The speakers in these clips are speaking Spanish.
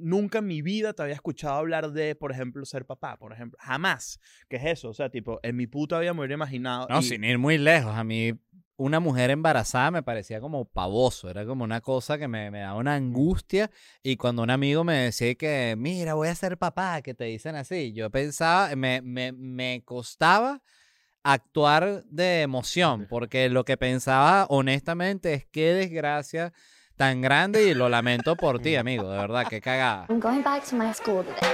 nunca en mi vida te había escuchado hablar de, por ejemplo, ser papá, por ejemplo. Jamás. ¿Qué es eso? O sea, tipo, en mi puta vida me hubiera imaginado. No, y- sin ir muy lejos. A mí, una mujer embarazada me parecía como pavoso. Era como una cosa que me, me daba una angustia. Y cuando un amigo me decía que, mira, voy a ser papá, que te dicen así, yo pensaba, me, me, me costaba actuar de emoción, porque lo que pensaba honestamente es qué desgracia tan grande y lo lamento por ti, amigo, de verdad, qué cagada. I'm going back to my school today.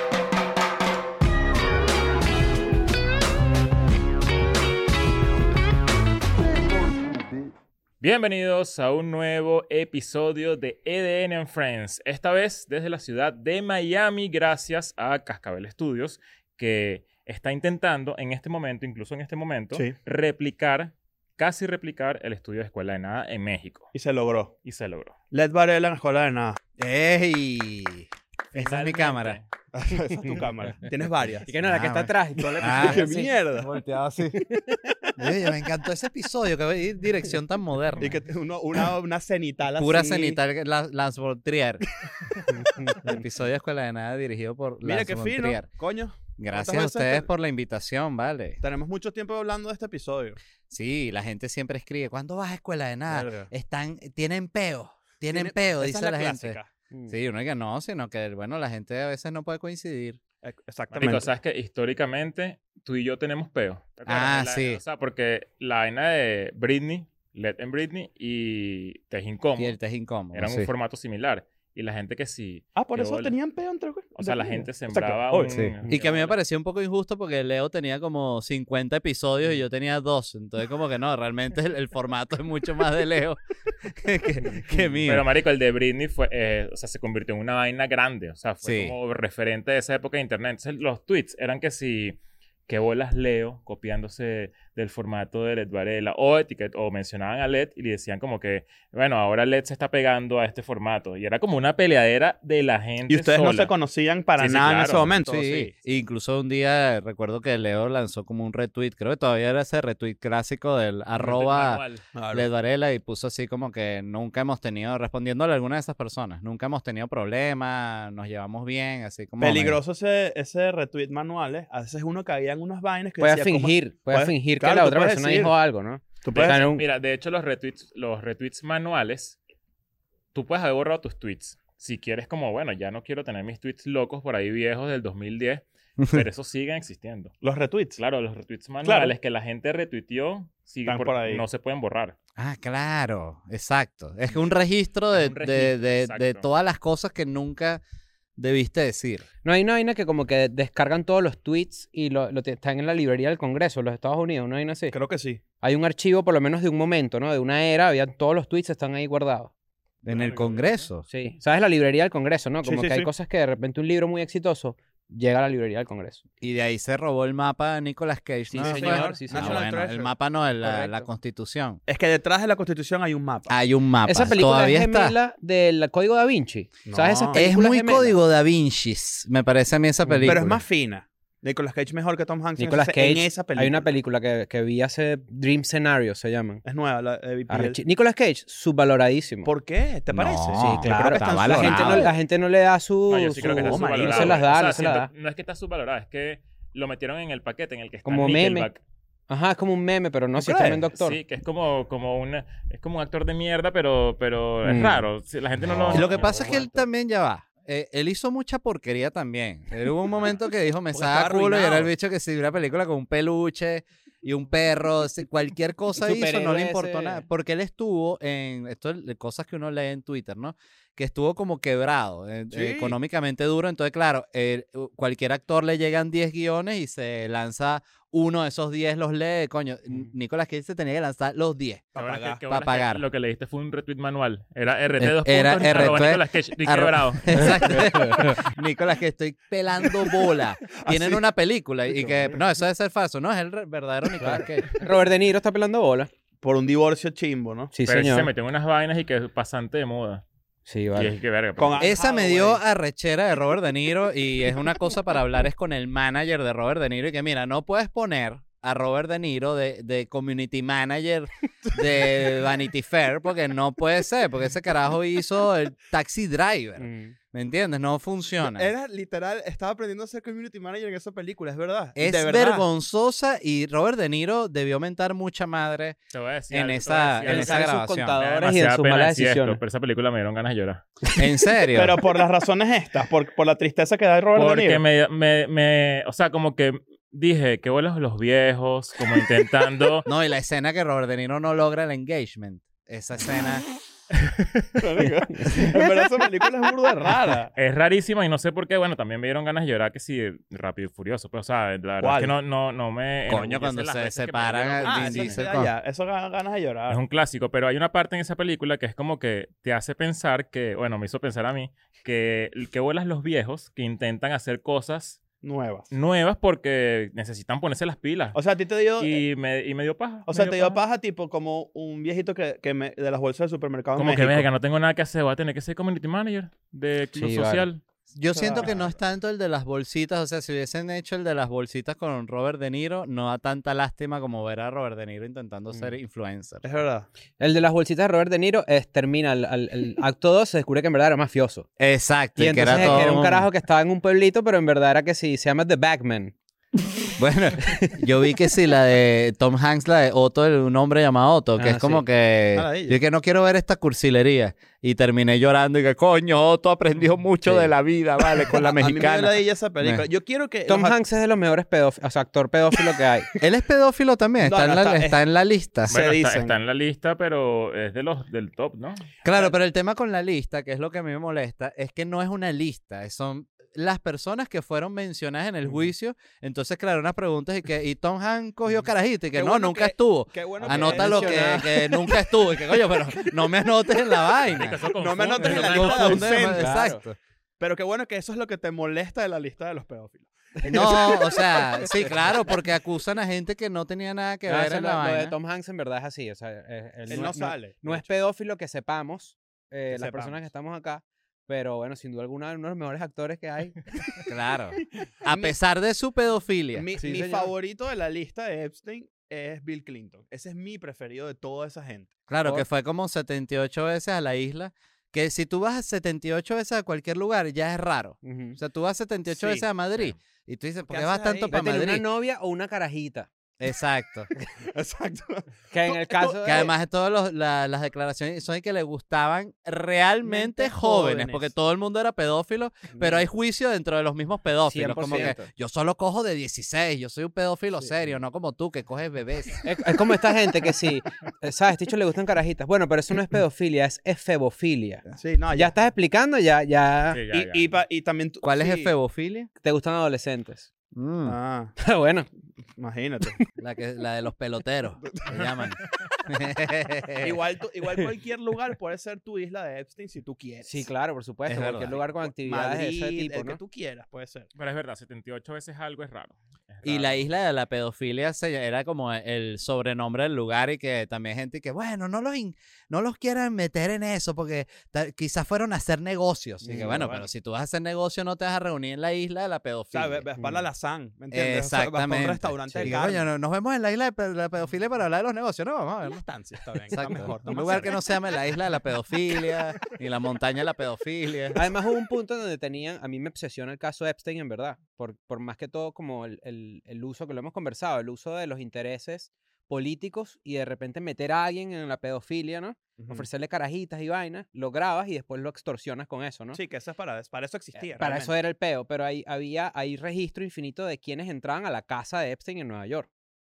Bienvenidos a un nuevo episodio de E EDN and Friends, esta vez desde la ciudad de Miami gracias a Cascabel Studios que está intentando en este momento, incluso en este momento, Sí. replicar, casi replicar el estudio de Escuela de Nada en México. Y se logró. Y se logró. Led Varela en escuela de nada. ¡Ey! Esa es mi Finalmente. cámara. Esa es tu cámara. Tienes varias. Y que no, la que Ah, está bueno. atrás. y todo le- Ah, ¡Qué sí. mierda! Volteado así. Oye, me encantó ese episodio, que dirección tan moderna. Y que te- uno- una, una cenital así. Pura cenital que- la- Lance von Trier. El episodio de Escuela de Nada dirigido por Mira Lance qué von fino. Trier. Coño, Gracias ¿Cuántas a veces ustedes te- por la invitación, vale. tenemos mucho tiempo hablando de este episodio. Sí, la gente siempre escribe, ¿cuándo vas a Escuela de Nada? Verga. Están, tienen peo, tienen Tiene- Ah, eh, peo, esa dice es la, la, gente. Mm. clásica. Sí, uno que no, sino que, bueno, la gente a veces no puede coincidir. Eh, Marico, Exactamente. sabes que históricamente tú y yo tenemos peo. ¿Te acuerdas? Ah, La- sí. O sea, porque la vaina de Britney, Let and Britney y Te es incómodo. Y el te es incómodo. Eran sí. un formato similar. Y la gente que sí. Ah, por Qué eso bola. tenían peo entre O sea, la entre- gente Exacto. sembraba Obvio. un- sí. Y que a mí me bola. parecía un poco injusto porque Leo tenía como 50 episodios y yo tenía dos. Entonces, como que no, realmente el, el formato es mucho más de Leo que, que mío. Pero, marico, el de Britney fue, eh, o sea, se convirtió en una vaina grande. O sea, fue Sí. como referente de esa época de internet. Entonces, los tweets eran que si... Que bolas leo copiándose del formato de Led Varela o etiquet o mencionaban a Led y le decían como que bueno ahora Led se está pegando a este formato y era como una peleadera de la gente Y ustedes no sola. se conocían para Sí, sí, nada en claro. ese momento. Sí, incluso un día eh, recuerdo que Leo lanzó como un retweet, creo que todavía era ese retweet clásico del arroba Manual. Claro. Led Varela y puso así como que nunca hemos tenido, respondiéndole a alguna de esas personas, nunca hemos tenido problemas, nos llevamos bien, así como... medio- Peligroso ese, ese retweet manual. ¿eh? A veces uno caía en unas vainas que Puedes decía, ¿cómo- fingir, puedes puedes- fingir claro, que la tú otra puedes persona decir- dijo algo, ¿no? Tú O puedes- sea, no- Mira, de hecho, los retweets, los retweets manuales, tú puedes haber borrado tus tweets. Si quieres, como, bueno, ya no quiero tener mis tweets locos por ahí viejos del 2010, pero esos siguen existiendo. Los retweets. Claro, los retweets manuales que la gente retuiteó siguen Están por, por ahí. no se pueden borrar. Ah, claro, exacto. Es que un registro de, Es un de- registro, de- de exacto. todas las cosas que nunca debiste decir. No hay una vaina que como que descargan todos los tweets y lo, lo te- están en la librería del Congreso, los Estados Unidos, ¿no hay una así? Creo que sí. Hay un archivo por lo menos de un momento, ¿no? De una era, había, todos los tweets están ahí guardados. En Claro, el claro. Congreso. Sí. ¿Sabes la librería del Congreso, no? Sí, Como sí, que hay sí. cosas que de repente un libro muy exitoso llega a la librería del Congreso. Y de ahí se robó el mapa de Nicolas Cage. Sí, ¿no? señor, Fue- sí, Ah, señor. bueno, el Treasure. mapa no, la, la Correcto. constitución. Es que detrás de la Constitución hay un mapa. Hay un mapa. Esa película Ah, Todavía es está. gemela del Código Da Vinci. ¿Sabes esas No. Es películas muy gemelas? código da Vinci, me parece a mí esa Pero es película. Pero es más fina. Nicolas Cage mejor que Tom Hanks en Nicolas esa- Cage. en esa película. Hay una película que, que vi hace Dream Scenario, se llaman. Es nueva, la de BPL. Arrechi- Nicolas Cage, subvaloradísimo. ¿Por qué? ¿Te No, parece? Sí, Yo creo claro, que está están la, gente no, valorado. la gente no le da su. No, Ah, yo sí creo que su- está no, marico, subvalorado. No se las da, O sea, no se las siento- da. no es que está subvalorada, es que lo metieron en el paquete en el que está Como meme. Nickelback. Ajá, es como un meme, pero no, ¿Tú si es crees? tremendo actor. Sí, que es como, como, una, es como un actor de mierda, pero, pero es Mm. raro. Sí, La gente no, Y lo... Lo que pasa es que él también ya va. Eh, él hizo mucha porquería también. Él hubo un momento que dijo me Porque saca estaba culo y era el arruinado. bicho que si una película con un peluche y un perro, si cualquier cosa hizo, no le Superhéroe importó ese. nada. Porque él estuvo en esto es de cosas que uno lee en Twitter, ¿no? Que estuvo como quebrado, eh, eh, Sí. económicamente duro. Entonces, claro, el- cualquier actor le llegan 10 guiones y se lanza uno de esos 10, los lee. Coño, Mm. Nicolás Cage se tenía que lanzar los 10. Qué bueno que- pagar, qué pa' bueno que pagar. Lo que le diste fue un retweet manual. Era RT Eh, dos era puntos, arroba RT, Nicolas Cage, Ricky arro- Bravo. Exacto. Nicolás, que estoy pelando bola. Tienen Así. una película y Dicho, que. No, eso debe ser falso. No, es el re- verdadero Nicolás Cage. Robert De Niro está pelando bola. Por un divorcio chimbo, ¿no? Sí, pero ese se señor. metió en unas vainas y que es pasante de moda. Sí, Y vale. es que verga. pues. Con- pero- Esa me Hathaway. dio arrechera de Robert De Niro y es una cosa para hablar es con el manager de Robert De Niro y que mira, no puedes poner a Robert De Niro de, de community manager de Vanity Fair porque no puede ser, porque ese carajo hizo el Taxi Driver. Mm. ¿Me entiendes? No funciona. Era literal, estaba aprendiendo a ser community manager en esa película, es verdad. es de verdad. vergonzosa y Robert De Niro debió mentar mucha madre. Te voy a decir En algo, te voy a esa- decir en algo. esa Pensar en sus grabación. contadores y en Demasiada sus pena malas decir esto, decisiones. pero esa película me dieron ganas de llorar. En serio. Pero por las razones estas, por, por la tristeza que da Robert De Porque Niro. me, me, me- o sea, como que dije, qué buenos los viejos, como intentando... No, y la escena que Robert De Niro no logra el engagement. Esa escena. en verdad, esa película es burda rara. Es rarísima y no sé por qué, bueno, también me dieron ganas de llorar que sí, rápido y furioso. Pero, o sea, la verdad ¿Cuál? es que no, no, no me... Coño, cuando enorgullece las se veces que me separan dieron a Ah, ganas. Vin eso, Sí, Diesel. sí. ya, ya, eso da ganas de llorar. Es un clásico, pero hay una parte en esa película que es como que te hace pensar que, bueno, me hizo pensar a mí, que, que vuelas los viejos que intentan hacer cosas Nuevas. nuevas porque necesitan ponerse las pilas. O sea, a ti te dio. y, me, y me dio paja. o me sea, te dio paja, tipo, como un viejito que, que me- de las bolsas del supermercado. en Como que, México. venga, no tengo nada que hacer, voy a tener que ser community manager de club Sí, vale. social. Yo siento que no es tanto el de las bolsitas. O sea, si hubiesen hecho el de las bolsitas con Robert De Niro, no da tanta lástima como ver a Robert De Niro intentando ser influencer. Es verdad. El de las bolsitas de Robert De Niro es, termina el, el- el acto 2, se descubre que en verdad era mafioso. Exacto. Y que entonces es que era, un todo- carajo que estaba en un pueblito, pero en verdad era que sí, se llama The Backman. Eh, Bueno, yo vi que sí, la de Tom Hanks, la de Otto, el- un hombre llamado Otto, que Ah, es como sí. que. Ah, la de Yo que no quiero ver esta cursilería. Y terminé llorando y que, coño, Otto aprendió mucho Sí. de la vida, ¿vale? Con la A mí me dio mexicana. la idea esa película. Yo quiero que. Tom los ac- Hanks es de los mejores pedófilos, o sea, actor pedófilo que hay. Él es pedófilo también, No, está, no, en, la, está- está, en la lista. Se Bueno, está, dicen. está en la lista, pero es de los del top, ¿no? Claro, pero el tema con la lista, que es lo que a mí me molesta, es que no es una lista, es- son las personas que fueron mencionadas en el juicio. Entonces, claro, unas preguntas y que, y Tom Hanks cogió carajito y que Qué no, bueno nunca que- estuvo. Qué bueno que- Anota lo que, mencionaba- que nunca estuvo y que, coño, pero no me anotes en la vaina. No me anotes en la Me lista de confunde, ausentes. Exacto. Pero qué bueno que eso es lo que te molesta de la lista de los pedófilos. No, o sea, sí, claro, porque acusan a gente que no tenía nada que No, ver eso en lo- la lo de vaina. Tom Hanks en verdad es así, o sea, eh, él Él no, sale. No es pedófilo que sepamos, eh, Que las personas que estamos acá, pero bueno, sin duda alguna, uno de los mejores actores que hay. Claro. A Mi- pesar de su pedofilia. Mi, Sí, mi señor. favorito de la lista de Epstein es Bill Clinton. Ese es mi preferido de toda esa gente. Claro, que Por- fue como 78 veces a la isla. Que si tú vas 78 veces a cualquier lugar, ya es raro. Ujú. O sea, tú vas 78 Sí, veces a Madrid. Y tú dices, ¿por ¿Qué qué vas haces ahí? tanto Debe para Debe Madrid? tener una novia o una carajita. Exacto. Exacto. Que en To- el to- caso de... que además todas las declaraciones son de que le gustaban realmente Mente jóvenes, jóvenes. porque todo el mundo era pedófilo, pero hay juicio dentro de los mismos pedófilos. Como que 100%. yo solo cojo de 16, yo soy un pedófilo Sí. serio, no como tú que coges bebés. Es, es como esta gente que sí, eh, ¿sabes? Ticho le gustan carajitas. Bueno, pero eso no es pedofilia, es efebofilia. Ah, Sí, no, Ya estás explicando, ya, ya Sí, ya, ya. Y, y pa- y también tú- ¿Cuál es sí. el febofilia? te gustan adolescentes. Mm, Ah, bueno, imagínate. la, que, la de los peloteros, se llaman. Eh. igual, tú- igual cualquier lugar puede ser tu isla de Epstein si tú quieres. sí, claro, por supuesto. Es cualquier verdad. lugar con actividades de ese Madrid, tipo, el que ¿no? tú quieras puede ser. Pero es verdad, 78 veces algo es raro. Es Y raro. la isla de la pedofilia se, era como el sobrenombre del lugar y que también gente que, bueno, no los, in- no los quieran meter en eso porque ta- quizás fueron a hacer negocios. Y que, Mm, bueno, bueno. pero si tú vas a hacer negocio no te vas a reunir en la isla de la O sea, pedofilia. ves para la Lazán, ¿me entiendes? O sea, vas para Exactamente. un restaurante Sí, de que, carne. "Coño, no- nos vemos en la isla de pe- la pedofilia para hablar de los negocios, ¿no? Vamos a La verlo. estancia está bien, está Exacto. mejor. está un más lugar cerca. que no se llame la isla de la pedofilia, ni la montaña de la pedofilia. Además hubo un punto en donde tenían, a mí me obsesiona el caso Epstein en verdad, por, por más que todo como el, el- el uso que lo hemos conversado, el uso de los intereses políticos y de repente meter a alguien en la pedofilia, ¿no? Ujú. Ofrecerle carajitas y vainas, lo grabas y después lo extorsionas con eso, ¿no? Eh, Sí, que eso es para, para eso existía. Para eso realmente. era el peo, pero ahí había ahí registro infinito de quienes entraban a la casa de Epstein en Nueva York.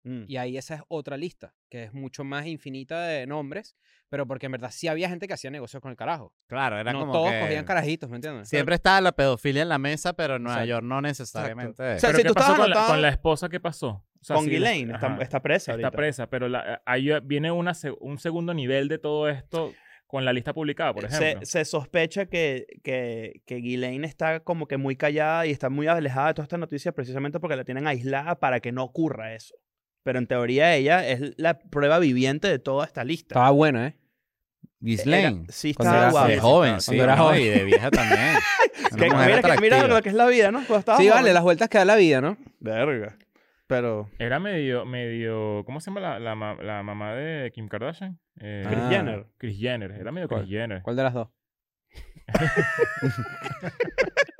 Mm. Y ahí esa es otra lista, que es mucho más infinita de nombres, pero porque en verdad sí había gente que hacía negocios con el carajo. Claro, era no como todos que cogían carajitos, ¿me entiendes? Siempre estaba la pedofilia en la mesa, pero en Nueva Exacto. York no necesariamente. O sea, Pero si ¿qué tú pasó estabas con la, anotado- con la esposa? ¿Qué pasó? O sea, Con sí, Ghislaine, está, ajá, está presa está ahorita. presa, pero la- ahí viene una, se- un segundo nivel de todo esto con la lista publicada, por Se- ejemplo. Se, sospecha que, que, que Ghislaine está como que muy callada y está muy alejada de todas estas noticias precisamente porque la tienen aislada para que no ocurra eso. Pero en teoría ella es la prueba viviente de toda esta lista. Estaba buena, ¿eh? Ghislaine. Era- sí, Cuando estaba era guapa. de joven, sí. cuando era ¿no? joven. Y de vieja también. Que- Una mujer mira, que, mira atractiva. lo que es la vida, ¿no? Cuando estaba Sí, vale, joven. las vueltas que da la vida, ¿no? Verga. Pero... Era medio, medio, ¿cómo se llama la, la ma- la mamá de Kim Kardashian? Eh, Kris Jenner. Kris Jenner, era medio Kris Jenner. ¿Cuál de las dos?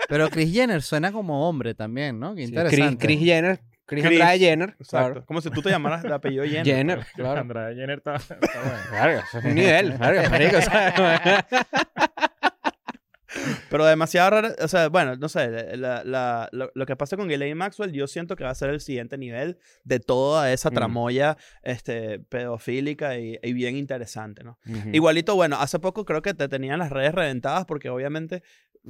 Pero Chris Jenner suena como hombre también, ¿no? Qué Sí, Chris, interesante. Chris Jenner. Chris, Chris, Andrade Jenner. Exacto. claro. Como si tú te llamaras de apellido Jenner. Jenner, claro. Andrade Jenner está, está bueno. Claro, eso es un nivel. Claro, marico, o sea, Pero demasiado raro. O sea, bueno, no sé. la- la- lo, lo que pasa con Ghislaine Maxwell, yo siento que va a ser el siguiente nivel de toda esa Mm. tramoya este, pedofílica y, y bien interesante, ¿no? Ujú. Igualito, bueno, hace poco creo que te tenían las redes reventadas porque obviamente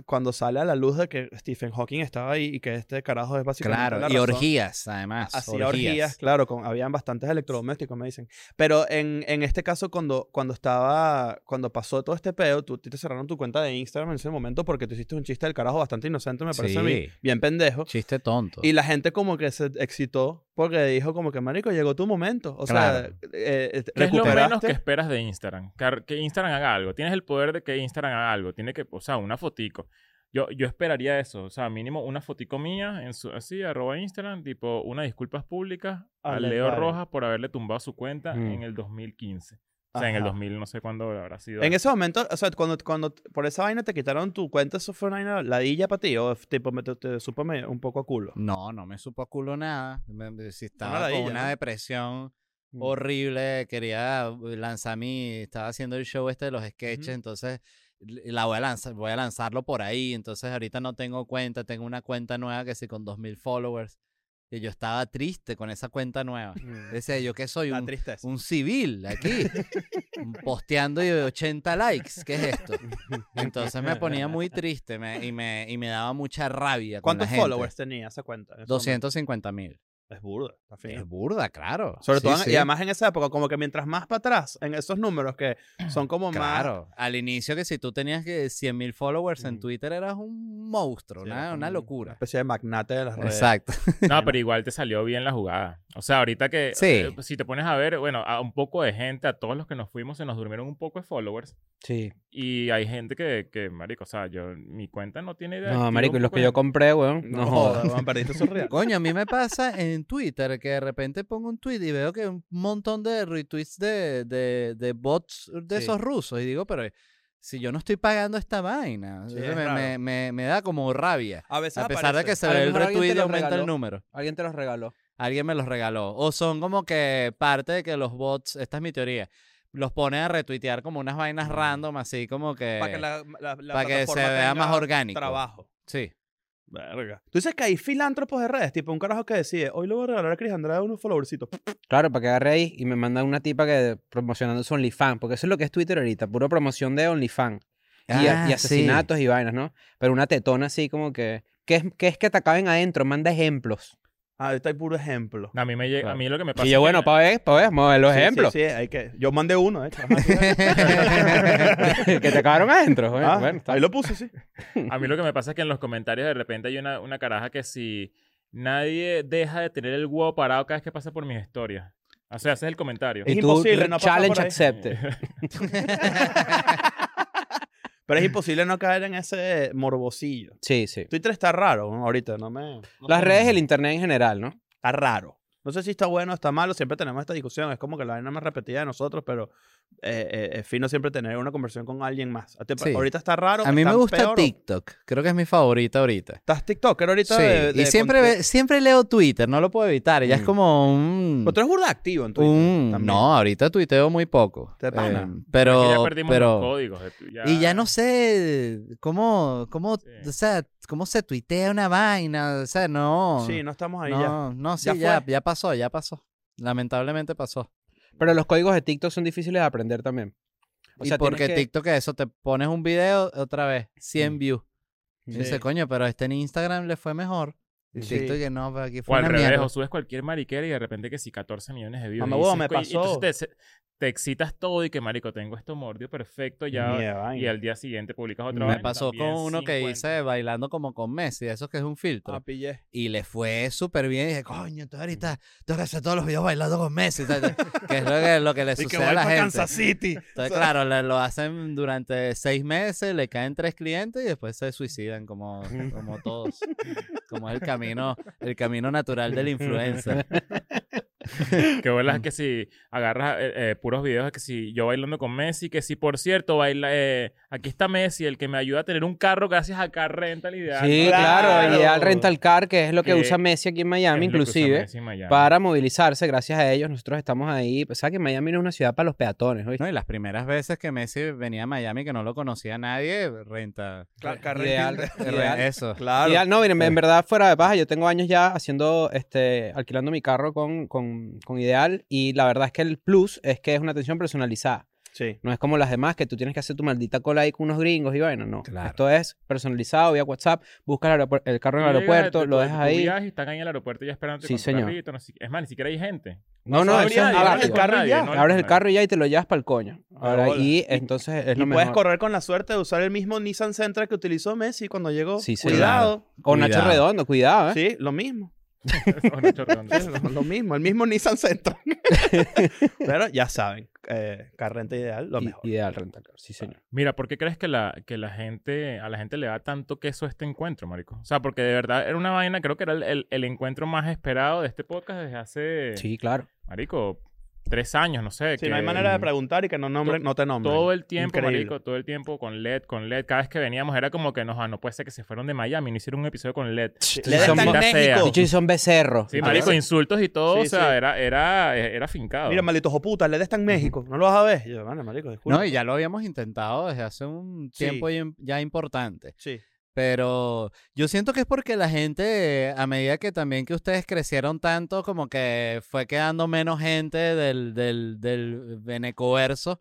cuando sale a la luz de que Stephen Hawking estaba ahí y que este carajo es básicamente Claro, la y razón, orgías, además. Hacía orgías, orgías. claro, con, habían bastantes electrodomésticos, me dicen. Pero en, en este caso, cuando, cuando estaba, cuando pasó todo este pedo, tú a ti te cerraron tu cuenta de Instagram en ese momento porque tú hiciste un chiste del carajo bastante inocente, me parece a mí, Sí. bien pendejo. Chiste tonto. Y la gente como que se excitó porque dijo como que, marico, llegó tu momento. O Claro. sea, eh, eh, ¿Qué es lo menos que recuperaste. esperas de Instagram? Que, ar- que Instagram haga algo. Tienes el poder de que Instagram haga algo. Tiene que, o sea, una fotico. Yo, yo esperaría eso. O sea, mínimo una fotico mía en su, así, arroba Instagram, tipo, unas disculpas públicas a Al Leo Edgar. Rojas por haberle tumbado su cuenta Mm. en el 2015. O sea, en el Ajá. 2000, no sé cuándo habrá sido. En ese momento, o sea, cuando, cuando t- por esa vaina te quitaron tu cuenta, eso fue una vaina ladilla para ti, o f- tipo, me- te, te supo me- un poco a culo. No, no me supo a culo nada. Me- me- Si estaba ladilla, con una ¿no? depresión horrible, quería uh, lanzar mi... Estaba haciendo el show este de los sketches, Ujú. entonces l- la voy a lanzar, voy a lanzarlo por ahí. Entonces ahorita no tengo cuenta, tengo una cuenta nueva que sí con 2.000 followers. Y yo estaba triste con esa cuenta nueva. Mm. Decía, ¿yo qué soy? La Un, tristeza. un civil aquí, mm, posteando y 80 likes. ¿Qué es esto? Entonces me ponía muy triste me- y, me, y me daba mucha rabia. con la ¿Cuántos gente. followers tenía esa cuenta? en ese 250 mil. momento? Es burda, está fino. Es burda, claro. Sobre Sí, todo, en- sí, y además en esa época, como que mientras más para atrás, en esos números que son como más... Claro. Al inicio que si tú tenías que 100 mil followers en Mm. Twitter eras un monstruo, Sí, una, eras una un- Una locura. especie de magnate de las redes. Exacto. No, pero igual te salió bien la jugada. O sea, ahorita que Sí. eh, si te pones a ver, bueno, a un poco de gente, a todos los que nos fuimos, se nos durmieron un poco de followers. Sí. Y hay gente que, que marico, o sea, yo, mi cuenta no tiene idea. No, marico, y los que yo compré compré, weón. No, No, jodas, jodas. weón, perdiste esos reales. Coño, a mí me pasa en Twitter que de repente pongo un tweet y veo que un montón de retweets de, de, de bots de Sí. esos rusos. Y digo, pero eh, si yo no estoy pagando esta vaina, Sí, Entonces es me, me, raro. me- me da como rabia. A veces A pesar de que aparece. se Ah, A lo ve el mejor alguien te retweet y los aumenta el regaló. número. Alguien te los regaló. Alguien me los regaló. O son como que parte de que los bots, esta es mi teoría, los pone a retuitear como unas vainas random, así como que... Para que, la, la- la pa' que se plataforma vea más tenga orgánico. Trabajo. Sí. Verga. Tú dices que hay filántropos de redes, tipo un carajo que decide, hoy le voy a regalar a Cris Andrade unos followercitos. Claro, para que agarre ahí y me manda una tipa que promocionando su OnlyFans, porque eso es lo que es Twitter ahorita, puro promoción de OnlyFans y, a- y Ah, sí. asesinatos y vainas, ¿no? Pero una tetona así como que, ¿qué es, qué es que te acaben adentro? Manda ejemplos. Ah, ahorita hay puro ejemplo. A mí, me llega, a mí lo que me pasa. Y yo, es que- bueno, para ver, para ver, vamos a ver los Sí, sí, ejemplos. Sí, hay que. Yo mandé uno, de hecho. Ajá, tú ves. que te acabaron adentro. Bueno, Ah, bueno, está- ahí lo puse, sí. a mí lo que me pasa es que en los comentarios de repente hay una, una caraja que si nadie deja de tener el huevo parado cada vez que pasa por mis historias. O sea, ese es el comentario. Es y tú, imposible no pasar por challenge ahí. accepted. Pero es imposible no caer en ese morbosillo. Sí, sí. Twitter está raro ¿no? ahorita, no me. no Las sé. redes, el internet en general, ¿no? Está raro. No sé si está bueno o está malo, siempre tenemos esta discusión. Es como que la vaina más repetida de nosotros, pero eh, eh, es fino siempre tener una conversación con alguien más. ¿A ti pa- Sí. Ahorita está raro. A mí me ¿Estás gusta peor o- TikTok. Creo que es mi favorita ahorita. Estás TikToker ahorita. Sí, de- y de siempre, conte- ve- siempre leo Twitter, no lo puedo evitar. Ya es Mm. como un... Pero tú eres burda activo en Twitter. un- también. no, ahorita tuiteo muy poco. em, De pana. Porque Es que pero... ya perdimos los pero códigos. eh, de- y ya no sé cómo, cómo, Sí. o sea, cómo se tuitea una vaina. O sea, no. Sí, no estamos ahí ya. no, no, sí, Ya ya, fue. ya, pasó, ya pasó. Lamentablemente pasó. Pero los códigos de TikTok son difíciles de aprender también. O sea, y porque tienes que- TikTok es eso, te pones un video otra vez, 100 Mm. views. Y Sí. dices, coño, pero este en Instagram le fue mejor. Y Sí. TikTok que no, pero aquí O fue al una revés, mierda. o subes cualquier mariquera y de repente que si 14 millones de views. Mamá, y huevo, dices, me "Coño", y entonces pasó. te se- te excitas todo y que marico, tengo esto mordido perfecto ya. Mierda, vaina. Y al día siguiente publicas otra Me vaina, pasó con también uno que 50. hice bailando como con Messi, de esos que es un filtro. Ah, pillé. y le fue súper bien. Y dije, coño, tú ahorita tengo que hacer todos los videos bailando con Messi. ¿sabes? que es lo que, lo que le Y que sucede voy a la para gente. Kansas City. Entonces, claro, le- lo hacen durante seis meses, le caen tres clientes y después se suicidan como, como todos. Como es el camino, el camino natural del influencer. que bolas que si agarras eh, eh, puros videos que si yo bailando con Messi, que si por cierto baila, eh, aquí está Messi, el que me ayuda a tener un carro gracias a Car Rental Ideal. Sí, Claro. claro, y al rental car, que es lo que Que usa Messi aquí en Miami, Es lo que usa inclusive, Messi en Miami. para movilizarse. Gracias a ellos, nosotros estamos ahí. Pues, ¿Sabes que Miami no es una ciudad para los peatones? ¿oíste? No, y las primeras veces que Messi venía a Miami que no lo conocía nadie, renta. Claro, Car Ideal, Rental. re- ideal. Eso. Claro. Ideal, no, miren, en verdad, fuera de paja, yo tengo años ya haciendo, este, alquilando mi carro con, con, con Ideal y la verdad es que el plus es que es una atención personalizada. Sí. No es como las demás que tú tienes que hacer tu maldita cola ahí con unos gringos y vaina, no. Claro. Esto es personalizado, vía WhatsApp, buscas el, aeropu- el carro en el Tú llegas aeropuerto, de tu- lo de dejas tu ahí. viaje y están ahí en el aeropuerto ya esperando. Sí, señor. es más, ni siquiera hay gente. No, no, habría eso es abres nadie, barato. hablas el con carro y nadie, ya. no hablas Abres el con carro y ya y te lo llevas para el coño. Ahora, bola. y entonces es Y lo puedes mejor. correr con la suerte de usar el mismo Nissan Sentra que utilizó Messi cuando llegó. Sí, señor. Cuidado. O Nacho Cuidado. Redondo, cuidado, ¿eh? Sí, lo mismo. nadie. Son ocho rondas. lo mismo, el mismo Nissan Sentra. Pero ya saben, eh, Car Rental Ideal, lo I- mejor. Ideal rental car, sí señor. Mira, ¿por qué crees que la, que la gente, a la gente le da tanto queso este encuentro, marico? O sea, porque de verdad era una vaina, creo que era el, el- el encuentro más esperado de este podcast desde hace, Sí, claro. marico, tres años, no sé. Si que no hay manera de preguntar y que no, nombren, to- no te nombren. Todo el tiempo, Increíble. marico, todo el tiempo con LED, con LED. Cada vez que veníamos era como que, no, ah, no puede ser que se fueron de Miami, no hicieron un episodio con LED. LED son está en ba- maldita sea. México. Dicho y son becerros. Sí, Ah, marico, sí. insultos y todo, Sí, o sea, sí. era, era, era fincado. Mira, malditos joputas, LED está en México. No lo vas a ver. Y Yo, bueno, marico, disculpa. No, y ya lo habíamos intentado desde hace un Sí. tiempo ya im- ya importante. Sí. Pero yo siento que es porque la gente, a medida que también que ustedes crecieron tanto, como que fue quedando menos gente del, del, del Benecoverso,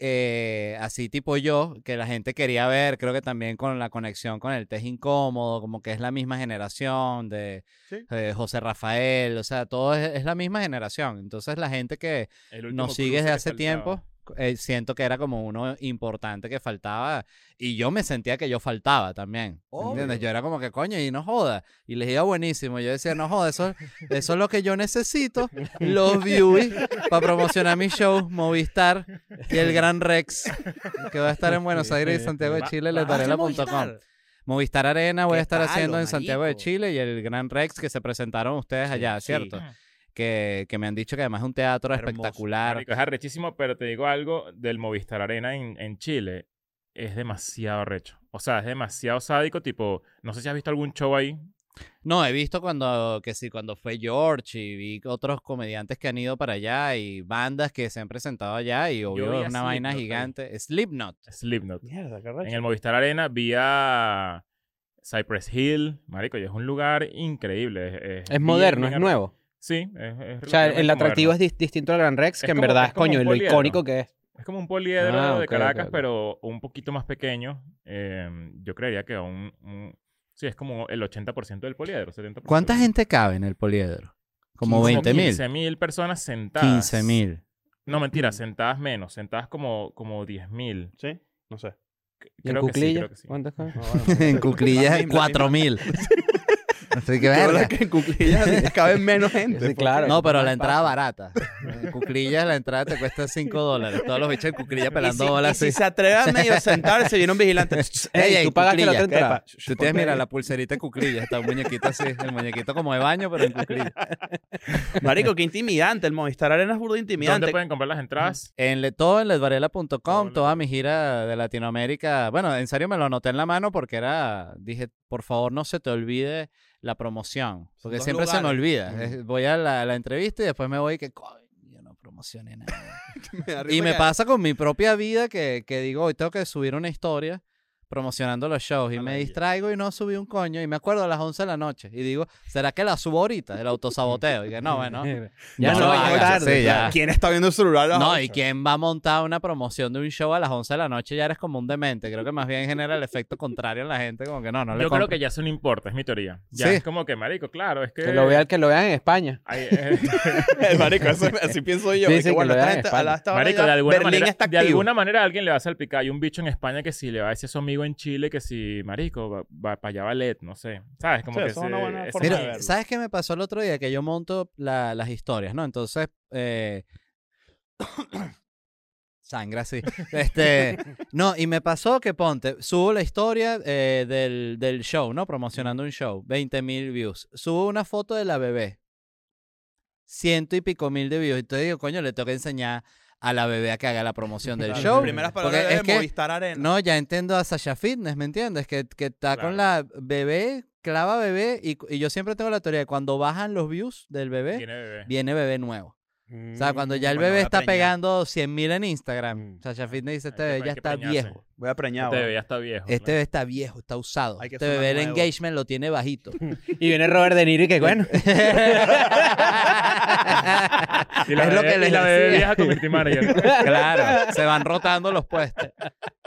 eh, así tipo yo, que la gente quería ver, creo que también con la conexión con el test incómodo, como que es la misma generación de, Sí. de José Rafael, o sea, todo es, es la misma generación. Entonces la gente que El último nos sigue cruce desde que hace faltaba. tiempo, eh, siento que era como uno importante que faltaba y yo me sentía que yo faltaba también. ¿Entiendes? Yo era como que, coño, y no joda. Y les iba buenísimo. Yo decía, no joda, eso, eso es lo que yo necesito. Los views para promocionar mis shows, Movistar y el Gran Rex, que va a estar en Buenos Aires y Santiago de Va- Chile, Ah, va- letarela.com. Movistar Arena voy ¿Qué a estar tal, haciendo en marico? Santiago de Chile y el Gran Rex que se presentaron ustedes Sí, allá, sí. ¿cierto? Que, que me han dicho que además es un teatro Hermoso, espectacular. Marico, es arrechísimo, pero te digo algo del Movistar Arena en, en Chile. Es demasiado arrecho. O sea, es demasiado sádico. Tipo, no sé si has visto algún show ahí. No, he visto cuando, que sí, cuando fue George y vi otros comediantes que han ido para allá y bandas que se han presentado allá y vi obvio a es una vaina Slipknot ahí. gigante. Slipknot. Slipknot. Mierda, qué En recho. el Movistar Arena vi a Cypress Hill. Marico, y es un lugar increíble. Es, es Es bien, moderno, bien es arre- nuevo. Sí, es, es O sea, el, relativamente atractivo moderno. es dis- distinto al Gran Rex, Es que en como- verdad es es, como un coño y lo poliedro. icónico que es. Es como un poliedro Ah, de ok, ok, Caracas, ok. pero un poquito más pequeño. Eh, yo creería que un, un- Sí, es como el 80% del poliedro. 70%. ¿Cuánta gente cabe en el poliedro? Como 20 mil. 15 mil personas sentadas. 15 mil. No, mentira, sentadas menos, sentadas como, como 10.000. Sí, no sé. ¿Y en Creo que sí, cuclillas? creo que sí. ¿Cuántas cosas? No, bueno, pues, en La cuclillas misma, la 4 mil. Así que Yo creo verga. que en cuclillas caben menos gente. Sí, porque- claro. No, pero la Más entrada barata. En cuclillas la entrada te cuesta 5 dólares. Todos los bichos en cuclillas Y si, pelando y bolas si así. se atreve a medio sentarse, viene un vigilante. Ey, Ey, tú pagaste la cuclilla, Epa, otra entrada. sh- sh- Tú ponte tienes, mira, ahí. la pulserita de cuclillas, está un muñequito así, el muñequito como de baño, pero en cuclillas. Marico, qué intimidante. El Movistar Arena es burdo ¿Dónde intimidante. pueden comprar las entradas? En le- todo en Todo ledvarela.com, en toda mi gira de Latinoamérica. Bueno, en serio me lo anoté en la mano porque era, dije, por favor no se te olvide la promoción, porque dos siempre se me lugares. olvida. Ujú. Es- Voy a la, la entrevista y después me voy y que, coño, yo no promocioné nada. da risa y me que- pasa con mi propia vida que, que digo, hoy tengo que subir una historia promocionando los shows y me Maravilla. distraigo y no subí un coño y me acuerdo a las 11 de la noche y digo, ¿será que la subo ahorita? El autosaboteo. Y que no, bueno. no Ya no, lo ya hagas, es tarde. sí, ya. claro. ¿Quién está viendo el celular? a las No, ocho? y quién va a montar una promoción de un show a las 11 de la noche ya eres como un demente. Creo que más bien genera el efecto contrario en la gente, como que no, no le Yo creo compro. que ya eso no importa, es mi teoría. Ya Sí. es como que, marico, claro, es que... Que lo vean que lo vean en España. Ay, eh, Eh, Marico, eso- así pienso yo. Sí, y sí, que, que bueno, lo esta vean en gente- España. a esta hora marico, ya de alguna, Berlín manera, está de activo. alguna manera alguien le va a salpicar. Hay un bicho en España que si le va a decir a su amigo en Chile que si, marico, va, para allá va LED, no sé. ¿Sabes? Como Sí, que eso es una ese- buena ese- forma de Mira, verlo. ¿sabes qué me pasó el otro día? Que yo monto la- las historias, ¿no? Entonces, eh... sangre así. Este, no, y me pasó que ponte, subo la historia eh, del, del show, ¿no? Promocionando un show, 20 mil views. Subo una foto de la bebé. ciento y pico mil de views. Entonces digo, coño, le tengo que enseñar a la bebé a que haga la promoción del Claro, show. Mis primeras Porque palabras es de que- Movistar Arena. No, ya entiendo a Sasha Fitness, ¿me entiendes? Que, que está Claro. con la bebé, clava bebé, y, cu- y yo siempre tengo la teoría de cuando bajan los views del bebé, viene, Tiene bebé. bebé nuevo. O sea, cuando ya el Bueno, bebé voy a está preñar. pegando 100.000 en Instagram, Mm. Sasha Fitness dice, Hay este que- bebé hay ya que está preñarse. viejo. Voy a preñar. Este weón. bebé ya está viejo. Este claro. bebé está viejo, está usado. Hay que Este hacer bebé el más nuevo. engagement lo tiene bajito. Y viene Robert De Niro y que bueno. Y la es bebé, lo que les y la bebé decía. vieja community manager. Claro, se van rotando los puestos.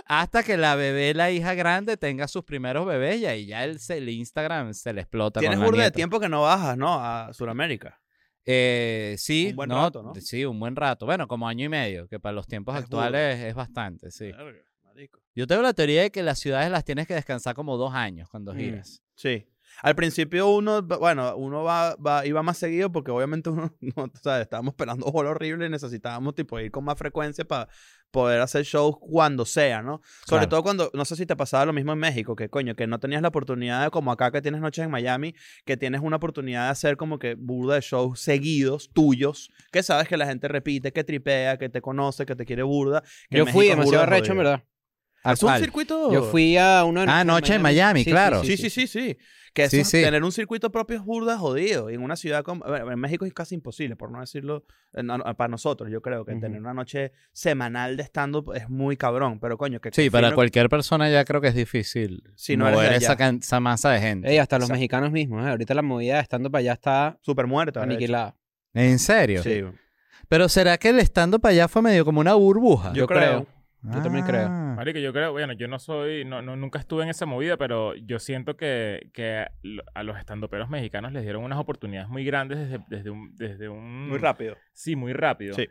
Hasta que la bebé, la hija grande, tenga sus primeros bebés y ahí ya el, se- el Instagram se le explota. Tienes con la burda de nieta. tiempo que no bajas, ¿no? A Sudamérica. Eh, sí, Un buen no, rato, ¿no? Sí, un buen rato. Bueno, como año y medio, que para los tiempos Es actuales es bastante, sí. Verga, marico. Yo tengo la teoría de que las ciudades las tienes que descansar como dos años cuando Mm. giras. Sí. Al principio uno, va- bueno, uno va, va, iba más seguido porque obviamente uno, no, tú sabes, estábamos esperando bola horrible y necesitábamos tipo ir con más frecuencia para poder hacer shows cuando sea, ¿no? Sobre Claro. todo cuando, no sé si te pasaba lo mismo en México, que coño, que no tenías la oportunidad de, como acá que tienes noches en Miami, que tienes una oportunidad de hacer como que burda de shows seguidos, tuyos, que sabes que la gente repite, que tripea, que te conoce, que te quiere burda. que en Yo fui México es burda demasiado de arrecho, en jodido. verdad. ¿A Es un cuál? circuito. Yo fui a uno de Ah, nuestros noche en Miami, claro. Sí, sí, sí, sí. Que eso Sí, es- sí. tener un circuito propio es burda jodido. Y en una ciudad como. bueno, en México es casi imposible, por no decirlo. eh, no, no, para nosotros, yo creo que Ujú. tener una noche semanal de stand-up es muy cabrón. Pero coño, que. Sí, que para fino- cualquier persona ya creo que es difícil Si no eres de mover esa, allá. can- esa masa de gente. Ey, hasta los Exacto. mexicanos mismos. eh. Ahorita la movida estando para allá está Super muerta. de hecho. aniquilada. ¿En serio? Sí, yo, Pero ¿será que el estando para allá fue medio como una burbuja? Ah. Yo creo. creo. yo también creo. Marico, yo creo, bueno, yo no soy, no, no- nunca estuve en esa movida, pero yo siento que, que lo- a los estandoperos mexicanos les dieron unas oportunidades muy grandes desde, desde un, desde un... mm, Muy rápido. Sí, muy rápido. Sí.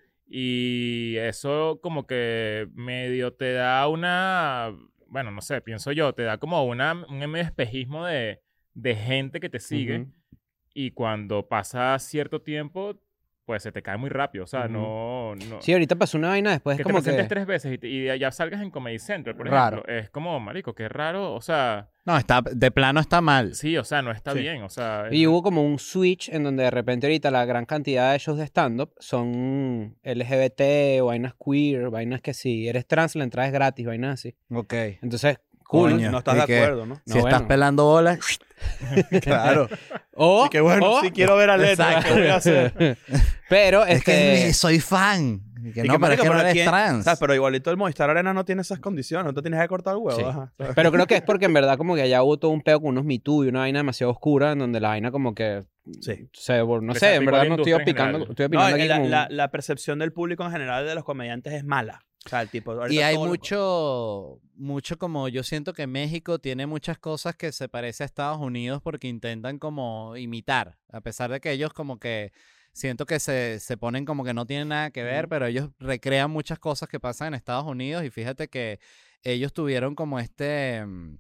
Y eso como que medio te da una, bueno, no sé, pienso yo, te da como una, un medio espejismo de, de gente que te sigue Ujú. y cuando pasa cierto tiempo, pues se te cae muy rápido, o sea, Ujú. no... no Sí, ahorita pasó una vaina después que como te presentes que... tres veces y, te- y de- ya salgas en Comedy Central, por Raro. ejemplo. Es como, marico, qué raro. O sea, No, está, de plano está mal. sí, o sea, no está Sí. bien. O sea, Y hubo como un switch en donde de repente ahorita la gran cantidad de shows de stand-up son LGBT, vainas queer, vainas que si eres trans la entrada es gratis, vainas así. Ok. Entonces, cool. Coño, no estás y de que- acuerdo, ¿no? Si No, estás bueno. pelando bolas, Oh, Claro. O, Y que bueno, o- sí quiero ver a Letra. ¿qué voy a hacer? Pero es que este, soy fan. Y que Y no, que, pero es marico, que no pero eres ¿quién- trans. ¿sabes? Pero igualito el Movistar Arena no tiene esas condiciones. No te tienes que cortar el huevo. Sí. ajá, ¿sabes? pero creo que es porque en verdad como que allá hubo todo un peo con unos Me Too y una vaina demasiado oscura en donde la vaina como que Sí. se vol- no Le sé, en salpicó a verdad la no estoy industria en opinando, general. estoy No, opinando aquí la, como un- la- la percepción del público en general de los comediantes es mala. O sea, el tipo, Y ahorita hay todo lo- mucho, mucho como yo siento que México tiene muchas cosas que se parece a Estados Unidos porque intentan como imitar, a pesar de que ellos como que siento que se, se ponen como que no tienen nada que ver, Ujú. pero ellos recrean muchas cosas que pasan en Estados Unidos y fíjate que ellos tuvieron como este, mm,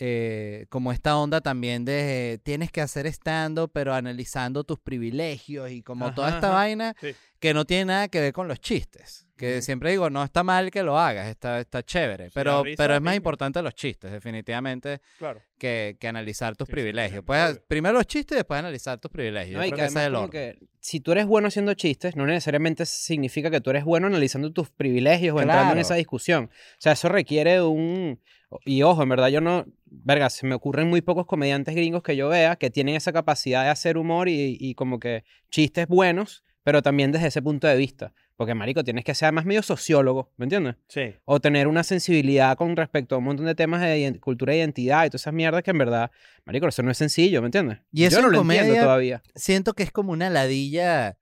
eh, como esta onda también de tienes que hacer estando, pero analizando tus privilegios y como toda Ajá, esta ajá. vaina Sí. que no tiene nada que ver con los chistes. Que Ujú. siempre digo, no está mal que lo hagas, está, está chévere, Sí, la pero, risa, pero es pinga. más importante los chistes, definitivamente, Claro. que, que analizar tus Sí, sí, privilegios. obvio, Pues obvio. primero los chistes y después analizar tus privilegios. Yo No, y creo que que ese además es el como orden. que si tú eres bueno haciendo chistes, no necesariamente significa que tú eres bueno analizando tus privilegios o entrando en Claro. esa discusión. O sea, eso requiere de un... Y ojo, en verdad yo no... Verga, se me ocurren muy pocos comediantes gringos que yo vea que tienen esa capacidad de hacer humor y, y como que chistes buenos, pero también desde ese punto de vista. Porque, marico, tienes que ser además medio sociólogo, ¿me entiendes? Sí. o tener una sensibilidad con respecto a un montón de temas de ident- cultura e identidad y todas esas mierdas que en verdad, marico, eso no es sencillo, ¿me entiendes? Y eso Yo no en lo comedia- entiendo todavía. siento que es como una ladilla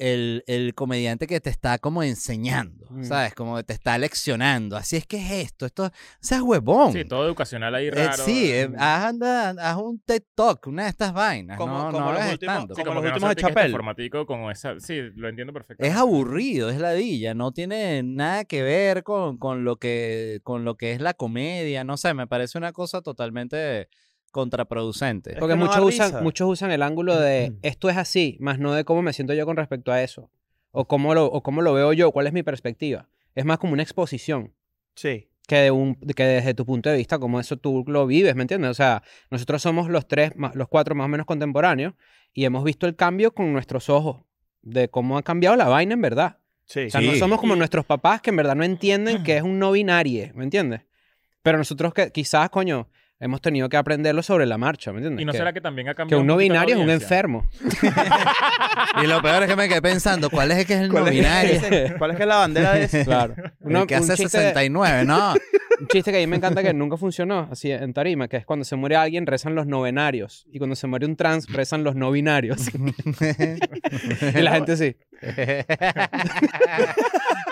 el, el comediante que te está como enseñando, Mm. ¿sabes? Como que te está leccionando. Así es que es esto, esto, o sea, huevón. Sí, todo educacional ahí Eh, raro. sí, eh, Sí, ah, haz, anda- haz un TED Talk, una de estas vainas. Como- no, como no los hagas últimos- stand-up. como como los que no últimos se de aplique este Chappelle. formatico con esa... Sí, lo entiendo perfectamente. Es aburrido, es ladilla, no tiene nada que ver con, con, lo que, con lo que es la comedia, no sé, me parece una cosa totalmente contraproducente. Es Porque que no da muchos, risa. Mm-hmm. usan, muchos usan el ángulo de esto es así, más no de cómo me siento yo con respecto a eso. O cómo lo, o cómo lo veo yo, cuál es mi perspectiva. Es más como una exposición. Sí. que, de un, que desde tu punto de vista, como eso tú lo vives, ¿me entiendes? O sea, nosotros somos los tres, ma- los cuatro más o menos contemporáneos y hemos visto el cambio con nuestros ojos de cómo ha cambiado la vaina en verdad. Sí. O sea, no Sí. somos como Y- nuestros papás que en verdad no entienden que es un no binario, ¿me entiendes? Pero nosotros que quizás, coño, hemos tenido que aprenderlo sobre la marcha, ¿me entiendes? Y no que, será que también ha que cambiado. un no poquito la binario es un audiencia? enfermo. Y lo peor es que me quedé pensando, ¿cuál es el que es el no ¿Cuál es- binario? ¿Cuál es que es la bandera de ese? Claro. Uno- El que hace chiste- 69, ¿no? un chiste que a mí me encanta que nunca funcionó, así en tarima, que es cuando se muere alguien rezan los novenarios y cuando se muere un trans rezan los no binarios. y la gente sí.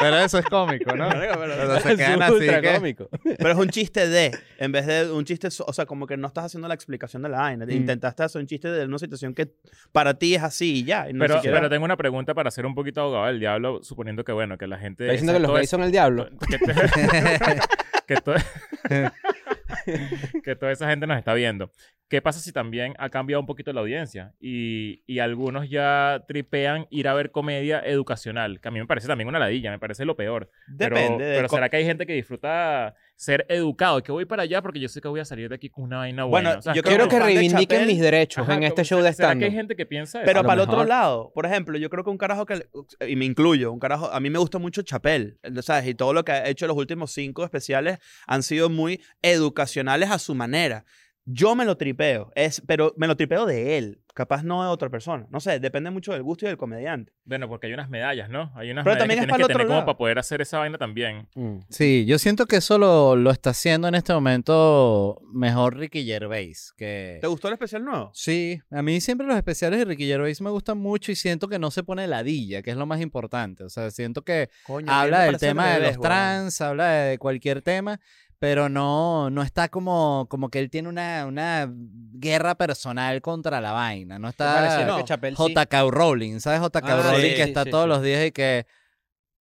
Pero eso es cómico, ¿no? Pero se quedan Es así ultra que... cómico. Pero es un chiste de, en vez de un chiste, so- o sea, como que no estás haciendo la explicación de la vaina. Intentaste hacer un chiste de una situación que para ti es así y ya. y no Pero, siquiera- pero tengo una pregunta para ser un poquito abogado del diablo, suponiendo que, bueno, que la gente. Está diciendo que los todo gays es- son el diablo. que, que Eh. to- que toda esa gente nos está viendo. ¿Qué pasa si también ha cambiado un poquito la audiencia? Y, y algunos ya tripean ir a ver comedia educacional, que a mí me parece también una ladilla, me parece lo peor. Pero- Depende. Pero, de co- ¿será que hay gente que disfruta ser educado? Que voy para allá porque yo sé que voy a salir de aquí con una vaina buena. Bueno, yo creo Quiero como que fan de reivindiquen Chappelle, mis derechos Ajá, en este como- show de ¿Será que hay stand gente que piensa eso? Pero A lo para el otro mejor. lado, por ejemplo, yo creo que un carajo que, y me incluyo, un carajo, a mí me gusta mucho Chapel, ¿sabes? Y todo lo que ha hecho los últimos cinco especiales han sido muy educacionales a su manera. Yo me lo tripeo, es, pero me lo tripeo de él, capaz no de otra persona. No sé, depende mucho del gusto y del comediante. Bueno, porque hay unas medallas, ¿no? Hay unas Pero medallas también que es tienes para el que otro tener como lado. para poder hacer esa vaina también. Mm. Sí, yo siento que eso lo, lo está haciendo en este momento mejor Ricky Gervais. Que... ¿Te gustó el especial nuevo? Sí, a mí siempre los especiales de Ricky Gervais me gustan mucho y siento que no se pone ladilla, que es lo más importante. O sea, siento que Coño, a mí habla me del parece tema al de revés, los weón. trans, habla de cualquier tema, pero no, no está como, como que él tiene una, una guerra personal contra la vaina. No Me está pareció no. que Chappelle sí. J.K. Rowling, ¿sabes? J.K. Ah, Rowling sí, que sí, está sí, todos sí. los días y que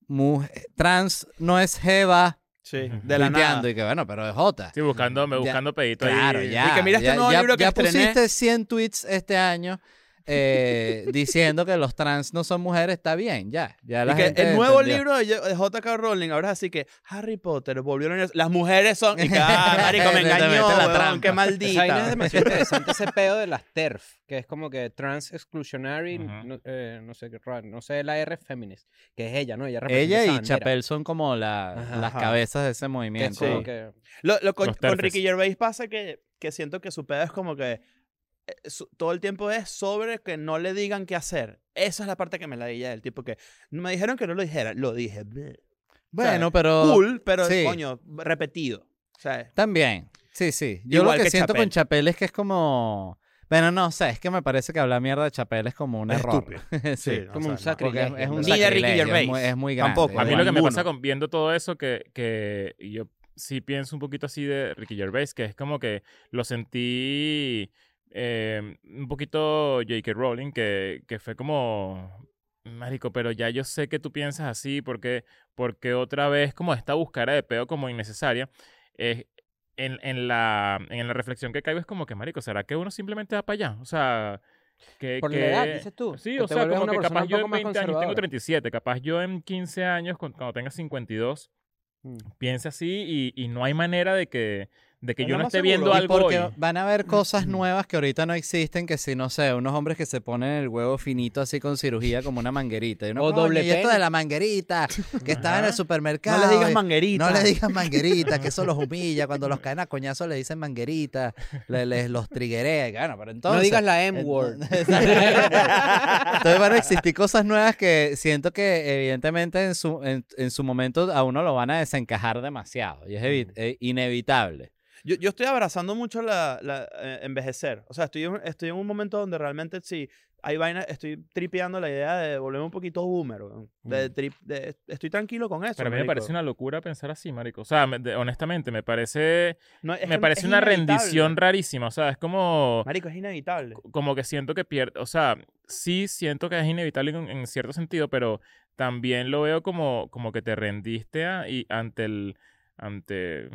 "Mu- eh, trans no es Jeva, Sí, Ujú. de la tuiteando, nada. y que bueno, pero es Jota. Sí, buscándome, Ya, buscando peditos Claro, ahí. ya. Y que mira este ya, nuevo ya- libro que ya estrené. pusiste 100 tweets este año eh, diciendo que los trans no son mujeres, está bien, ya. ya la Y que gente el nuevo entendió. libro de de J.K. Rowling ahora es así que Harry Potter volvió a la univers- Las mujeres son. Y que, ah, marico, me Te metiste engañó, la weón, trampa. qué Esa vaina es maldita. demasiado interesante ese pedo de las TERF, que es como que trans exclusionary, Ujú. no, eh, no sé qué raro, no sé la R feminist, que es ella, ¿no? Ella, representa Ella esa y bandera, Chapel son como la- Ajá. las cabezas de ese que es movimiento. como Sí. que- Lo, lo con, Los con terfes. Ricky Gervais pasa que, que siento que su pedo es como que eh, su- todo el tiempo es sobre que no le digan qué hacer. Esa es la parte que me la dije del tipo que me dijeron que no lo dijera, lo dije. Bleh. Bueno, ¿Sabes? pero Cool, pero sí. coño, repetido. ¿sabes? también. Sí, sí. Yo Igual lo que, que siento con Chappelle. Chapel es que es como... Bueno, no sé, es que me parece que hablar mierda de Chapel es como un error. sí. no, Como un no. sacri- Porque es, es un Ni de Ricky sacrilegio, es Gervais. muy- Es muy grande. Tampoco. A mí lo que me Ninguno. pasa con viendo todo eso, que, que yo sí pienso un poquito así de Ricky Gervais, que es como que lo sentí eh, un poquito J.K. Rowling, que, que fue como, marico, pero ya yo sé que tú piensas así, porque, porque otra vez como esta buscara de peo como innecesaria, es... En, en la, en la reflexión que caigo es como que, marico, ¿será que uno simplemente va para allá? O sea, que... Por que- la edad, dices tú. Sí, que o te sea, vuelves como una que persona capaz un yo poco en más 20 años, tengo conservadora. 37, capaz yo en 15 años, cu- cuando tenga 52, Mm. piense así y, y no hay manera de que, de que Es yo lo no más esté seguro. Mm. viendo Y algo porque hoy. van a haber cosas nuevas que ahorita no existen, que si, no sé, unos hombres que se ponen el huevo finito así con cirugía como una manguerita. Y uno, O "Coño, doble y esto pene". de la manguerita, que estaba en el Ajá. supermercado. No le digas y- manguerita. No le digas manguerita, que eso los humilla. Cuando los caen a coñazos le dicen manguerita, le- les los triguerea. y que, Bueno, pero entonces... no digas la M-word. Entonces van a existir cosas nuevas que siento que evidentemente en su, en, en su momento a uno lo van a desencajar demasiado y es evi- eh, inevitable. Yo, yo estoy abrazando mucho la, la, eh, envejecer. O sea, estoy, en- estoy en un momento donde realmente sí, hay vaina, estoy tripeando la idea de volverme un poquito boomer. weón. De, trip- de- estoy tranquilo con eso. Pero a mí me marico. parece una locura pensar así, marico. O sea, me- de- honestamente, me parece, No, es me que parece es una inevitable. rendición rarísima. O sea, es como... Marico, es inevitable. como que siento que pierdo, o sea, sí siento que es inevitable en, en cierto sentido, pero también lo veo como, como que te rendiste a- y ante el, ante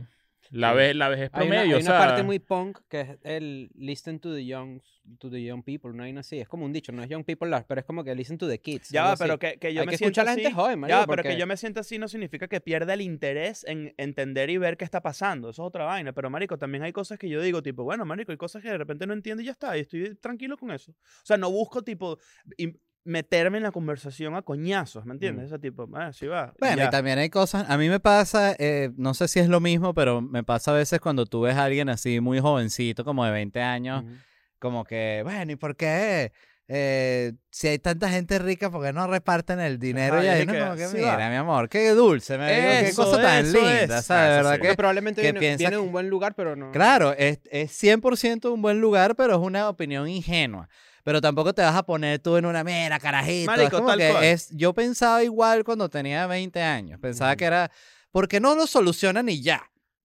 la Sí. vez, la vejez Hay una, promedio, hay Ah, o una sea, parte muy punk que es el listen to the young, to the young people, no hay así. Es como un dicho, no es young people, la- pero es como que listen to the kids. Ya algo va, pero así. que, que yo Hay me que siento escuchar a la así- gente joven, marico, Ya, pero que porque- yo me siento así no significa que pierda el interés en entender y ver qué está pasando. Eso es otra vaina. Pero, marico, también hay cosas que yo digo, tipo, bueno, marico, hay cosas que de repente no entiendo y ya está. Y estoy tranquilo con eso. O sea, no busco, tipo, im- meterme en la conversación a coñazos, ¿me Mm. entiendes? Ese tipo, ah, sí va. Bueno, ya. y también hay cosas. A mí me pasa, eh, no sé si es lo mismo, pero me pasa a veces cuando tú ves a alguien así muy jovencito, como de 20 años, Ujú. como que, bueno, ¿y por qué? eh, si hay tanta gente rica, ¿por qué no reparten el dinero? Ajá, y y ahí es uno que, como que, sí mira, va. mi amor, qué dulce, me digo, qué Eso, cosa tan eso linda, es. ¿sabes? Ah, eso ¿Verdad sí. que? Que probablemente que viene, piensa viene de que- un buen lugar, pero no. Claro, es, es 100% un buen lugar, pero es una opinión ingenua. Pero tampoco te vas a poner tú en una mera carajito. es Marico, como tal que cual. es, yo pensaba igual cuando tenía 20 años. Pensaba que era, ¿por qué no lo solucionan y ya?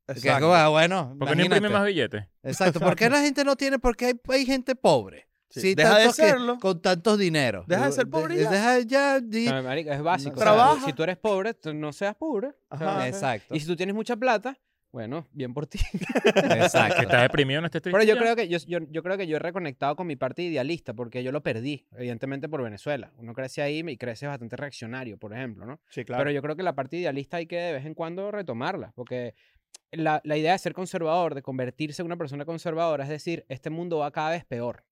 Que es Exacto. como, ah, bueno, ¿Por qué no imprime imagínate. más billetes? Exacto, ¿por qué la gente no tiene? Porque hay, hay gente pobre. Sí, Sí, Deja de tantos que- serlo. con tantos dineros. Deja de ser De- pobre y ya. Ah, Deja ya. di- O sea, marico, es básico. o sea, Trabaja. si tú eres pobre, tú no seas pobre. o sea, Ajá. Exacto. Y si tú tienes mucha plata, bueno, bien por ti. Que Exacto. estás deprimido, no estés triste. Pero yo ya. creo que yo, yo, yo creo que yo he reconectado con mi parte idealista porque yo lo perdí, evidentemente por Venezuela. Uno crece ahí y crece bastante reaccionario, por ejemplo, ¿no? Sí, claro. Pero yo creo que la parte idealista hay que de vez en cuando retomarla, porque la, la idea de ser conservador, de convertirse en una persona conservadora, es decir, este mundo va cada vez peor.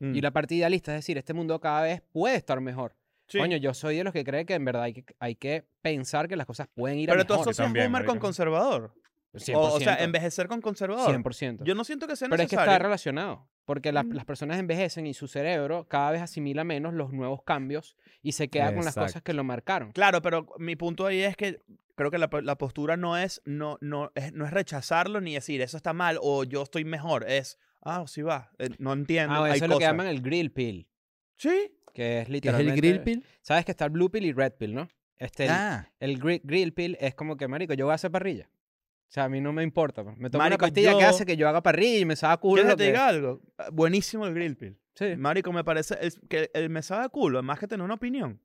Mm. Y la parte idealista es decir, este mundo cada vez puede estar mejor. Sí. Coño, yo soy de los que cree que en verdad hay que, hay que pensar que las cosas pueden ir a Pero tú mejor. asocias También, boomer con marico. conservador. O, o sea, envejecer con conservador. 100%. Yo no siento que sea Pero es que necesario. está relacionado, porque la- Mm. las personas envejecen y su cerebro cada vez asimila menos los nuevos cambios y se queda con las cosas que lo marcaron. Claro, pero mi punto ahí es que creo que la, po- la postura no es, no, no, es, no es rechazarlo ni decir eso está mal o yo estoy mejor. Es, ah, sí va. eh, no entiendo. Ah, hay eso es lo que cosas. llaman el grill pill, Sí. ¿Qué que es es el literalmente... grill pill? Sabes que está el blue pill y red pill, ¿no? Este, el, Ah, el gri- grill pill es como que, marico, yo voy a hacer parrilla. O sea, a mí no me importa. pues. Me tomo Marico, una pastilla que yo- hace que yo haga parrilla y me sabe a culo ¿Quieres lo que te que- diga algo? Ah, Buenísimo el grill pill. Sí. Marico, me parece es que el me sabe a culo, más que tener una opinión.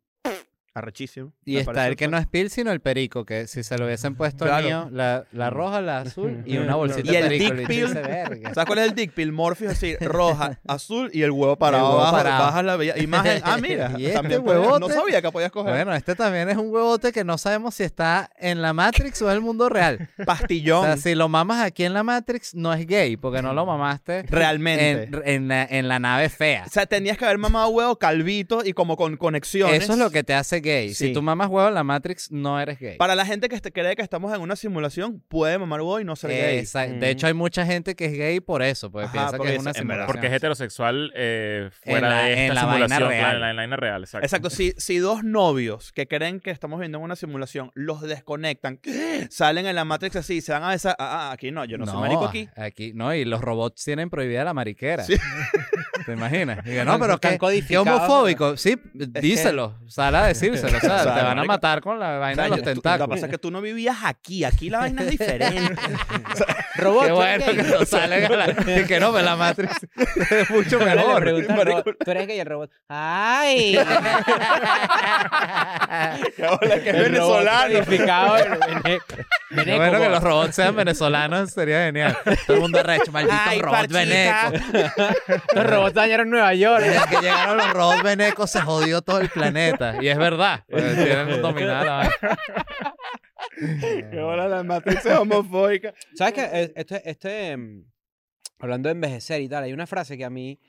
Arrechísimo. y Me está parece el que no es pill, sino el perico, que si se lo hubiesen puesto al Claro. mío, la, la roja, la azul y una Y bolsita Mm. el de perico. dick le pill. dice, "Verga". ¿Sabes cuál es el dick pill? Morpheus así, roja, azul y el huevo parado. huevo abajo, parado. bajas la bella- imagen. Ah, mira. Y este también podías- No huevote. sabía que podías coger. Bueno, este también es un huevote que no sabemos si está en la Matrix o en el mundo real. Pastillón. O sea, si lo mamas aquí en la Matrix, no es gay, porque no lo mamaste realmente. en, en la, en la nave fea. o sea, tenías que haber mamado huevo calvito y como con conexiones. Eso es lo que te hace gay. Si Sí. tú mamas huevo en la Matrix, no eres gay. Para la gente que este- cree que estamos en una simulación, puede mamar huevo y no ser gay. Esa- Mm. De hecho, hay mucha gente que es gay por eso, porque Ajá, piensa porque que es es- una en verdad. simulación. Porque es heterosexual eh, fuera la- de en esta la vaina simulación, claro, real. en la vaina real, exacto. Exacto, si, si dos novios que creen que estamos viendo una simulación los desconectan, salen en la Matrix así, se van a besar, ah, ah, aquí no, yo no, soy marico aquí. no, y los robots tienen prohibida la mariquera. Sí. ¿Te imaginas? Digo, Están- no, pero están qué, qué codificados, homofóbico. Sí, díselo. Sal a decírselo. O sea, O sea, te van a marico. matar con la O vaina sea, yo- de los tú- Lo que tentáculos. pasa es que tú no vivías aquí, aquí la vaina es diferente. Robot, Qué ¿tú bueno eres gay? que no salen a la... Que, que no, pero la Matrix es mucho Ahora le mejor. preguntas al marico. robot, Tú eres gay el robot. ¡Ay! Qué bola, que es El robot venezolano. codificado en- en- en- Qué veneco, bueno que bro. los robots sean venezolanos sería genial. Todo el mundo arrecho, maldito Ay, robot parchita. veneco. Los robots dañaron Nueva York. Desde que llegaron los robots venecos se jodió todo el planeta. Y es verdad. porque Tienen dominada la vaina. Qué bola, la Matrix es homofóbica. ¿Sabes qué? Eh, Este, este, em, hablando de envejecer y tal, hay una frase que a mí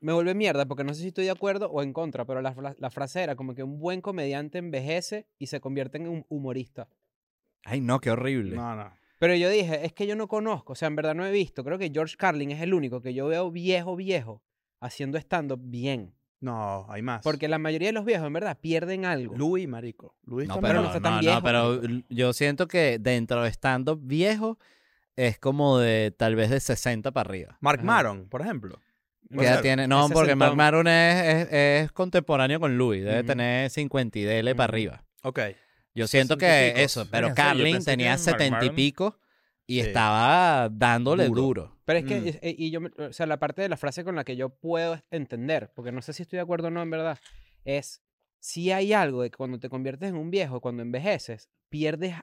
me vuelve mierda porque no sé si estoy de acuerdo o en contra, pero la, fra- la frase era como que un buen comediante envejece y se convierte en un humorista. Ay, no, qué horrible. No, no. Pero yo dije, es que yo no conozco, o sea, en verdad no he visto. Creo que George Carlin es el único que yo veo viejo, viejo, haciendo stand-up bien. No, hay más. Porque la mayoría de los viejos, en verdad, pierden algo. Luis, marico. Luis No, también. pero, no está no, tan no, viejo, pero yo siento que dentro de stand-up viejo es como de tal vez de 60 para arriba. Mark Ajá. Maron, por ejemplo. ¿Qué edad tiene? No, ese porque Mark sentón. Maron es, es- es contemporáneo con Louis. Debe Ujú. tener 50 y dele Ujú. para arriba. Ok. Yo siento Sesenta y que picos. eso, pero Verga, en serio, yo Carlin pensé que tenía Mark 70 y Maron- pico y Sí. estaba dándole Duro. duro. Pero es que, Mm. es- eh, y yo, me- o sea, la parte de la frase con la que yo puedo entender, porque no sé si estoy de acuerdo o no, en verdad, es si hay algo de que cuando te conviertes en un viejo, cuando envejeces, pierdes,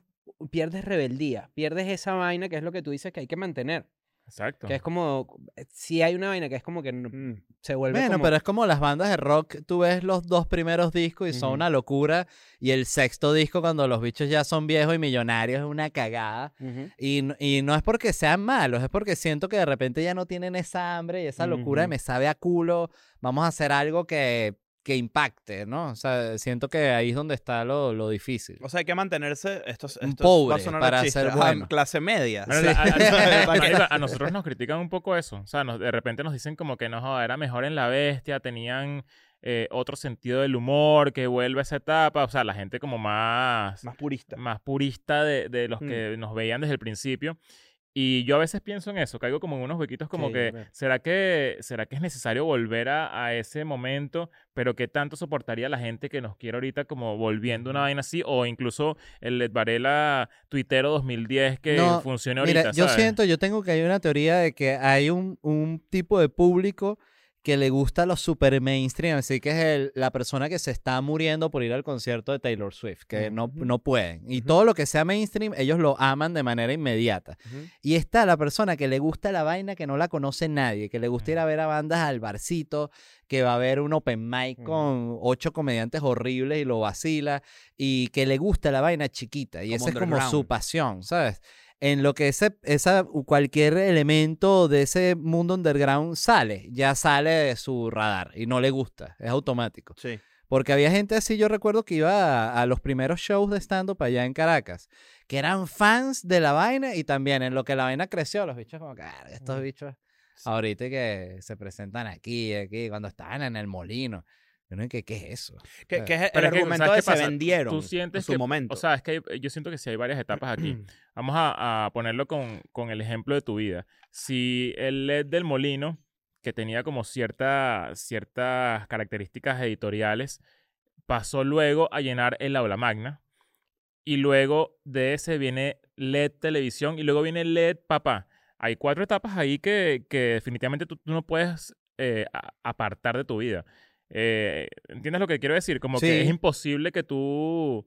pierdes rebeldía, pierdes esa vaina que es lo que tú dices que hay que mantener. Exacto. Que es como, eh, si hay una vaina que es como que no- Mm. se vuelve Bueno, como... pero es como las bandas de rock, tú ves los dos primeros discos y son Ujú. una locura y el sexto disco cuando los bichos ya son viejos y millonarios es una cagada. Ujú. Y, n- y no es porque sean malos, es porque siento que de repente ya no tienen esa hambre y esa locura de Ujú. me sabe a culo, vamos a hacer algo que que impacte, ¿no? O sea, siento que ahí es donde está lo, lo difícil. O sea, hay que mantenerse. Esto, es- Un esto es- va a pobre sonar para machista. ser Ajá, bueno. clase media. Bueno, Sí. la- a, a- a- a nosotros nos critican un poco eso. O sea, nos- de repente nos dicen como que no, joda, era mejor en la bestia, tenían eh, otro sentido del humor, que vuelve a esa etapa. O sea, la gente como más, Más purista. más purista de, de los Mm. que nos veían desde el principio. Y yo a veces pienso en eso, caigo como en unos huequitos como Sí, que, ver. ¿será que, ¿será que es necesario volver a, a ese momento? Pero ¿qué tanto soportaría la gente que nos quiere ahorita como volviendo una vaina así? O incluso el Led Varela tuitero 2010 que No, funcione ahorita, Mira, yo ¿sabes? siento, yo tengo que hay una teoría de que hay un, un tipo de público que le gusta los super mainstream, así que es el- la persona que se está muriendo por ir al concierto de Taylor Swift, que no, Ujú. no pueden. Y Ujú. todo lo que sea mainstream, ellos lo aman de manera inmediata. Ujú. Y está la persona que le gusta la vaina que no la conoce nadie, que le gusta ir a ver a bandas al barcito, que va a ver un open mic Ujú. con ocho comediantes horribles y lo vacila, y que le gusta la vaina chiquita. Y Como esa es como su underground. pasión, ¿sabes? En lo que ese, esa, cualquier elemento de ese mundo underground sale, ya sale de su radar y no le gusta, es automático. Sí. Porque había gente así, yo recuerdo que iba a, a los primeros shows de stand-up allá en Caracas, que eran fans de la vaina y también en lo que la vaina creció, los bichos como que, "Ah, estos bichos ahorita que se presentan aquí, aquí, cuando estaban en el molino. Yo no que, ¿qué es eso? Que, que es el Pero es que, argumento ¿sabes de qué se pasa? vendieron Tú sientes en su que- momento. O sea, es que hay- eh, yo siento que sí hay varias etapas aquí. Vamos a, a ponerlo con, con el ejemplo de tu vida. Si el LED del molino, que tenía como cierta, ciertas características editoriales, pasó luego a llenar el aula magna. Y luego de ese viene LED televisión y luego viene LED papá. Hay cuatro etapas ahí que, que definitivamente tú, tú no puedes eh, a- apartar de tu vida. Eh, ¿Entiendes lo que quiero decir? Como Sí. que es imposible que tú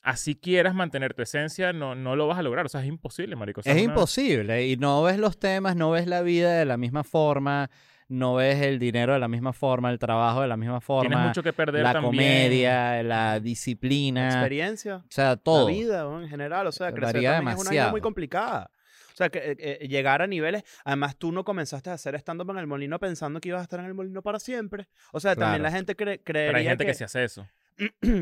así quieras mantener tu esencia, no, no lo vas a lograr. O sea, es imposible, marico. O sea, es una- imposible y no ves los temas, no ves la vida de la misma forma, no ves el dinero de la misma forma, el trabajo de la misma Tienes forma, mucho que perder la también. comedia, la disciplina, Experiencia. o sea, todo. La vida ¿no? en general. O sea, crecer Varía también es una vida muy demasiado. complicada. O sea, que eh, eh, llegar a niveles. Además, tú no comenzaste a hacer stand-up en el molino pensando que ibas a estar en el molino para siempre. O sea, también Claro. la gente cree Pero hay gente que... se hace eso.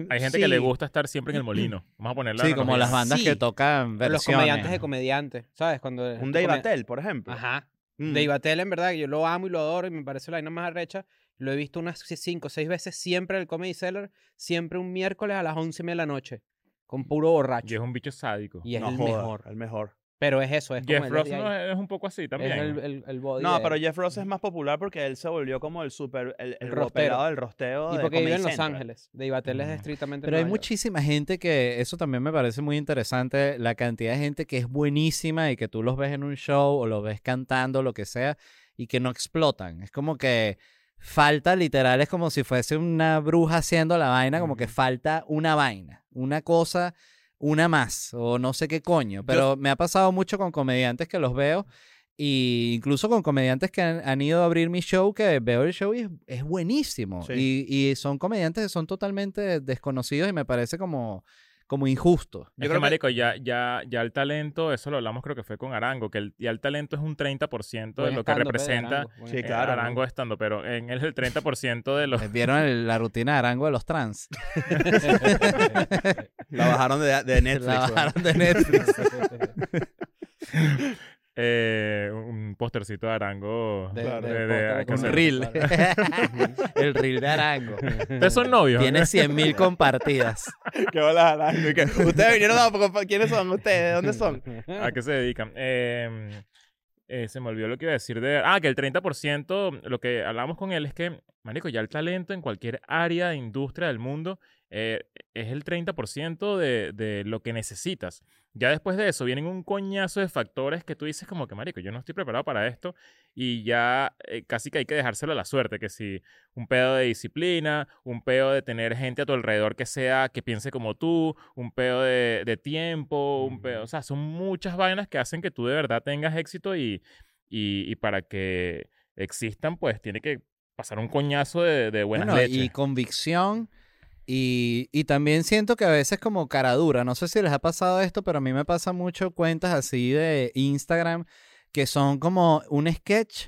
Hay gente que le gusta estar siempre en el molino. Vamos a ponerla. Sí, como las bandas que Sí. tocan O versiones. Los comediantes de comediantes, ¿sabes? Cuando la Un gente Dave come- Attell, por ejemplo. Ajá. Mm. De Ivatel, en verdad, que yo lo amo y lo adoro y me parece la vaina más arrecha. Lo he visto unas c- cinco o seis veces siempre en el Comedy Cellar, siempre un miércoles a las once y media de la noche, con puro Y es borracho. un bicho sádico. Y es No el joda, mejor. El mejor. Pero es eso, es como Jeff él Ross desde no ahí. es, es un poco así Es también. el, el, el body No, de pero él. Jeff Ross es más popular porque él se volvió como el super, el, el, El rostero. pelado del rosteo. Y de porque vive Comedy en Los Central. Ángeles. De Ivatel es Mm. estrictamente Pero hay Nueva York. muchísima gente que, eso también me parece muy interesante, la cantidad de gente que es buenísima y que tú los ves en un show o los ves cantando, lo que sea, y que no explotan. Es como que falta literal, es como si fuese una bruja haciendo la vaina, como que Ujú. falta una vaina, una cosa, una más, o no sé qué coño. Pero me ha pasado mucho con comediantes que los veo. Y incluso con comediantes que han, han ido a abrir mi show, que veo el show y es, es buenísimo. Sí. Y, y son comediantes que son totalmente desconocidos y me parece como, como injusto. Yo creo que, marico, ya, ya, ya el talento, eso lo hablamos creo que fue con Arango, que el, ya el talento es un 30% de Buen lo stand-up, que eh, de representa Arango, buen Sí, eh, stand-up. claro, ¿no? Arango estando, pero en él el 30% de los... ¿Vieron el- la rutina de Arango de los trans? La bajaron de, de Netflix. la weón. bajaron de Netflix. eh, un postercito de Arango. De- Claro. de- de- de- de- de- que Un se- reel. el reel de Arango. Ustedes son novios. Tiene 100.000 compartidas. Qué hola, Arango, y que, Ustedes vinieron a poco- ¿Quiénes son ustedes? ¿De dónde son? ¿A qué se dedican? Eh, eh, se me olvidó lo que iba a decir de... Ah, que el 30%, lo que hablamos con él es que, marico, ya el talento en cualquier área, industria del mundo, eh, es el 30% de, de lo que necesitas. Ya después de eso vienen un coñazo de factores que tú dices como que, marico, yo no estoy preparado para esto y ya eh, casi que hay que dejárselo a la suerte, que si un pedo de disciplina, un pedo de tener gente a tu alrededor que sea, que piense como tú, un pedo de, de tiempo, un pedo, o sea, son muchas vainas que hacen que tú de verdad tengas éxito y, y, y para que existan, pues tiene que pasar un coñazo de, de buenas Bueno, leches. y convicción. Y, y también siento que a veces como cara dura. No sé si les ha pasado esto, pero a mí me pasa mucho cuentas así de Instagram que son como un sketch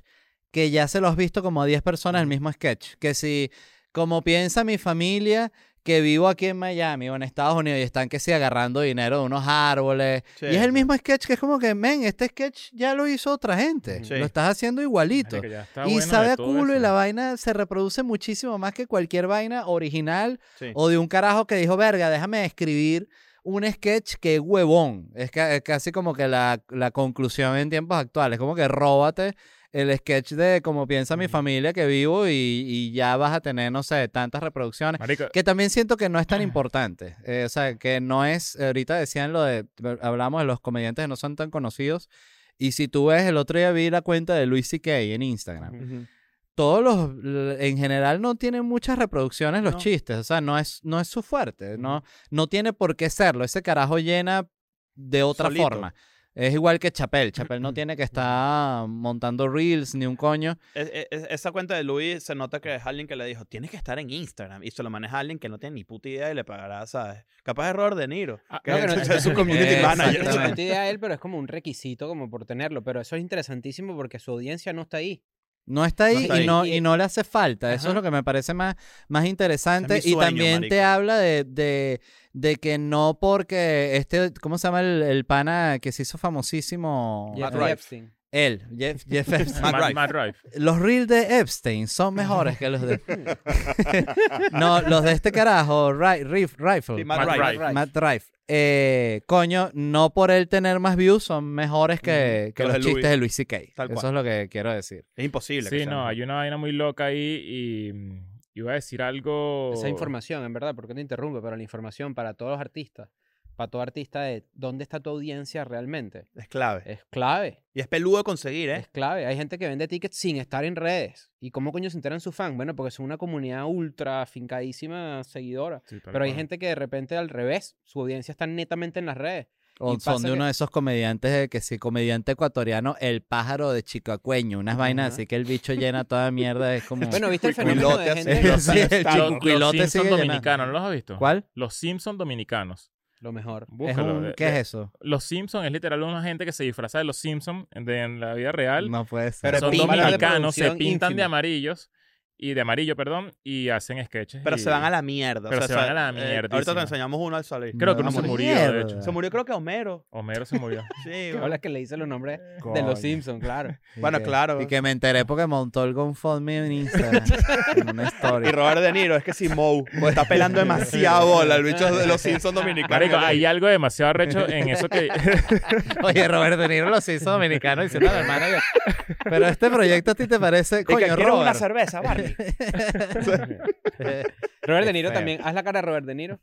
que ya se lo has visto como a 10 personas el mismo sketch. Que si como piensa mi familia que vivo aquí en Miami o en Estados Unidos y están que sí agarrando dinero de unos árboles. Sí, y es el sí. mismo sketch que es como que, men, este sketch ya lo hizo otra gente. Sí. Lo estás haciendo igualito. Marico, ya está y bueno de sabe a todo culo y eso. la vaina se reproduce muchísimo más que cualquier vaina original Sí. o de un carajo que dijo, verga, déjame escribir un sketch que es huevón. Es, ca- es casi como que la, la conclusión en tiempos actuales, como que róbate el sketch de como piensa mi Ujú. familia que vivo y, y ya vas a tener, no sé, tantas reproducciones. Marico, Que también siento que no es tan importante. Eh, o sea, que no es. Ahorita decían lo de. Hablamos de los comediantes que no son tan conocidos. Y si tú ves, el otro día vi la cuenta de Luis C.K. en Instagram. Ujú. Todos los. l- En general no tienen muchas reproducciones los No. chistes. O sea, no es, no es su fuerte. No, no tiene por qué serlo. Ese carajo llena de otra Solito. forma. Es igual que Chapel. Chapel no tiene que estar montando reels ni un coño. Es- es- es- esa cuenta de Luis se nota que es alguien que le dijo, tienes que estar en Instagram. Y se lo maneja alguien que no tiene ni puta idea y le pagará, ¿sabes? Capaz error de Niro. Ah, que no, que no- es su community manager. No ¿sabes? Exactamente. tengo idea de él, pero es como un requisito como por tenerlo. Pero eso es interesantísimo porque su audiencia no está ahí. No está ahí, está y, ahí. No, Y- y no le hace falta. Eso Ajá. es lo que me parece más, más Ese interesante. es mi y sueño, también te marico. habla de, de, de que no porque este, ¿cómo se llama el, el pana que se hizo famosísimo? Matt Jeffrey Rife. Epstein. Él, Jeff, Jeff Epstein. Matt Matt Rife. Matt Rife. los reels de Epstein son mejores que los de... no, los de este carajo, Ri- Riff- Rifle. Sí, Matt Matt Rife. Rife. Matt Rife. Eh, coño, no por él tener más views son mejores que, Ujú. que Que los los, de Louis. chistes de Luis C.K. Tal Eso cual. es lo que quiero decir. Es imposible. que Sí, sea no, mejor. hay una vaina muy loca ahí y mm, iba a decir algo. Oh. Esa información, en verdad, porque te interrumpo, pero la información para todos los artistas, para todo artista de dónde está tu audiencia realmente, Es clave. es clave. Y es peludo de conseguir, ¿eh? Es clave. Hay gente que vende tickets sin estar en redes. ¿Y cómo coño se enteran sus fans? Bueno, porque son una comunidad ultra fincadísima seguidora. Sí, tal Pero hay cual. gente que de repente al revés, su audiencia está netamente en las redes. O Y son pasa de que- uno de esos comediantes de que sí, comediante ecuatoriano, el pájaro de Chicoacueño, unas vainas Ajá. así que el bicho llena toda mierda, es como... Bueno, ¿viste el Cuicuilote fenómeno de así. gente? Sí, los- sí, el Los- Los chicuilote sigue Simpsons llenando. dominicanos, ¿no los has visto? ¿Cuál? Los Simpsons dominicanos. Lo mejor. Es Búscalo. eh, un- de- ¿Qué es de- eso? Los Simpsons es literal una gente que se disfraza de los Simpsons de, en la vida real. No puede ser. Pero son pintan. dominicanos, se Producción pintan de ínfima. amarillos y de amarillo, perdón, y hacen sketches. Pero y- se van a la mierda. o Pero sea, se van a la eh, ahorita te mierdísima. enseñamos uno al salir. Creo que uno No, se se murió, mierda. de hecho. Se murió, creo que Homero. Homero se murió. Sí, Que bueno. habla que le dice los nombres de Coño. los Simpsons, claro. Y Bueno, que- claro. Y que me enteré porque montó el GoFundMe en Instagram, en una Y historia. Robert De Niro, es que si Moe pues, está pelando demasiado bola el bicho de los Simpsons dominicanos. Marico, hay algo demasiado recho en eso que. Oye, Robert De Niro los hizo dominicanos diciendo a mi hermana que- Pero este proyecto a ti te parece, Y que coño, quiero una Robert. cerveza, Barney. Robert De Niro feo. también. Haz la cara de Robert De Niro.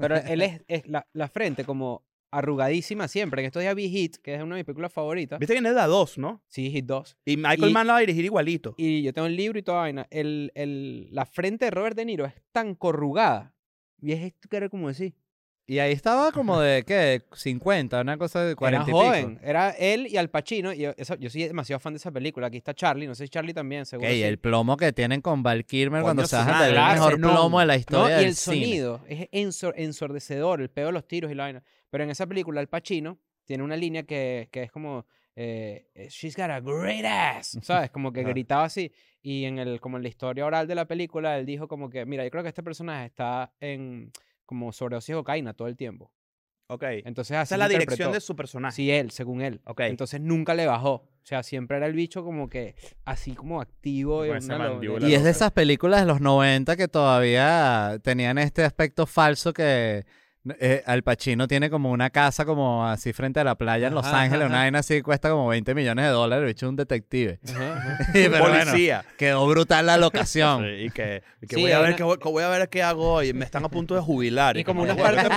Pero él es, es la, la frente como arrugadísima siempre. En estos días vi Hit, que es una de mis películas favoritas. Viste que en la 2, ¿no? Sí, Hit 2. Y Michael Y- Mann la va a dirigir igualito. Y yo tengo el libro y toda vaina. El, el, la frente de Robert De Niro es tan corrugada. Y es esto que era como decir. Y ahí estaba como de, ¿qué? De 50, una cosa de 40 y era pico. joven. Era él y Al Pacino. Y yo, eso- yo soy demasiado fan de esa película. Aquí está Charlie. No sé si Charlie también, seguro. Ey, sí. el plomo que tienen con Val Kilmer Coño, cuando se sí, bajan madre, del mejor ese no. plomo de la No, historia y del el cine. sonido es ensor- ensordecedor, el pedo de los tiros y la vaina. Pero en esa película, el Pacino tiene una línea que, que es como, eh, eh, she's got a great ass, ¿sabes? Como que Ajá. gritaba así. Y en el, como en la historia oral de la película, él dijo como que, mira, yo creo que este personaje está en como sobredosis de cocaína todo el tiempo. Ok. Entonces así Esa es lo la dirección interpretó. de su personaje. Sí, él, según él. Ok. Entonces nunca le bajó. O sea, siempre era el bicho como que así como activo. y Con esa una lo- mandíbula Y es de loca. esas películas de los 90 que todavía tenían este aspecto falso que eh, Al Pacino tiene como una casa como así frente a la playa en Los Ajá, Ángeles, ajá. una vaina así cuesta como 20 millones de dólares, el bicho es un detective. Ajá, ajá. Pero bueno, Policía. quedó brutal la locación. Sí, y que, y que Sí, voy, a hay ver, una- qué voy- que voy a ver qué hago hoy. Me están a punto de jubilar. Y como una unas partes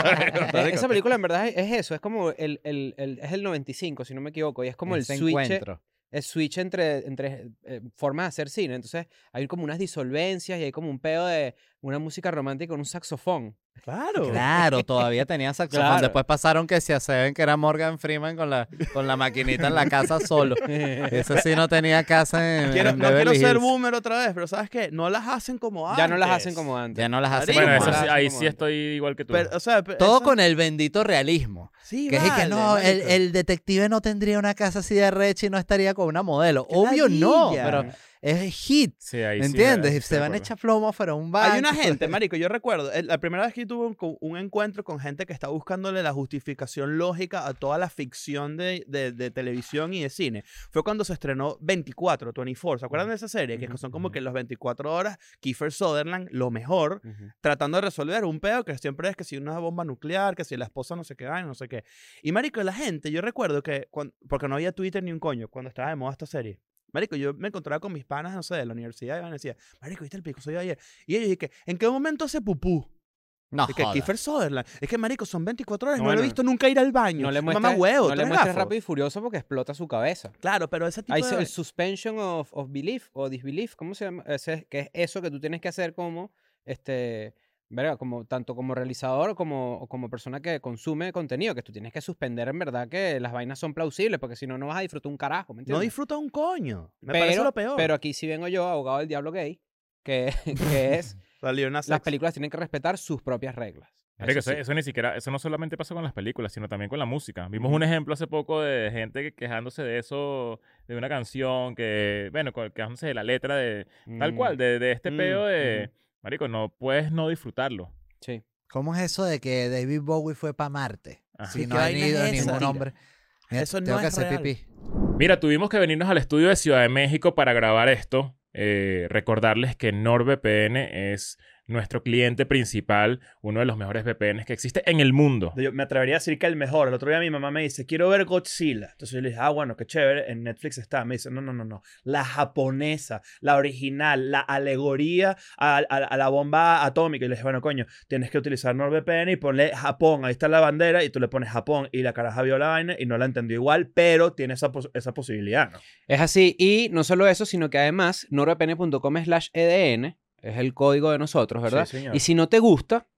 románticas. E- Esa película en verdad es- es eso, es como el, el, el- es el 95, si no me equivoco, y es como el Ese switch, eh, encuentro. el switch entre, entre eh, formas de hacer cine. Entonces hay como unas disolvencias y hay como un pedo de una música romántica con un saxofón. Claro. Claro, todavía tenía saxofón. Claro. Después pasaron que se saben que era Morgan Freeman con la, con la maquinita en la casa solo. Ese sí no tenía casa en, Quiero- en no quiero Beverly ser Hills. boomer otra vez, pero ¿sabes qué? No las hacen como antes. ya no las hacen como antes. Ya no las hace Marico, Bueno, como antes. eso sí, Como ahí antes. sí estoy igual que tú. Pero, o sea, pero Todo esa- con el bendito realismo. Sí, Que es y que vale, no, el, marico. el detective no tendría una casa así de recha y no estaría con una modelo. Qué Obvio no, ladilla. pero es hit. Sí, ahí ¿Me sí, entiendes? ahí Y sí se de van a acuerdo. echar plomo fuera un bar. pues, Hay una pues. gente, marico, yo recuerdo, eh, la primera vez que yo tuve un, co- un encuentro con gente que está buscándole la justificación lógica a toda la ficción de, de- de televisión y de cine, fue cuando se estrenó 24, 24, ¿se acuerdan de esa serie? Que Ujú, son como ujú. que los 24 horas, Kiefer Sutherland, lo mejor, Ujú. tratando de resolver un pedo que siempre es que si una bomba nuclear, que si la esposa no sé qué, ay, no sé qué. Y marico, la gente, yo recuerdo que, cuan- porque no había Twitter ni un coño, cuando estaba de moda esta serie. Marico, yo me encontraba con mis panas, no sé, de la universidad, y me decía, marico, ¿viste el pico? Soy yo ayer. Y ellos dije, ¿en qué momento hace pupú? No, Es que joda. Kiefer Sutherland. Es que, marico, son 24 horas, no, lo Bueno. he visto nunca ir al baño. No le muestres, Mamá huevo, no tú le eres muestres gafo. rápido y furioso porque explota su cabeza. Claro, pero ese tipo Hay de... el suspension of, of belief o disbelief, ¿cómo se llama? Ese, que es eso que tú tienes que hacer como, este, verga, como, tanto como realizador o como, o como persona que consume contenido, que tú tienes que suspender en verdad que las vainas son plausibles, porque si no, no vas a disfrutar un carajo, ¿me no entiendes? disfruta un coño. Me parece lo peor. Pero aquí sí vengo yo, abogado del diablo gay, que, que es, Salió una las sex- películas tienen que respetar sus propias reglas. Marico, Eso eso, sí. eso ni siquiera, eso no solamente pasa con las películas, sino también con la música. Vimos un ejemplo hace poco de gente que- quejándose de eso, de una canción, que, bueno, co- quejándose de la letra de tal Mm, cual, de, de este Mm, peo de, marico, no puedes no disfrutarlo. Sí. ¿Cómo es eso de que David Bowie fue para Marte? Ajá. Si Sí, no ¿qué han vaina es ido esa? ningún Mentira. hombre. Mira, Eso tengo no que es hacer real. pipí. Mira, tuvimos que venirnos al estudio de Ciudad de México para grabar esto. Eh, recordarles que NordVPN es nuestro cliente principal, uno de los mejores VPNs que existe en el mundo. Yo me atrevería a decir que el mejor. El otro día mi mamá me dice, quiero ver Godzilla. Entonces yo le dije, ah, bueno, qué chévere, en Netflix está. Me dice, no, no, no, no. La japonesa, la original, la alegoría a, a- a la bomba atómica. Y le dije, bueno, coño, tienes que utilizar NordVPN y ponle Japón. Ahí está la bandera y tú le pones Japón. Y la caraja vio la vaina y no la entendió igual, pero tiene esa, pos- esa posibilidad, ¿no? Es así, y no solo eso, sino que además nordvpn.com slash EDN es el código de nosotros, ¿verdad? Sí, señor. y si no te gusta,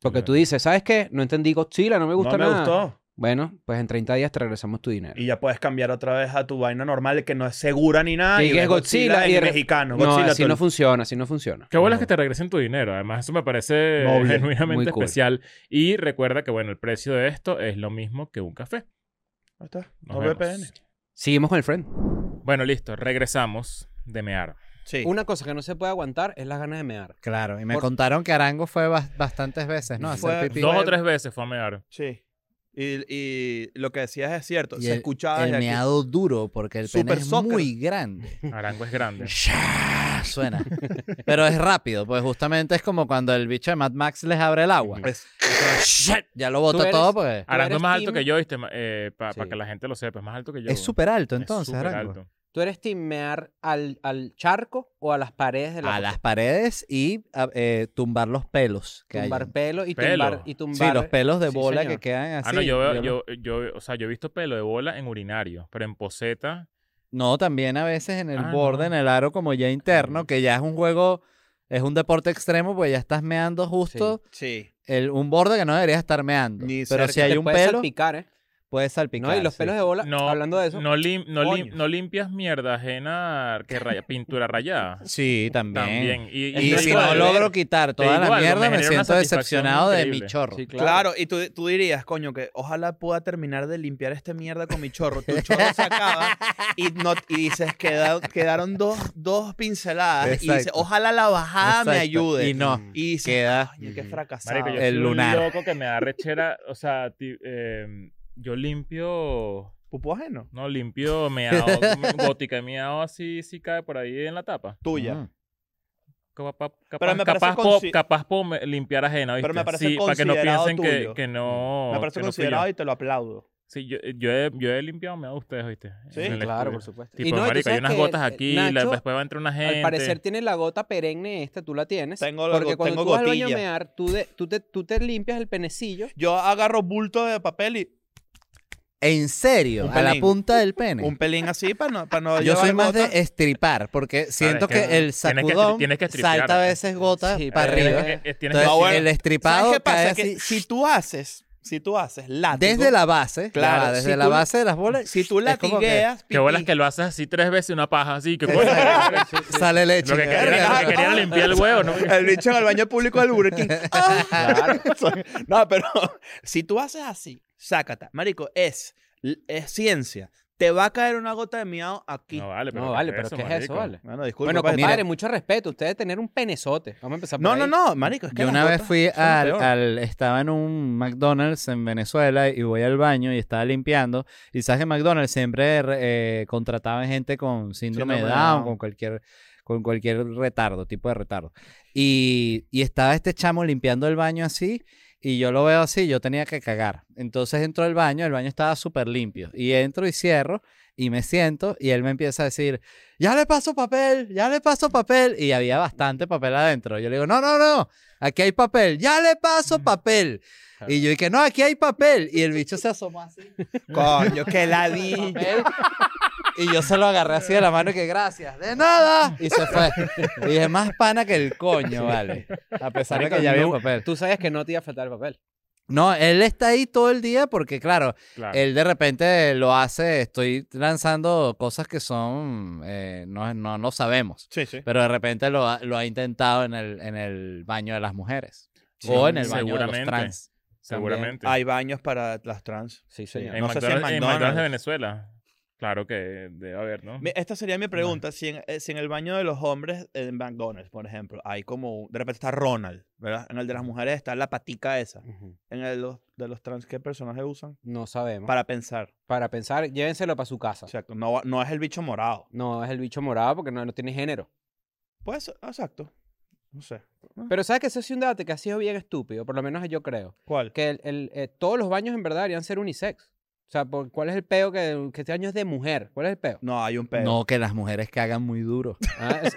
porque tú Claro. dices, ¿sabes qué? No entendí Godzilla, no me gusta no me nada. gustó. Bueno, pues en 30 días te regresamos tu dinero. Y ya puedes cambiar otra vez a tu vaina normal que no es segura ni nada. Que Y, digas ves Godzilla, Godzilla y en de- mexicano. no, Godzilla así todo no el- funciona, así no funciona. Qué bueno es que te regresen tu dinero. Además, eso me parece Noble, genuinamente muy cool. especial. Y recuerda que, bueno, el precio de esto es lo mismo que un café. Ahí está, Nos NordVPN. vemos. Seguimos con el friend. Bueno, listo. Regresamos de mear. Sí. Una cosa que no se puede aguantar es las ganas de mear. Claro, y me Por- contaron que Arango fue bas- bastantes veces, ¿no? A Fue- hacer pipí. Dos o Fue- tres veces fue a mear. Sí. Y, y lo que decías es cierto. Y se escuchaba el desde aquí. meado duro, porque el pene Super es soccer. muy grande. Arango es grande. Pues, ¡Sha! Suena. Pero es rápido, pues justamente es como cuando el bicho de Mad Max les abre el agua. Es- ¡Sha! Ya lo botó Tú eres- todo, pues. Arango eres es más alto team? que yo, ¿viste? Ma- eh, pa- Sí. Para que la gente lo sepa, es más alto que yo. Es güey. súper alto Es entonces, súper Arango. alto. ¿Tú eres team mear al, al charco o a las paredes de la A las paredes y a- eh, tumbar los pelos que tumbar hayan. pelo y Pelo. tumbar y tumbar Sí, los pelos de Sí, bola señor. que quedan así. Ah, no, yo, veo- los- yo, yo- o sea, yo he visto pelo de bola en urinario, pero en poseta. No, también a veces en el Ah, borde, no. en el aro, como ya interno, que ya es un juego, es un deporte extremo, pues ya estás meando justo sí. el, un borde que no deberías estar meando. Ni Pero cerca. si hay Te un puedes pelo, salpicar, ¿eh? puedes salpicar. No, y los sí. pelos de bola, No, hablando de eso, no, lim- no, lim- Coño. no limpias mierda ajena que raya- pintura rayada. Sí, también. También. Y, y Y te si digo eh, no algo, logro quitar toda digo la algo, mierda, me me, genera una siento satisfacción decepcionado de mi increíble. chorro. Sí, Claro. y tú, tú dirías, coño, que ojalá pueda terminar de limpiar esta mierda con mi chorro. Tu chorro se acaba y, no, y dices, "Queda- quedaron dos, dos pinceladas. Y dices, Exacto. ojalá la bajada me Exacto. ayude. Y no, Y dices, queda- coño, qué Ujú. fracasado. Marico, yo El soy un lunar. loco que me da rechera. O sea, ti- eh, yo limpio. ¿Pupú ajeno? No, limpio meao. gótica. Meao así, sí cae por ahí en la tapa. Tuya. Mm. Capa- Capaz, Pero me parece capaz po- consi- capaz puedo me- limpiar ajena. ¿viste? Pero me parece sí, para que no considerado piensen que, tuyo. Mm. que no. me parece que no fui yo. considerado y te lo aplaudo. Sí, yo, yo he, yo he limpiado meao de ustedes, ¿viste? Sí, En el claro, por estudio. supuesto. tú Tipo, marico, hay sabes unas que, gotas eh, aquí, la- Nacho, después va a entrar una gente. Al parecer tiene la gota perenne esta, tú la tienes. Tengo la porque go- cuando tengo tú vas al baño a gotilla. mear, tú, de- tú, te, tú te limpias el penecillo. Yo agarro bulto de papel y En serio, Un a la pelín. punta del pene. un pelín así para no, para no Yo soy llevar más gota. de estripar, porque siento que que, el tienes que estri- sacudón tienes que estripear, salta a ¿no? veces gotas Sí, para pero- arriba. Eh, Tienes que- tienes Entonces, No, bueno. el ¿Sabes estripado qué cae pasa? así Que si tú haces, si tú haces látigo, desde la base. Claro, Claro. si desde la tú- base de las bolas. si tú es como que- latigueas, que bolas pipí, que lo haces así tres veces y una paja así. Que Exacto. Sale leche. Lo que quería, Verga, lo que quería era limpiar el huevo, ¿no? El bicho en el baño público del Burger King. ¡Ah! Claro. no, pero si tú haces así, sácata. Marico, es, es ciencia. te va a caer una gota de miau aquí. No vale, pero No, ¿qué vale, pero ¿qué es eso, marico? vale? Bueno, disculpa. Bueno, pues, compadre, mira. mucho respeto. Ustedes tener un penezote. Vamos a empezar por No, no, ahí. no, marico. Es que Yo las una vez gotas fui son lo al, peor. al- Estaba en un McDonald's en Venezuela y voy al baño y estaba limpiando. Y sabes que McDonald's siempre re- eh, contrataban gente con Síndrome síndrome, de de Down, Down. con cualquier con cualquier retardo, tipo de retardo. Y, y estaba este chamo limpiando el baño así y yo lo veo así, yo tenía que cagar. Entonces entro al baño, el baño estaba súper limpio. Y entro y cierro y me siento y él me empieza a decir, ya le paso papel, ya le paso papel. Y había bastante papel adentro. Yo le digo, no, no, no, aquí hay papel, ya le paso papel. Y yo dije, no, aquí hay papel. Y el bicho se asomó así. Coño, qué ladilla. papel. Y yo se lo agarré así de la mano y que gracias, de nada. Y se fue. Y dije, más pana que el coño, vale. A pesar de que Marico, ya había no- papel. Tú sabes que no te iba a faltar el papel. No, él está ahí todo el día porque, claro, Claro. él de repente lo hace, estoy lanzando cosas que son, eh, no, no, no sabemos. Sí, sí. Pero de repente lo ha, lo ha intentado en el, en el baño de las mujeres. Sí, o en el baño de los seguramente. trans. Seguramente. Hay baños para las trans. Sí, señor. señor. en, no sé si en McDonald's, en McDonald's McDonald's. de Venezuela. Claro que debe haber, ¿no? Mi- Esta sería mi pregunta. Si en, eh, si en el baño de los hombres, en McDonald's, por ejemplo, hay como. De repente está Ronald, ¿verdad? En el de las mujeres está la patica esa. En el de los, de los trans, ¿qué personaje usan? No sabemos. Para, Para pensar. pensar, llévenselo para su casa. O sea, no, va- no es el bicho morado. No es el bicho morado porque no, no tiene género. Pues, exacto. No sé. Pero sabes que eso es un debate que ha sido bien estúpido, por lo menos yo creo. ¿Cuál? Que el- el, eh, todos los baños en verdad deberían ser unisex. O sea, por- ¿cuál es el peo que, que este año es de mujer? ¿Cuál es el peo? No, hay un pedo. No, que las mujeres cagan muy duro. Ah, es-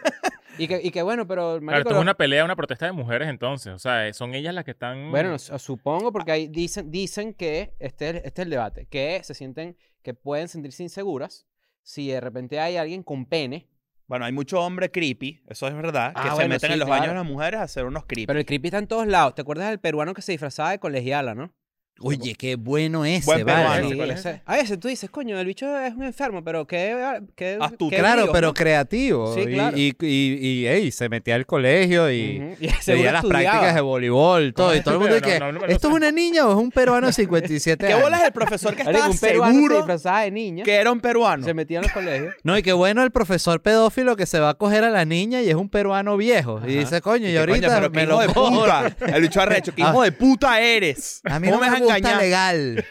y, que, y que bueno, pero... Claro, marico, esto es lo- una pelea, una protesta de mujeres entonces. O sea, eh, son ellas las que están... Bueno, no sé, supongo, porque ahí dicen, dicen que este es, este es el debate, que se sienten, que pueden sentirse inseguras si de repente hay alguien con pene, Bueno, hay mucho hombre creepy, eso es verdad, que Ah, se bueno, meten sí, en los baños de claro. las mujeres a hacer unos creepy. pero el creepy está en todos lados. ¿Te acuerdas del peruano que se disfrazaba de colegiala, no? Oye, qué bueno ese, Buen vale. peruano. Sí, ¿cuál es ese- ese? A veces tú dices, coño, el bicho es un enfermo, pero qué... qué Astuto. qué Claro, brío, pero ¿no? creativo. Sí, Y- claro. Y, y- y, ey, se metía al colegio y Ujú, y se seguro veía las estudiaba. prácticas de voleibol, todo. Y es todo el este mundo pedo? que No, no, no, no ¿esto es sé". una niña o es un peruano de 57 ¿Qué años? bolas el profesor que Marico, estaba un peruano se seguro disfrazaba de niña, que era un peruano? se metía en los colegios. No, y qué bueno el profesor pedófilo que se va a coger a la niña y es un peruano viejo. Y Ajá. dice, coño, y, que, coño, ahorita pero qué me hijo lo de cojo. puta. El bicho arrecho, ¿qué hijo de puta eres? A mí ¿Cómo no me me has gusta engañado? legal.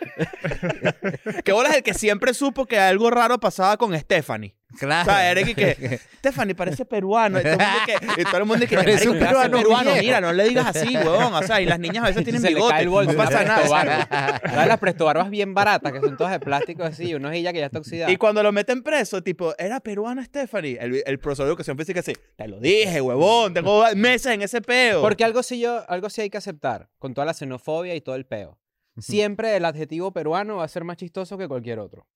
¿Qué bolas el que siempre supo que algo raro pasaba con Stephanie? O Claro. sea, Eric y que Stephanie parece peruano. Y todo el mundo que, y todo el mundo que Parece "Marico, un ¿qué hace peruano viejo". Mira, no le digas así, huevón. O sea, y las niñas a veces tienen se le cae bigote. el bolso, No pasa las nada. prestobarbas. ¿Sabes las prestobarbas bien baratas, que son todas de plástico así, unos ya que ya está oxidada. Y cuando lo meten preso, tipo, era peruana Stephanie. El, el profesor de educación física sí, te lo dije, huevón, tengo meses en ese peo. Porque algo sí, yo, algo sí hay que aceptar, con toda la xenofobia y todo el peo. Siempre el adjetivo peruano va a ser más chistoso que cualquier otro.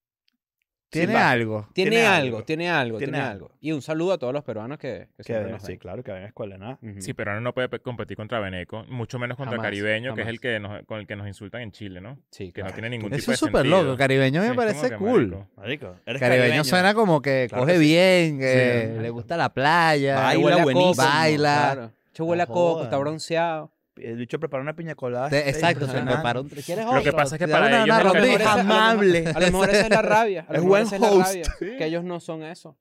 Tiene Sí, va. algo. Tiene, Tiene algo, algo. tiene algo, Tiene tiene, algo. algo. Y un saludo a todos los peruanos que, que Que siempre ven- nos sí, ven. claro, que ven a escuela de nada. Ujú. Sí, pero no puede pe- competir contra Beneco, mucho menos contra Jamás, Caribeño, que es jamás. el que nos- con el que nos insultan en Chile, ¿no? Sí, Que no claro. tiene ningún tipo Eso de es súper sentido. loco. Caribeño Sí, me es parece como que, cool. marico, Marico, eres Caribeño, suena como que Claro coge que sí. bien, Sí, que le marico. gusta la playa. Baila Huele a coco, buenísimo. Baila. Claro. Che, No huele a coco, está jodan. bronceado. El bicho preparó una piña colada. Te- exacto, se impresionante. prepara un... ¿Quieres Lo que otro? pasa es que Te para da ellos no A lo rondija. mejor esa- a lo mejor- amable. A lo mejor esa es la rabia. A lo Es mejor buen esa es la host. rabia, Que ellos no son eso.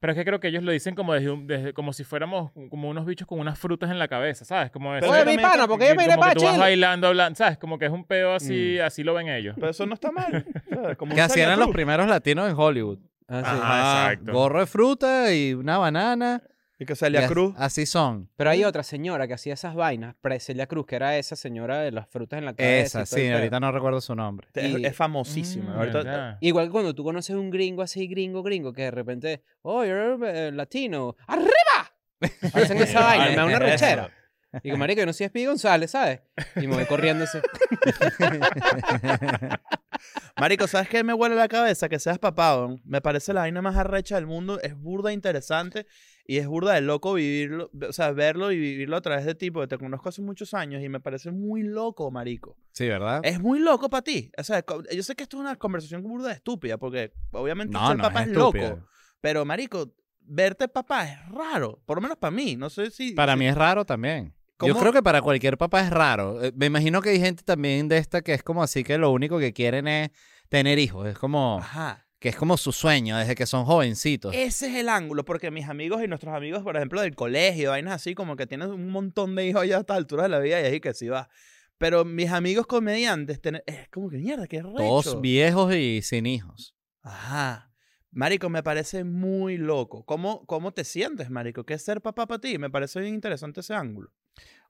Pero es que creo que ellos lo dicen como desde, un- desde- como si fuéramos como unos bichos con unas frutas en la cabeza, ¿sabes? Como eso. Pero Oye, yo mi también- pana, porque yo me iré como para que tú vas Chile. bailando, hablando, ¿sabes? Como que es un pedo así, así lo ven ellos. Pero eso no está mal. O sea, como Que un así eran Celia los Cruz. primeros latinos en Hollywood. Ah, sí. Ajá, Ah, exacto. Gorro de fruta y una banana. Y que y Celia as- Cruz. Así son. Pero hay otra señora que hacía esas vainas, pre- Celia Cruz, que era esa señora de las frutas en la Esa, cabeza. y todo el sí. pedo. Ahorita no recuerdo su nombre. te- y- Es famosísima. Mm, Ahorita- ¿verdad? Igual que cuando tú conoces un gringo así, gringo, gringo, que de repente, oh, you're eh, latino, ¡arriba! Hacen esa vaina, me da una Eso. rechera. Y que marico, yo no soy Speedy González, ¿sabes? Y me voy corriendo ese. Marico, ¿sabes qué me huele la cabeza? Que seas papá, weón. Me parece la vaina más arrecha del mundo. Es burda e interesante y es burda de loco vivirlo, o sea, verlo y vivirlo a través de tipo. Te conozco hace muchos años y me parece muy loco, marico. Sí, ¿verdad? Es muy loco para ti. O sea, co- yo sé que esto es una conversación burda estúpida porque obviamente No, ser no, papá es es, estúpido. loco. Pero, marico, verte papá es raro. Por lo menos para mí. No sé si... Para si- mí es raro también. Yo ¿Cómo? creo que para cualquier papá es raro. Eh, Me imagino que hay gente también de esta que es como así que lo único que quieren es tener hijos. Es como Ajá. que es como su sueño desde que son jovencitos. Ese es el ángulo, porque mis amigos y nuestros amigos, por ejemplo, del colegio, vainas así, como que tienen un montón de hijos ya a estas alturas de la vida y ahí que sí va. Pero mis amigos comediantes, tener- es como que mierda, qué recho. Todos viejos y sin hijos. Ajá. Marico, me parece muy loco. ¿Cómo, cómo te sientes, Marico? ¿Qué es ser papá para ti? Me parece bien interesante ese ángulo.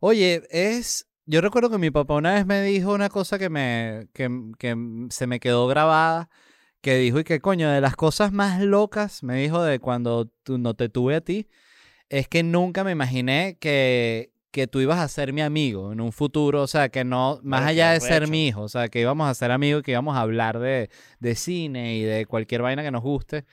Oye, es. Yo recuerdo que mi papá una vez me dijo una cosa que me. que, que se me quedó grabada. Que dijo, y que coño, de las cosas más locas, me dijo de cuando tú- no te tuve a ti, es que nunca me imaginé que, que tú ibas a ser mi amigo en un futuro. O sea, que no, más Ay, qué allá de ser arrecho. mi hijo, o sea, que íbamos a ser amigos, que íbamos a hablar de, de cine y de cualquier vaina que nos guste.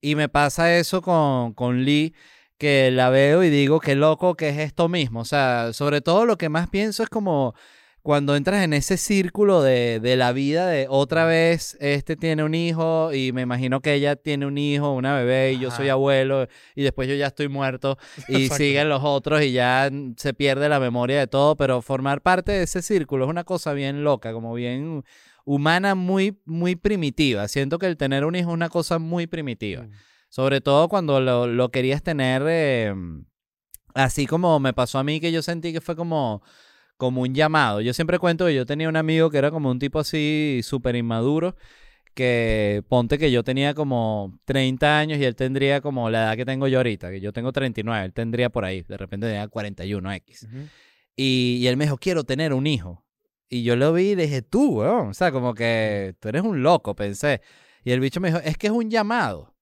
Y me pasa eso con, con Lee, que la veo y digo, qué loco que es esto mismo. O sea, sobre todo lo que más pienso es como cuando entras en ese círculo de, de la vida de otra vez, este tiene un hijo y me imagino que ella tiene un hijo, una bebé y yo soy Ajá. abuelo y después yo ya estoy muerto y Exacto. siguen los otros y ya mm, se pierde la memoria de todo, pero formar parte de ese círculo es una cosa bien loca, como bien humana, muy, muy primitiva. Siento que el tener un hijo es una cosa muy primitiva. Sobre todo cuando lo, lo querías tener eh, así como me pasó a mí, que yo sentí que fue como, como un llamado. Yo siempre cuento que yo tenía un amigo que era como un tipo así súper inmaduro, que ponte que yo tenía como 30 años y él tendría como la edad que tengo yo ahorita, que yo tengo 39, él tendría por ahí, de repente tenía 41X. Y, y él me dijo, quiero tener un hijo. Y yo lo vi y le dije, tú, weón. O sea, como que tú eres un loco, pensé. Y el bicho me dijo, es que es un llamado.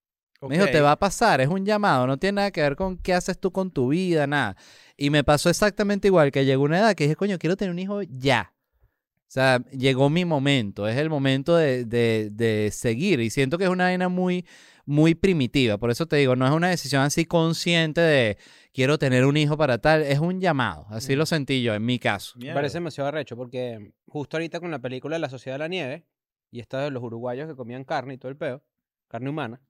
Me dijo, te va a pasar, es un llamado, no tiene nada que ver con qué haces tú con tu vida, nada. Y me pasó exactamente igual, que llegó una edad que dije, coño, quiero tener un hijo ya. O sea, llegó mi momento, es el momento de, de- de seguir. Y siento que es una vaina muy, muy primitiva. Por eso te digo, no es una decisión así consciente de quiero tener un hijo para tal, es un llamado. Así Mm. lo sentí yo, en mi caso. Mierda. Me parece demasiado arrecho porque justo ahorita con la película La Sociedad de la Nieve y esta de los uruguayos que comían carne y todo el peo, carne humana,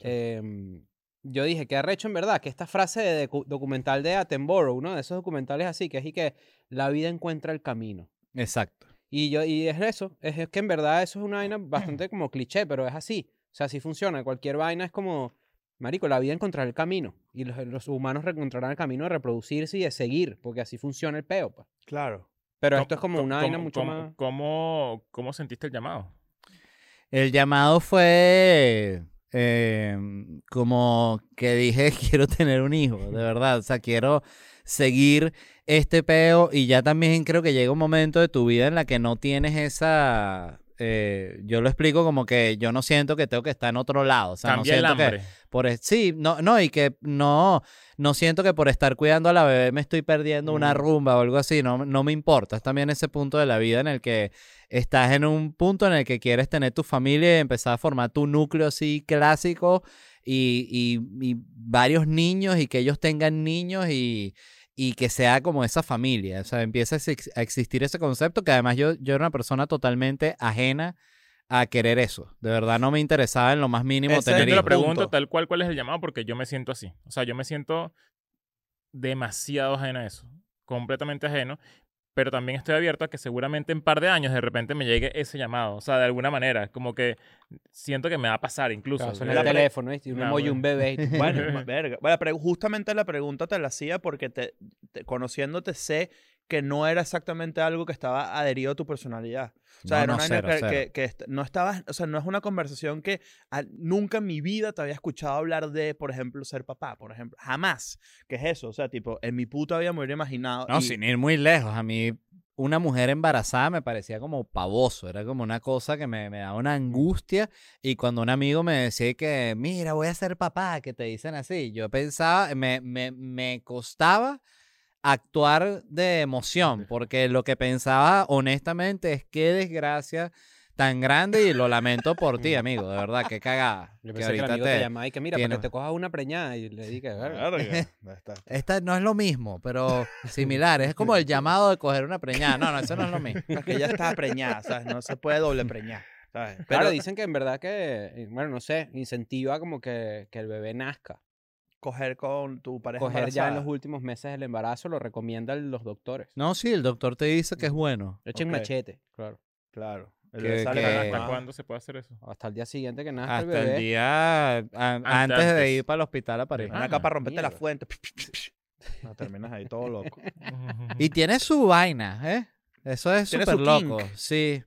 em, yo dije que arrecho en verdad que esta frase de docu- documental de Attenborough, uno de esos documentales así, que es y que la vida encuentra el camino. Exacto. Y, yo, y es eso, es, es que en verdad eso es una vaina bastante como cliché, pero es así. O sea, así funciona. Cualquier vaina es como, marico, la vida encontrará el camino. Y los, los humanos encontrarán el camino de reproducirse y de seguir, porque así funciona el peo, pues. Claro. Pero ¿Cómo- esto es como cómo- una vaina cómo- mucho cómo- más... ¿Cómo, cómo sentiste el llamado? El llamado fue eh, como que dije, quiero tener un hijo, de verdad. O sea, quiero seguir este peo y ya también creo que llega un momento de tu vida en la que no tienes esa... eh, yo lo explico como que yo no siento que tengo que estar en otro lado. O sea, Cambia no el siento que- hambre. por es- sí, no, no, y que no, no siento que por estar cuidando a la bebé me estoy perdiendo una Mm. rumba o algo así, no, no me importa. Es también ese punto de la vida en el que estás en un punto en el que quieres tener tu familia y empezar a formar tu núcleo así clásico y, y- y varios niños y que ellos tengan niños y, y que sea como esa familia. O sea, empieza a ex- a existir ese concepto que además yo, yo era una persona totalmente ajena a querer eso. De verdad no me interesaba en lo más mínimo Ese Yo tener te lo hijos. pregunto Punto. tal cual cuál es el llamado porque yo me siento así. O sea, yo me siento demasiado ajeno a eso. Completamente ajeno. Pero también estoy abierto a que seguramente en par de años de repente me llegue ese llamado. O sea, de alguna manera. Como que siento que me va a pasar incluso. Claro, suena Eh, el la- teléfono, ¿viste? Y un Nah, emoji, un bebé. y tú, Bueno, Bueno, ma- verga. Bueno, pero justamente la pregunta te la hacía porque te, te- conociéndote sé que no era exactamente algo que estaba adherido a tu personalidad. O sea, No, era no, una vaina cero, que- cero. que, que est- no estabas, o sea, no es una conversación que ah, nunca en mi vida te había escuchado hablar de, por ejemplo, ser papá, por ejemplo. Jamás. ¿Qué es eso? O sea, tipo, en mi puta vida me hubiera imaginado. No, y- sin ir muy lejos. A mí, una mujer embarazada me parecía como pavoso. Era como una cosa que me, me daba una angustia. Y cuando un amigo me decía que, mira, voy a ser papá, que te dicen así, yo pensaba, me, me, me costaba actuar de emoción, porque lo que pensaba honestamente es qué desgracia tan grande y lo lamento por ti, amigo, de verdad, qué cagada. yo que pensé que el ahorita amigo te, te- llamaba y que mira, para tiene- que te cojas una preñada. Y le dije, verga. Verga, ya está. Esta no es lo mismo, pero similar. Es como el llamado de coger una preñada. No, no, eso no es lo mismo. Es que ya está preñada, ¿sabes? No se puede doble preñar. ¿sabes? Pero Claro, dicen que en verdad que, eh, bueno, no sé, incentiva como que, que el bebé nazca. coger con tu pareja Coger ya en los embarazada. últimos meses del embarazo lo recomiendan los doctores. No, sí, el doctor te dice que es bueno. Echen Ok. machete, claro. Claro. El Que- bebé sale que- para Eh, la ¿Hasta cama. cuándo se puede hacer eso? Hasta el día siguiente que nazca el Hasta Ah, bebé. el día an- antes, de antes. ir para el hospital a parir. Ah, Una capa romperte la mierda. fuente. No, terminas ahí todo loco. Y tiene su vaina, ¿eh? Eso es Tiene súper su loco. kink. Sí.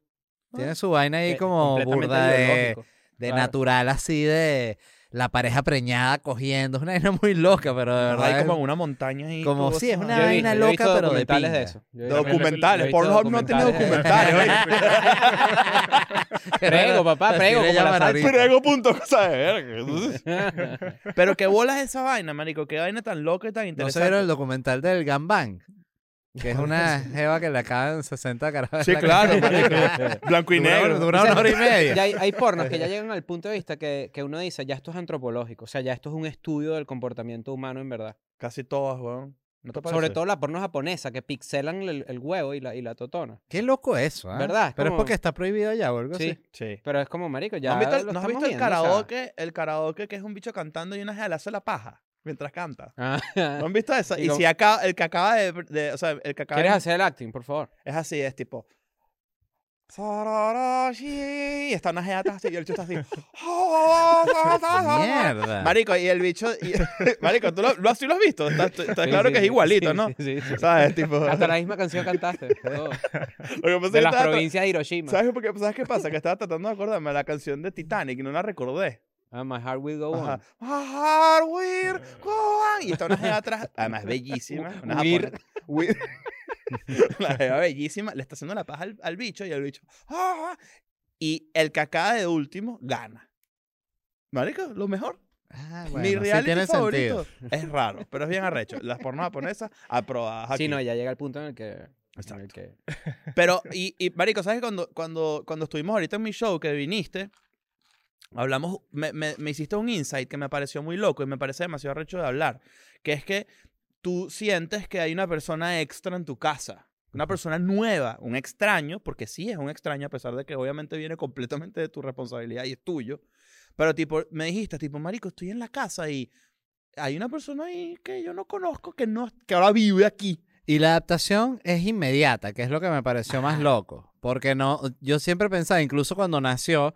Tiene su vaina ahí Eh, Que como completamente burda de, biológico. de claro. natural, así de la pareja preñada cogiendo. Es una vaina muy loca, pero de verdad. Hay es- como en una montaña ahí. como todo sí, eso. es Yo una he vaina visto- yo he loca, visto pero de documentales pinga. de eso. Yo he visto- yo he Documentales. visto Pornhub no tiene documentales. ¿oye? Prego, papá, Así prego, le como la llaman salsa. ahorita. Prego punto cosa de verga. Entonces, documentales. Pero qué bolas esa vaina, marico. Qué vaina tan loca y tan ¿No se interesante. vieron el documental del Gangbang? Que es una jeva que le acaban 60 carajos. Sí, en la claro, cara. marico. Blanco y Dura- negro. Dura una hora y media. Ya hay, hay pornos que ya llegan al punto de vista que, que uno dice, ya esto es antropológico, o sea, ya esto es un estudio del comportamiento humano en verdad. Casi todas, weón. ¿No te parece? Sobre todo la porno japonesa, que pixelan el, el huevo y la, y la totona. Qué loco eso, ¿ah? ¿Verdad? Es Pero como- es porque está prohibido ya, o algo Sí, así. Sí. pero es como, marico, ya ¿No has visto, el- lo no has estamos visto el viendo, o sea. karaoke? El karaoke que es un bicho cantando y una jala hace la paja mientras canta. Ah, ¿No han visto eso? Y Y, como- si acaba, el que acaba de, de- O sea, el que acaba ¿Quieres de- hacer el acting, por favor? es así, es tipo. "Sararashi", Y está una jata así y el bicho está así. Mierda. Marico, y el bicho. y- Marico, tú lo, lo- sí lo has visto. Está, está Sí, claro sí, que es sí, igualito, sí, ¿no? sí, sí, sí. ¿Sabes? Tipo. Hasta la misma canción cantaste. todo. lo que pasa es que De las estaba- provincias de Hiroshima. ¿Sabes, por qué- ¿Sabes qué pasa? Que estaba tratando de acordarme de la canción de Titanic y no la recordé. Ah, my heart will go Ajá. on. Ajá, we're going. Y está una jeva atrás, además bellísima. Una We're- japonesa. We're- una jeva bellísima. Le está haciendo la paja al, al bicho y el bicho. "Ah". Y el que acaba de último gana. Marico, lo mejor. Ah, Mi bueno, sí reality tiene favorito sentido. es raro, pero es bien arrecho. Las porno japonesas aprobadas aquí. Sí, no, ya llega el punto en el que... En Exacto. el que... Pero, y, y Marico, ¿sabes? Cuando, cuando, cuando estuvimos ahorita en mi show que viniste, hablamos, me, me- me hiciste un insight que me pareció muy loco y me parece demasiado arrecho de hablar, que es que tú sientes que hay una persona extra en tu casa. Una persona nueva, un extraño, porque sí es un extraño, a pesar de que obviamente viene completamente de tu responsabilidad y es tuyo. Pero tipo, me dijiste, tipo, Marico, estoy en la casa y hay una persona ahí que yo no conozco, que, no, que ahora vive aquí. Y la adaptación es inmediata, que es lo que me pareció más loco. Porque no, yo siempre pensaba, incluso cuando nació,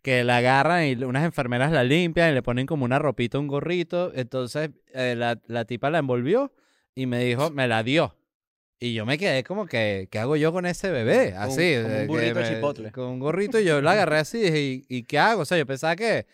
que la agarran y unas enfermeras la limpian y le ponen como una ropita, un gorrito. Entonces eh, la, la tipa la envolvió y me dijo, me la dio. Y yo me quedé como que, ¿qué hago yo con ese bebé? Con- Así. con un de que burrito me- chipotle. Con un gorrito y yo la agarré así y dije, ¿y, y qué hago? O sea, yo pensaba que,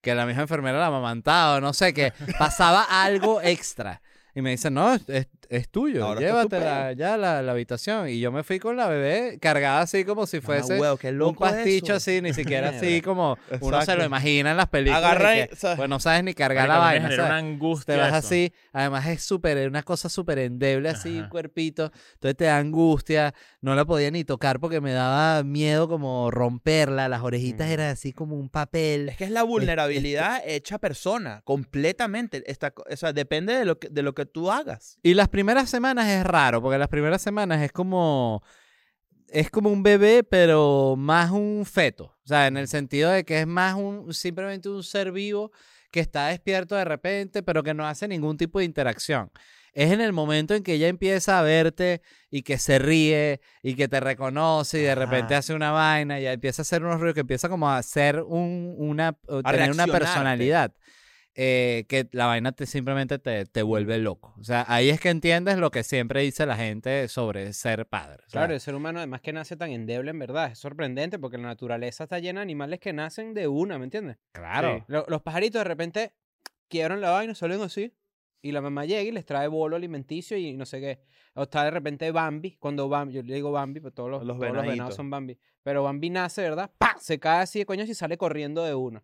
que la misma enfermera la amamantaba, o no sé, que pasaba algo extra. Y me dicen, no, es, es- es tuyo, Ahora es tu llévatela ya a la, la habitación. Y yo me fui con la bebé cargada así como si fuese Ah, huevo, qué un loco pasticho eso. así, ni siquiera así Mierda. como uno se lo Exacto. imagina en las películas. Agarra de y- que, ¿sabes? pues no sabes ni cargar la Marico, a mí me vaina, genera ¿sabes? una angustia Te vas eso. así, además es súper, una cosa súper endeble así, Ajá. un cuerpito, entonces te da angustia, no la podía ni tocar porque me daba miedo como romperla, las orejitas Mm. eran así como un papel. Es que es la vulnerabilidad hecha persona, completamente. Esta, co- o sea, depende de lo que, de lo que tú hagas. Y las primeras semanas es raro, porque las primeras semanas es como. Es como un bebé, pero más un feto. O sea, en el sentido de que es más un simplemente un ser vivo que está despierto de repente, pero que no hace ningún tipo de interacción. Es en el momento en que ella empieza a verte y que se ríe y que te reconoce y de repente Ajá. hace una vaina y empieza a hacer unos ruidos que empieza como a hacer un, una, o tener una reaccionarte. personalidad eh, que la vaina te, simplemente te, te vuelve loco. O sea, ahí es que entiendes lo que siempre dice la gente sobre ser padre. O sea, Claro, el ser humano además que nace tan endeble en verdad, es sorprendente porque la naturaleza está llena de animales que nacen de una, ¿me entiendes? claro. Sí. Lo- los pajaritos de repente quiebran la vaina, salen así. Y la mamá llega y les trae bolo alimenticio y no sé qué. O está de repente Bambi, cuando Bambi, yo le digo Bambi, pero todos los, Los todos los venados venaditos. son Bambi. Pero Bambi nace, ¿verdad? ¡Pa! Se cae así de coño y sale corriendo de una.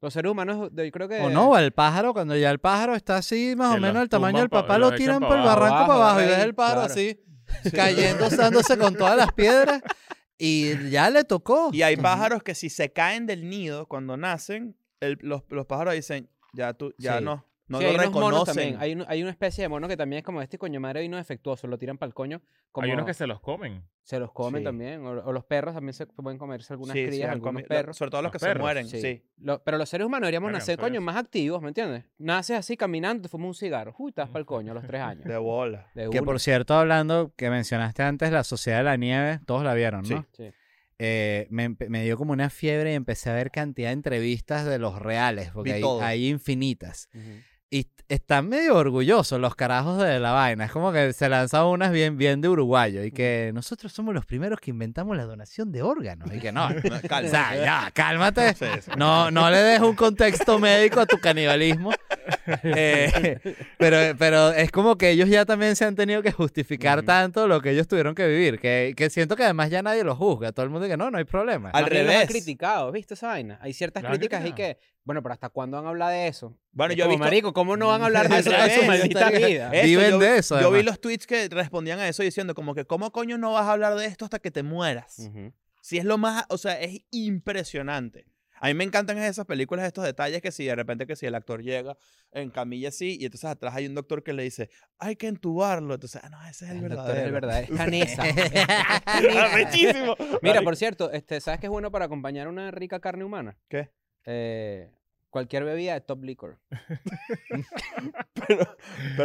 Los seres humanos, de- yo creo que... O no, o el pájaro, cuando ya el pájaro está así, más o Que los menos el tamaño tumban del pa- papá, los lo echan tiran pa' por el abajo. barranco Abajo, para abajo y ahí, ves el pájaro claro. así, cayendo, dándose con todas las piedras. Y ya le tocó. Y hay pájaros que si se caen del nido cuando nacen, el- los, los pájaros dicen, ya tú, ya Sí. no, no Sí, lo hay unos monos también. reconocen. Hay, un- hay una especie de mono que también es como este coño madre vino defectuoso, lo tiran para el coño. Como Hay unos que se los comen. se los comen Sí. también. O, o los perros también se pueden comerse algunas Sí, sí, crías, han algunos comido- perros. sobre todo los, Los que se perros, mueren, Sí. sí. Lo- pero los seres humanos deberíamos Verga, no nacer, sabía coño, eso. más activos, ¿me entiendes? Naces así caminando, te fumas un cigarro. Uy, estás para el coño a los tres años. De bola. De Que una. por cierto, hablando que mencionaste antes la Sociedad de la Nieve, todos la vieron, ¿no? Sí. Sí. eh, me, empe- me dio como una fiebre y empecé a ver cantidad de entrevistas de los reales, porque Vi hay, todo. hay infinitas. Y t- están medio orgullosos los carajos de la vaina. Es como que se lanzaban unas bien, bien de uruguayo y que nosotros somos los primeros que inventamos la donación de órganos. Y que no, no, o sea, ya, cálmate. No, no le des un contexto médico a tu canibalismo. Eh, pero, pero es como que ellos ya también se han tenido que justificar Ujú. tanto lo que ellos tuvieron que vivir. Que, que siento que además ya nadie los juzga. Todo el mundo dice, no, no hay problema. Al Más bien los han revés. criticado, ¿viste esa vaina? Hay ciertas Lo han críticas ahí criticado. que, bueno, pero ¿hasta cuándo van a hablar de eso? Bueno, Es yo he como, visto. marico, ¿cómo no van a hablar de Al eso en su revés, maldita está bien. vida? Eh, Viven yo, vi- de eso, Yo vi además. los tweets que respondían a eso diciendo como que, ¿cómo coño no vas a hablar de esto hasta que te mueras? Ujú. Si es lo más, o sea, es impresionante. A mí me encantan esas películas, estos detalles que si de repente que si el actor llega en camilla así y entonces atrás hay un doctor que le dice, hay que entubarlo. Entonces, ah, no, ese es el, El verdadero. doctor es el verdadero. Es Canesa. Arrechísimo. Mira, por cierto, este, ¿sabes qué es bueno para acompañar una rica carne humana? ¿Qué? Eh, cualquier bebida de top liquor. Pero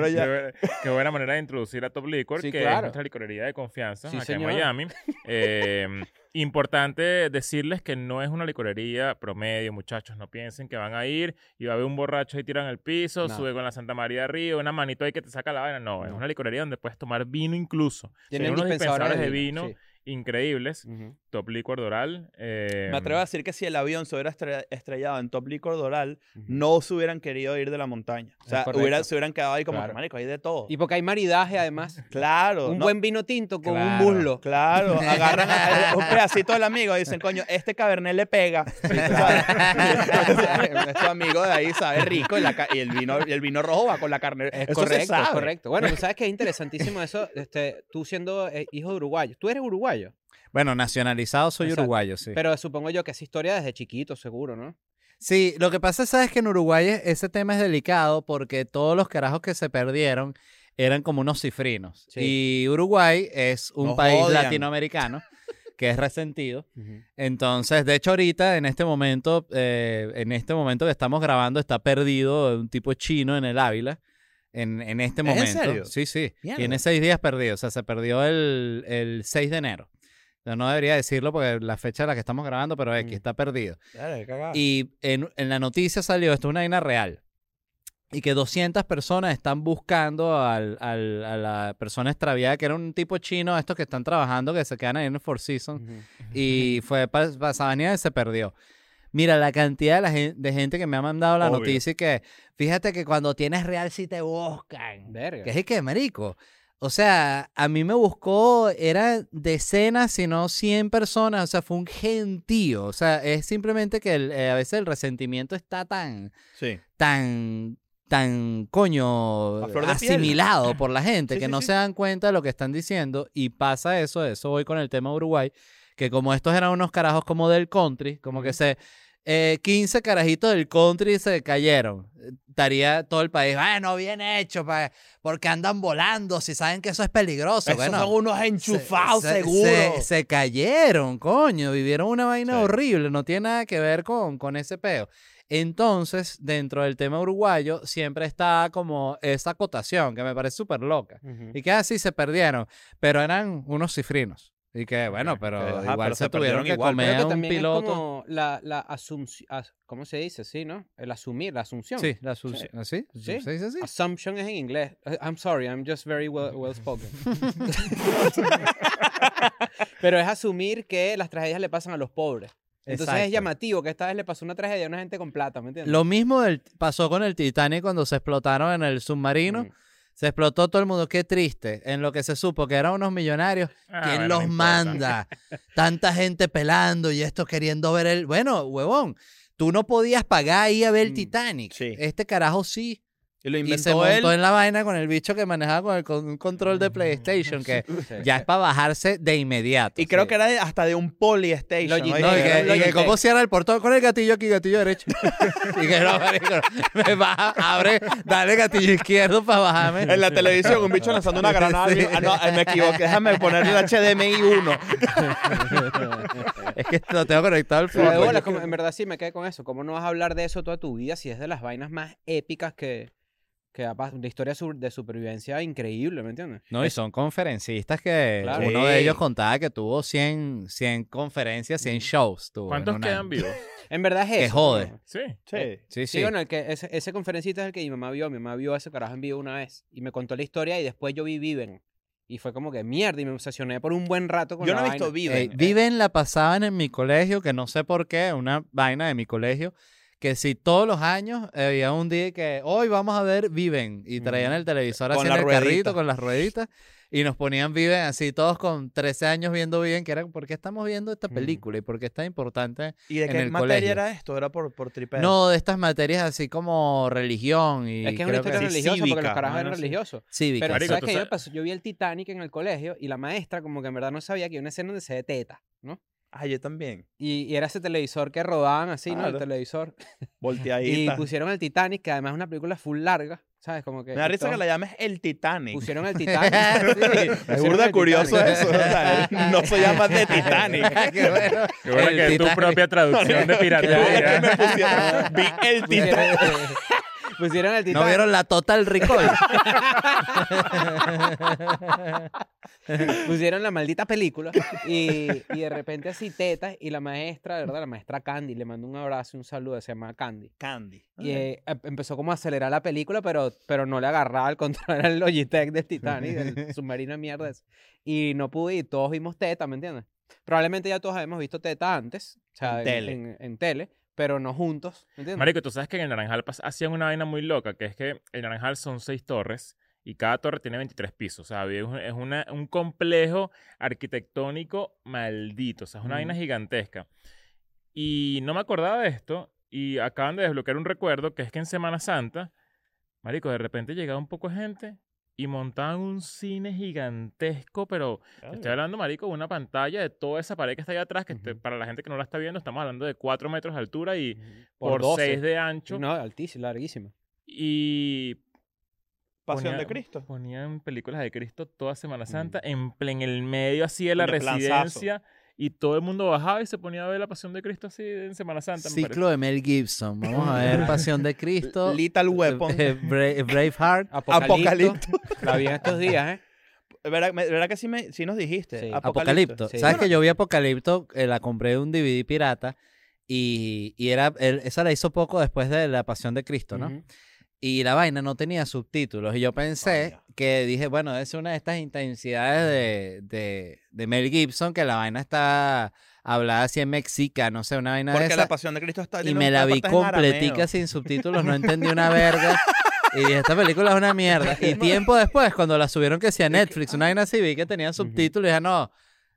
Qué ya, buena- Qué buena manera de introducir a Top Liquor, Sí, que es claro. nuestra licorería de confianza Sí, acá señor. en Miami. Eh, importante decirles que no es una licorería promedio, muchachos. No piensen que van a ir y va a haber un borracho ahí tirado en el piso, No. sube con la Santa María arriba, una manito ahí que te saca la vaina. No, es No. una licorería donde puedes tomar vino incluso. Tienen unos dispensadores de vino sí. increíbles. Ujú. Top Liquor Doral. eh, me atrevo a decir que si el avión se hubiera estre- estrellado en Top Liquor Doral, Ujú. no se hubieran querido ir de la montaña. O Es sea, correcto. hubiera- se hubieran quedado ahí como, Claro. marico, hay de todo. Y porque hay maridaje, además. claro. Un no- buen vino tinto con Claro. un muslo. Claro, agarran a- un pedacito del amigo y dicen, coño, este cabernet le pega. Nuestro amigo de ahí sabe rico y, la ca- y el, vino, y el vino rojo va con la carne. Eso Es se correcto, es sabe. correcto. Bueno, tú sabes que es interesantísimo eso, este, tú siendo eh, hijo de uruguayo. Tú eres uruguayo, bueno, nacionalizado soy Exacto. uruguayo, sí. pero supongo yo que es historia desde chiquito, seguro, ¿no? Sí, lo que pasa, sabes que en Uruguay e- ese tema es delicado porque todos los carajos que se perdieron eran como unos cifrinos. Y Uruguay es un Nos país odian. latinoamericano que es resentido. Entonces, de hecho, ahorita en este momento, eh, en este momento que estamos grabando, está perdido un tipo chino en el Ávila. En, en este ¿Es en momento. serio? Sí, sí. Mierda. Tiene seis días perdidos. O sea, se perdió el, el 6 de enero. Yo no debería decirlo porque la fecha a la que estamos grabando, pero aquí Mm. está perdido. Claro, qué cagada. Y en, en la noticia salió, esto es una vaina real, y que 200 personas están buscando al, al- a la persona extraviada, que era un tipo chino, estos que están trabajando, que se quedan ahí en el Four Seasons, y fue para Sabana y se perdió. Mira, la cantidad de, la gen- de gente que me ha mandado la Obvio. noticia y que, fíjate que cuando tienes real sí te buscan. Verga. Que es que, marico. O sea, a mí me buscó, era decenas, si no 100 personas, o sea, fue un gentío. O sea, es simplemente que el- eh, a veces el resentimiento está tan, Sí. tan, tan, coño, A flor de piel. asimilado por la gente, Sí, que sí, no sí. se dan cuenta de lo que están diciendo y pasa eso, eso voy con el tema Uruguay, que como estos eran unos carajos como del country, como que se... eh, 15 carajitos del country se cayeron. Estaría todo el país, bueno, bien hecho, pa- porque andan volando, si saben que eso es peligroso. Esos bueno, son unos se- enchufados se- seguro. Se, se cayeron, coño, vivieron una vaina Sí. horrible, no tiene nada que ver con, con ese peo. Entonces, dentro del tema uruguayo, siempre está como esa acotación que me parece súper loca. Y que así se perdieron, pero eran unos cifrinos. Y que bueno, pero ok, ajá, igual pero se, se tuvieron perdieron que igual. comer a un también es piloto. como la, la asunción, ¿cómo se dice? Sí, ¿no? El asumir, la asunción. Sí, la sus- Sí. ¿Sí? Sí. ¿Se dice así? Assumption es en inglés. Eh, I'm sorry, I'm just very well, well spoken. Pero es asumir que las tragedias le pasan a los pobres. Entonces es Exacto. llamativo que esta vez le pasó una tragedia a una gente con plata, ¿me entiendes? Lo mismo del- pasó con el Titanic cuando se explotaron en el submarino. Mm. Se explotó todo el mundo. Qué triste. En lo que se supo que eran unos millonarios. Ah, ¿Quién bueno, los no importa. manda? Tanta gente pelando y estos queriendo ver el. Bueno, huevón, tú no podías pagar ahí a ver el Mm, Titanic. sí. Este carajo sí. Y lo Y se inventó él. montó en la vaina con el bicho que manejaba con el con un control de PlayStation, que Sí. ya es para bajarse de inmediato. Y creo Sí. que era de- hasta de un polystation. Lo ¿no? gitano, No, y Era que, un y que Logitech. eh, cómo cierra el portón con el gatillo aquí, gatillo derecho. y que no, marico, me baja, abre, dale gatillo izquierdo para bajarme. En la televisión, un bicho lanzando una granada. Sí. Ah, no, eh, me equivoqué. Déjame ponerle el HDMI 1. Es que lo tengo conectado al Pero de fútbol. bolas, como- en verdad sí me quedé con eso. ¿Cómo no vas a hablar de eso toda tu vida si es de las vainas más épicas que, que da pas- una historia su- de supervivencia increíble, ¿me entiendes? No, y son conferencistas que Claro. uno de Sí. ellos contaba que tuvo 100, 100 conferencias, Mm. 100 shows. Tuvo en ¿Cuántos un quedan año. vivos? En verdad es Que eso. jode. ¿no? Sí. Sí. Sí, Sí, sí. bueno, el que ese, ese conferencista es el que mi mamá vio. Mi mamá vio a ese carajo en vivo una vez y me contó la historia y después yo vi Viven. Y fue como que mierda y me obsesioné por un buen rato con Yo la no he vaina. visto Viven. Eh, Viven la pasaban en mi colegio, que no sé por qué, una vaina de mi colegio, que si todos los años había un día que hoy vamos a ver Viven y traían Ujú. el televisor Con así en la el ruedita. carrito con las rueditas y nos ponían Viven así todos con 13 años viendo Viven, que era ¿por qué estamos viendo esta Ujú. película y por qué está importante? ¿Y de en qué el materia colegio. era esto? Era por, por tripeo. No, de estas materias así como religión y Es que es una creo historia sí, religiosa porque los cívica, Ah, carajos ¿no? eran No sé. religiosos. cívica. Pero Marico, ¿sabes tú qué? Yo, sabes- pasó? yo vi el Titanic en el colegio y la maestra como que en verdad no sabía que hay una escena donde se ve teta, ¿no? Ah, yo también. Y, y era ese televisor que rodaban así, ¿no? El Claro. televisor. Y Volteadita. pusieron el Titanic, que además es una película full larga, ¿sabes? Como que... Me da y risa que todos la llames el Titanic. Pusieron el Titanic. sí, Es pusieron burda el curioso Titanic. eso. o sea, no se llama The Titanic. Qué bueno. Qué bueno El que es tu Titanic. propia traducción de Es que piratería. me pusieron. Vi el Titanic. Pusieron, eh, pusieron el ¿No Titanic. vieron la Total Recall? pusieron la maldita película y, y de repente así tetas y la maestra, de verdad, la maestra Candy, le mandó un abrazo y un saludo, se llama Candy. Candy. Y eh, em- empezó como a acelerar la película, pero, pero no le agarraba al control, era el Logitech del Titanic, del submarino de mierda ese. Y no pude y todos vimos teta, ¿me entiendes? Probablemente ya todos habíamos visto teta antes, o sea, En en, tele. en- en tele, pero no juntos, ¿me entiendes? Marico, tú sabes que en el Naranjal pas- hacían una vaina muy loca, que es que el Naranjal son seis torres y cada torre tiene 23 pisos. O sea, había un- es una- un complejo arquitectónico maldito. O sea, es una vaina Ujú. gigantesca. Y no me acordaba de esto y acaban de desbloquear un recuerdo que es que en Semana Santa, Marico, de repente llegaba un poco de gente y montaban un cine gigantesco, pero Estoy hablando, marico, de una pantalla de toda esa pared que está allá atrás, que este- Ujú. para la gente que no la está viendo, estamos hablando de 4 metros de altura y Por por, 12. 6 de ancho. No, altísimo, larguísimo. Y Pasión ponía- de Cristo. Ponían películas de Cristo toda Semana Santa, en, plen- en el medio así de la Coño, planazo. residencia, y todo el mundo bajaba y se ponía a ver la Pasión de Cristo así en Semana Santa. me parece. Ciclo de Mel Gibson. Vamos a ver Pasión de Cristo. Little Weapon. eh, Bra- Braveheart. Apocalipto. La vi en estos días, ¿eh? ¿Verdad, me- verdad que sí, me, sí nos dijiste? Sí. Apocalipto. Sí. ¿Sabes Bueno. que yo vi Apocalipto? eh, la compré de un DVD pirata. Y, y era, él- esa la hizo poco después de La Pasión de Cristo, ¿no? Ujú. Y la vaina no tenía subtítulos. Y yo pensé Coño. que dije, bueno, es una de estas intensidades de, de, de Mel Gibson, que la vaina está hablada así en mexicano, no sé, una vaina Porque de la esa. pasión de Cristo está y tiene me un- la una vi parte en arameo. completica sin subtítulos, no entendí una verga. Y dije, esta película es una mierda. Y tiempo después, cuando la subieron que sea Netflix, una vaina así, vi que tenía subtítulos y dije, no,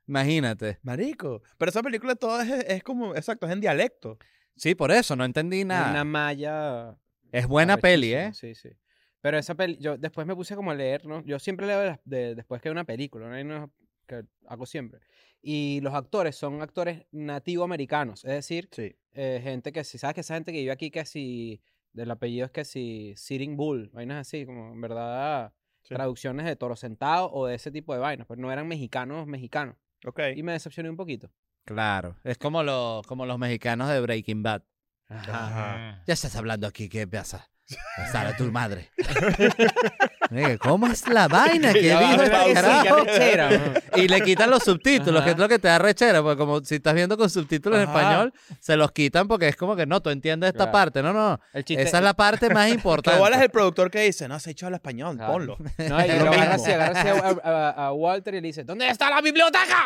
imagínate. Marico. Pero esa película toda es, es como, exacto, es en dialecto. Sí, por eso, no entendí Es Una nada. malla. Es buena peli, ¿eh? arrechísima, Sí, sí. Pero esa peli, yo después me puse como a leer, ¿no? Yo siempre leo de las- de- después que hay una película, ¿no? Hay una que hago siempre. Y los actores son actores nativo americanos, es decir, Sí. eh, gente que si sabes que esa gente que vive aquí que si del apellido es que si Sitting Bull, vainas así, como en verdad Sí. traducciones de toro sentado o de ese tipo de vainas, pero no eran mexicanos mexicanos. Ok. Y me decepcioné un poquito. Claro. Es como, los como los mexicanos de Breaking Bad. Ajá. Ajá. Ya estás hablando aquí, ¿qué pasa? Sara, tu madre. Mire, ¿Cómo es la vaina que Ya va, dijo este ¿verdad que sí? Qué carajo? arrechera, mano. Y le quitan los subtítulos, Ajá. que es lo que te da rechera, porque como si estás viendo con subtítulos en Ajá. español, se los quitan porque es como que no, tú entiendes esta Claro. parte, no, no, El chiste- esa es la parte más Que bola es importante. el productor que dice, no, se echó al español, Claro. ponlo. No, y Es lo lo agarra mismo. así, agarra así a, a- a- a Walter y le dice, ¿dónde está la biblioteca?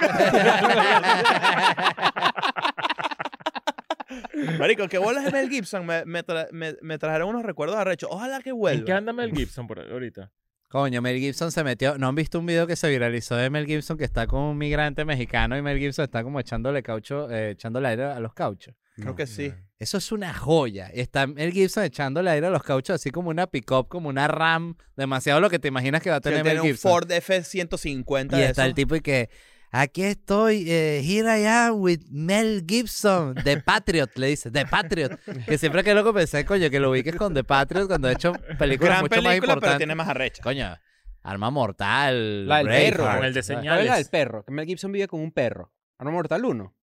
Marico, que bola es Mel Gibson. Me, me, tra- me- me trajeron unos recuerdos arrechos. Ojalá que ¿En qué vuelva. anda Mel Gibson por ahorita? Coño, Mel Gibson se metió, ¿no han visto un video que se viralizó de Mel Gibson que está con un migrante mexicano y Mel Gibson está como echándole caucho, eh, echándole aire a los cauchos? Creo que sí. Eso es una joya. Y Está el Gibson echándole aire a los cauchos, así como una pick-up, como una RAM. Demasiado lo que te imaginas que va a Que tener tiene Mel un Gibson. Ford F-150 y de está el esos. tipo y que, aquí estoy, eh, here I am with Mel Gibson, The Patriot, le dice, The Patriot. Que siempre que loco pensé, coño, que lo ubiques con The Patriot cuando he hecho películas Gran mucho más película, importantes. pero tiene más arrecha. Coño, Arma Mortal, La del perro, Braveheart. Con el de ¿Sabes la del señales. perro? Que Mel Gibson vive con un perro. ¿A no mortal uno?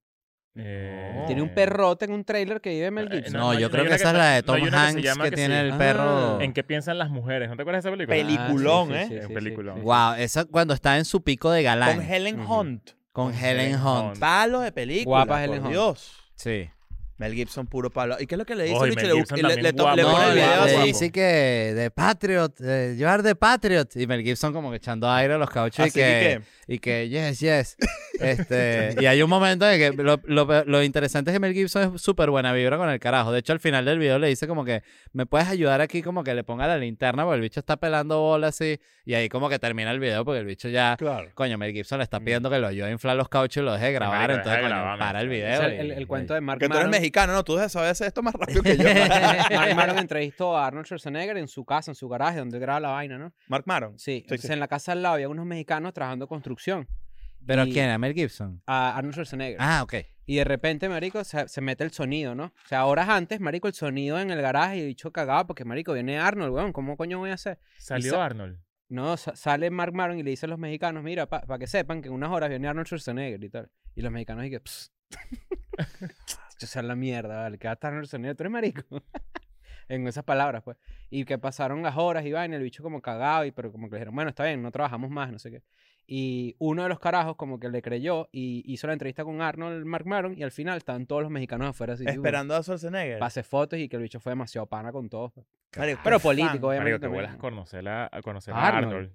Eh, Tiene un perrote en un trailer que vive Mel Eh, Gibson. No, no, yo no, creo hay que una esa que- es la de no, Tom hay una que se Hanks llama que que tiene sí. el perro. Ah. ¿En qué piensan las mujeres? ¿No te acuerdas de esa película? Peli- peliculón, ¿eh? Un peliculón. Wow, esa cuando está en su pico de galán Con Helen Ujú. Hunt. con, Helen Helen Hunt. Hunt. Palo de película. Guapa por Helen Hunt. Dios. Sí. Mel Gibson puro palo. ¿Y qué es lo que le dice? Oy, bicho? Mel Le bu- Gibson y le, también le to- guapo, Ah, le No, pone el le, video le así. dice que de Patriot, eh, you are the Patriot. Y Mel Gibson como que echando aire a los cauchos Así y que, que, y que yes, yes. Este, y hay un momento en que lo, lo- lo interesante es que Mel Gibson es súper buena vibra con el carajo. De hecho, al final del video le dice como que me puedes ayudar aquí como que le ponga la linterna porque el bicho está pelando bola así. Y ahí como que termina el video porque el bicho ya... claro. Coño, Mel Gibson le está pidiendo que lo ayude a inflar los cauchos y lo deje grabar. marico, entonces, deja de coño, grabar, para el marico. O video. sea, y- el, el cuento de Mark Que tú eres Maron. mexicano, ¿no? Tú debes saber hacer esto más rápido que yo. Mark Maron entrevistó a Arnold Schwarzenegger en su casa, en su garaje, donde él graba la vaina, ¿no? Mark Maron. Sí. Entonces sí. en la casa al lado había unos mexicanos trabajando construcción ¿Pero y- quién? ¿A Mel Gibson? a Arnold Schwarzenegger. Ah, ok. Y de repente, marico, se, se mete el sonido, ¿no? O sea, horas antes, marico, el sonido en el garaje y el bicho cagado porque, marico, viene Arnold, weón, ¿cómo coño voy a hacer? Ah, Salió Sa- Arnold. No, sa- sale Mark Maron y le dice a los mexicanos, mira, para que sepan que en unas horas viene Arnold Schwarzenegger y tal. Y los mexicanos y que, pss. Yo sea la mierda, vale, que va a estar Arnold Schwarzenegger, tú eres marico. en esas palabras, pues. Y que pasaron las horas y vaina, el bicho como cagado, y, pero como que le dijeron, bueno, está bien, no trabajamos más, no sé qué. Y uno de los carajos como que le creyó y hizo la entrevista con Arnold Mark Maron y al final estaban todos los mexicanos afuera así. tipo, Esperando a Schwarzenegger. Pase fotos y que el bicho fue demasiado pana con todos. pues. Marico, Pero qué fan. político, obviamente. Marico, te también, vuelas a ¿no? conocer a, a conocer a Arnold. Arnold.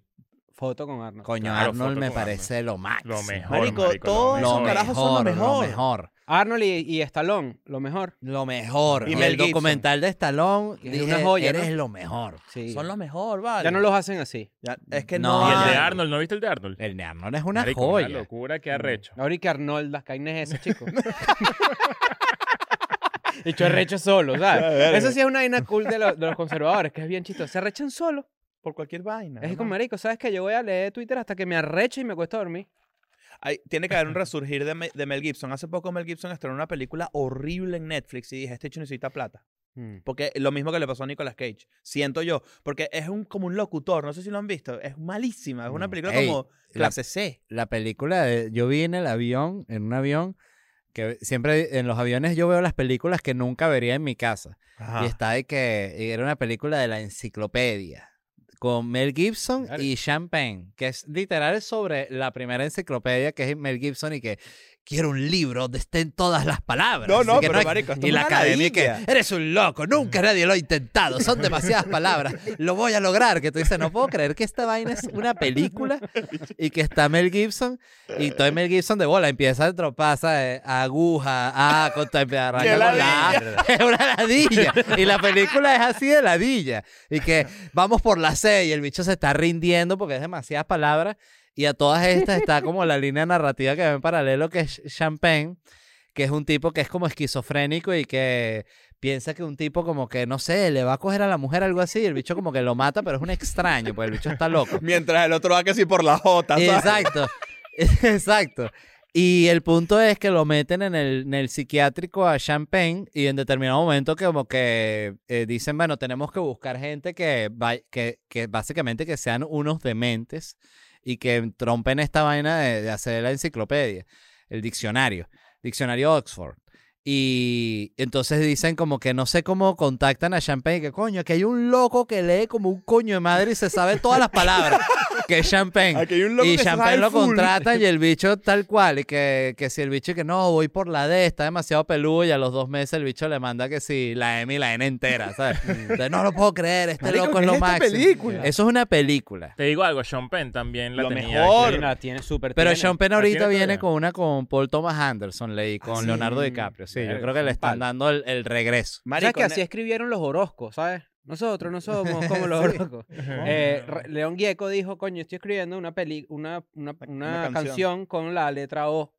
Foto con Arnold. Coño, Claro, Arnold foto me con parece lo máximo. Lo mejor. Marico, marico, lo todos mejor. esos Lo Son carajos son lo mejor, mejor. lo mejor. Arnold y, y Stallone, lo mejor. Lo mejor. Y Y Mel el Gibson. documental de Stallone Que es dije, una joya, ¿no? Eres lo mejor. Sí. Son lo mejor, vale. Ya no los hacen así. Ya- es que No. no, Y el hay. de Arnold, ¿no viste el de Arnold? El de Arnold es una Marico, joya. Una locura Mm. que arrecho. Ahora y que Arnold, las caines ese, chico. y yo arrecho solo, Ya, ¿sabes? verga. Eso sí es una vaina cool de, los- de los conservadores, que es bien chistoso. Se arrechan solo. Por cualquier vaina. Es como, ¿no? marico, ¿sabes que Yo voy a leer Twitter hasta que me arrecho y me cuesta dormir. Hay- tiene que haber un resurgir de, Me- de Mel Gibson. Hace poco Mel Gibson estrenó una película horrible en Netflix y dije, este hecho necesita plata. Porque lo mismo que le pasó a Nicolas Cage. Siento yo. Porque es un, como un locutor. No sé si lo han visto. Es malísima. Es una Mm. película Ey, como la- clase C. La película, de- yo vi en el avión, en un avión, que siempre en los aviones yo veo las películas que nunca vería en mi casa. Ah. Y está de que y era una película de la enciclopedia con Mel Gibson Claro. y Sean Penn, que es literal sobre la primera enciclopedia que es Mel Gibson y que quiero un libro donde estén todas las palabras. No, no, que pero hay- marico, esto y es la una academia que ladilla. Mm. eres un loco, nunca nadie lo ha intentado, son demasiadas palabras, lo voy a lograr, que tú dices, no puedo creer que esta vaina es una película y que está Mel Gibson y todo Mel Gibson de bola, empieza a tropasa eh, aguja, ah, con arranca ¡Qué con la A, ladilla! es una ladilla. Y la película es así de ladilla. Y que vamos por la C y el bicho se está rindiendo porque es demasiadas palabras. Y a todas estas está como la línea narrativa que ve en paralelo, que es Champagne, que es un tipo que es como esquizofrénico y que piensa que un tipo como que, no sé, le va a coger a la mujer algo así. Y el bicho como que lo mata, pero es un extraño, pues el bicho está loco. Mientras el otro va que sí por la J. ¿sabes? Exacto, exacto. Y el punto es que lo meten en el, en el psiquiátrico a Champagne y en determinado momento que como que eh, dicen, bueno, tenemos que buscar gente que, va- que, que básicamente que sean unos dementes y que trompen esta vaina de, de hacer la enciclopedia, el diccionario, diccionario Oxford. Y entonces dicen como que no sé cómo contactan a Champagne, que coño, que hay un loco que lee como un coño de madre y se sabe todas las palabras, que es Champagne Aquí hay un loco y que Champagne sabe lo full. contrata y el bicho tal cual. Y que, que si el bicho que no, voy por la D, está demasiado peludo. Y a los dos meses el bicho le manda que si la M y la N entera, ¿sabes? Entonces, no lo puedo creer, este Marico, loco ¿qué es lo esta máximo. película? Eso es una película. Te digo algo, Sean Penn también la Lo tenía. mejor. aquí. La tiene súper Pero tiene. Sean ah, Penn ahorita tiene viene todavía? con una con Paul Thomas Anderson, leí, con sí. Leonardo DiCaprio. Sí, yo Verga, creo que le son están pal. dando el, el regreso. O sea, Marico, que así ne- escribieron los Orozcos, ¿sabes? Nosotros no somos como los Sí. Orozcos. Eh, Re- León Gieco dijo, coño, estoy escribiendo una, peli una, una, una canción. canción. con la letra O,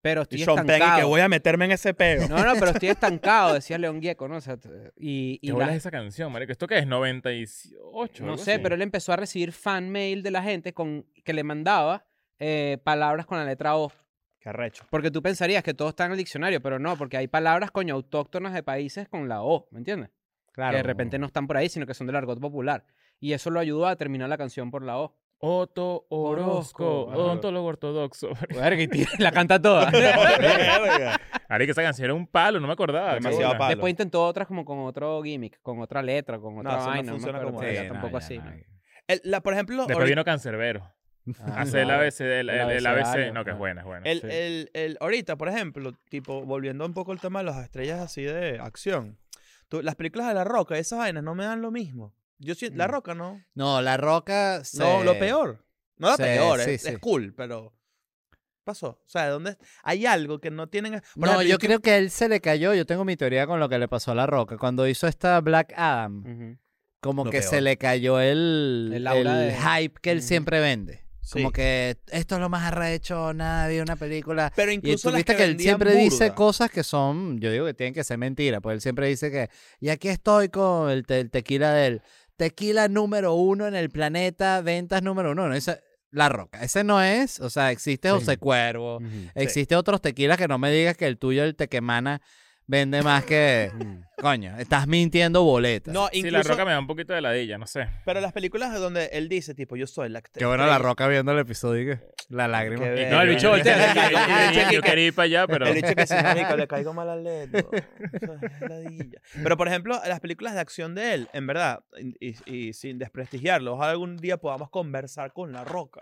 pero estoy Y Sean Penn y estancado. que voy a meterme en ese peo. No, no, pero estoy estancado, decía León Gieco, ¿no? O sea, t- y, y ¿Qué la- bolas es esa canción, marico? ¿Esto qué es? 98. no algo sé, así. pero él empezó a recibir fan mail de la gente con que le mandaba eh, palabras con la letra O. Qué arrecho. Porque tú pensarías que todo está en el diccionario, pero no, porque hay palabras, coño, autóctonas de países con la O, ¿me entiendes? Claro. que de repente no están por ahí, sino que son del argot popular. Y eso lo ayudó a terminar la canción por la O. Otto Orozco, Orozco. odontólogo ortodoxo. Verga, y tira- la canta toda. Ari, que esa canción era un palo, no me acordaba. Demasiado Qué buena. palo. Después intentó otras como con otro gimmick, con otra letra, con otra eso no vaina. funciona me acuerdo, como pero esa. ya Sí, tampoco así. ¿no? El- la, por ejemplo, Después ahorita, vino Cancerbero. Ah, Hace el no. ABC, el, el- el ABC. abecedario, No, que es claro. buena, es buena. el- eh, Sí. el- el- ahorita, por ejemplo, tipo, volviendo un poco al tema de las estrellas así de acción. Tú- las películas de La Roca, esas vainas no me dan lo mismo. Yo siento, La Mm. Roca no. No, La Roca. No, se- lo peor. No lo Sí, peor, sí, es, sí. es cool, pero pasó. O sea, ¿dónde? Hay algo que no tienen... por no, ejemplo, yo creo que a él se le cayó. Yo tengo mi teoría con lo que le pasó a La Roca. Cuando hizo esta Black Adam, Ujú. como Lo que se peor. le cayó el, El aura el de- hype que él Ujú. siempre vende. Como Sí. que esto es lo más arrecho, nada, vi una película. Pero Y incluso tú las viste que, él vendían siempre dice burda. cosas que son, yo digo que tienen que ser mentiras, pues él siempre dice que, y aquí estoy con el, te- el tequila del tequila número uno en el planeta, ventas número uno, no, dice La Roca, ese no es, o sea, existe Sí. José Cuervo, Ujú. existe otros tequilas que no me digas que el tuyo, el tequemana, vende más que, Ujú. coño, estás mintiendo boletas. No, Sí, incluso, la roca me da un poquito de ladilla, no sé. pero las películas donde él dice, tipo, yo soy la act- Qué bueno La estrella. Roca viendo el episodio, y que- la lágrima. Qué Y- bello. No, el bicho voltea. El bicho y- y- y- que- Yo quería ir para allá, pero. El hecho que sí, marico, le caigo mal al LED. weón. Eso es ladilla. Pero, por ejemplo, las películas de acción de él, en verdad, y, y sin desprestigiarlo, ojalá algún día podamos conversar con La Roca.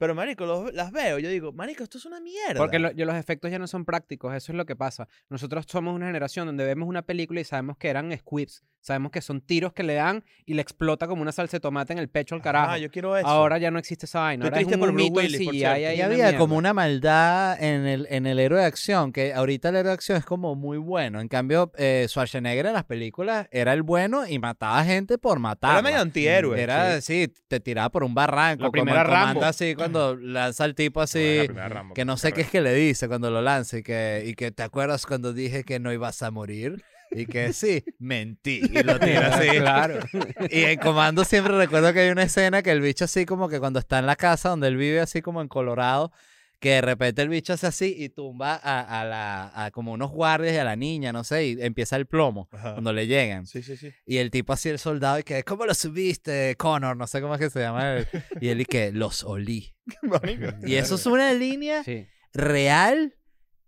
Pero, marico, los- las veo, yo digo, marico, esto es una mierda. Porque lo- yo- los efectos ya no son prácticos, eso es lo que pasa. Nosotros somos una generación donde vemos una película y sabemos que eran squibs, sabemos que son tiros que le dan y le explota como una salsa de tomate en el pecho al carajo. Ah, yo quiero eso. Ahora ya no existe esa vaina. Estoy Ahora es triste un por Bruce mito en Willis, por CGI cierto. ahí Ya Y una había como mierda. una maldad en el, en el héroe de acción, que ahorita el héroe de acción es como muy bueno. En cambio, eh, Schwarzenegger en las películas era el bueno y mataba gente por matar. Era medio antihéroe. Era, sí. sí. te tiraba por un barranco. La como el primera comando Rambo. así, cuando lanza al tipo Bueno, la así, primera Rambo, que no sé qué es que le dice cuando lo lanza y que, y que te acuerdas cuando dije que no ibas a morir. Y que sí, mentí. Y lo tira así. Claro. Y en Comando siempre recuerdo que hay una escena que el bicho así como que cuando está en la casa donde él vive así como en Colorado, que de repente el bicho hace así y tumba a, a la, a como unos guardias y a la niña, no sé, y empieza el plomo Ajá. cuando le llegan. Sí, sí, sí. Y el tipo así, el soldado, y que, ¿cómo lo subiste, Connor? No sé cómo es que se llama. él. Y él y que, los olí. Y eso es una línea Sí. real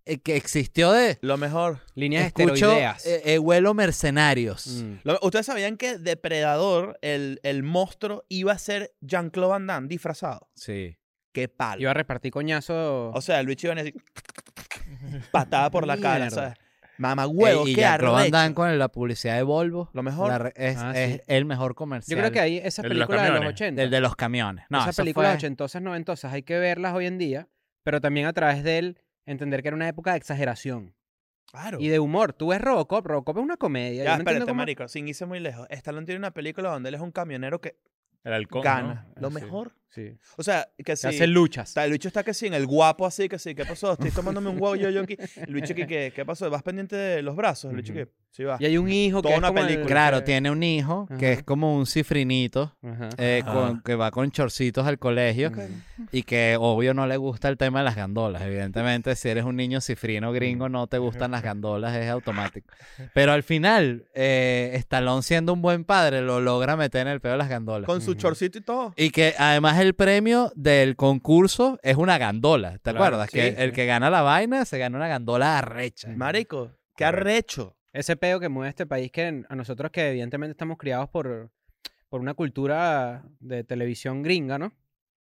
eh, que existió de... Lo mejor. Líneas Escucho, esteroideas. eh, eh, vuelo mercenarios. Mm. Lo- Ustedes sabían que Depredador, el, el monstruo, iba a ser Jean-Claude Van Damme disfrazado. Sí. Qué palo. Iba a repartir coñazo. O sea, el bicho iba a decir patada por la cara, Mierda. ¿sabes? Mamá huevo, Ey, y qué Jean-Claude Van arrecho. Damme con la publicidad de Volvo. Lo mejor. La re- es, Ah, es sí. el mejor comercial. Yo creo que ahí esas El de los películas de los camiones. 80. Del de los camiones. No, esas eso películas fue- ochentosas, noventosas, hay que verlas hoy en día, pero también a través de él entender que era una época de exageración Claro. y de humor. Tú ves Robocop, Robocop es una ya, comedia. yo no entiendo espérate, cómo- marico, sin irse muy lejos. Stallone tiene una película donde él es un camionero que El halcón. gana. ¿no? Lo Sí. mejor. Sí. O sea, que Se sí. hacen luchas. está- el bicho está que sí, en el guapo así, que sí. ¿Qué pasó? Estoy tomándome un huevo yo, yo aquí. El bicho que, que, ¿qué pasó? ¿Vas pendiente de los brazos? El bicho Ujú. que, sí va. Y hay un hijo Toda que es una como el- película. Claro, tiene un hijo que Ajá. es como un cifrinito. Ajá. eh, Ajá. con- que va con chorcitos al colegio Ok. y que obvio no le gusta el tema de las gandolas. Evidentemente, si eres un niño cifrino gringo, no te gustan las gandolas, es automático. Pero al final, eh, Stallone siendo un buen padre, lo logra meter en el pedo de las gandolas. Con su Ujú. chorcito y todo. Y que además el premio del concurso es una gandola, ¿te Claro, acuerdas? sí, que sí. el que gana la vaina se gana una gandola arrecha. Marico, qué Correcto. arrecho. Ese peo que mueve este país que en- a nosotros que evidentemente estamos criados por, por una cultura de televisión gringa, ¿no?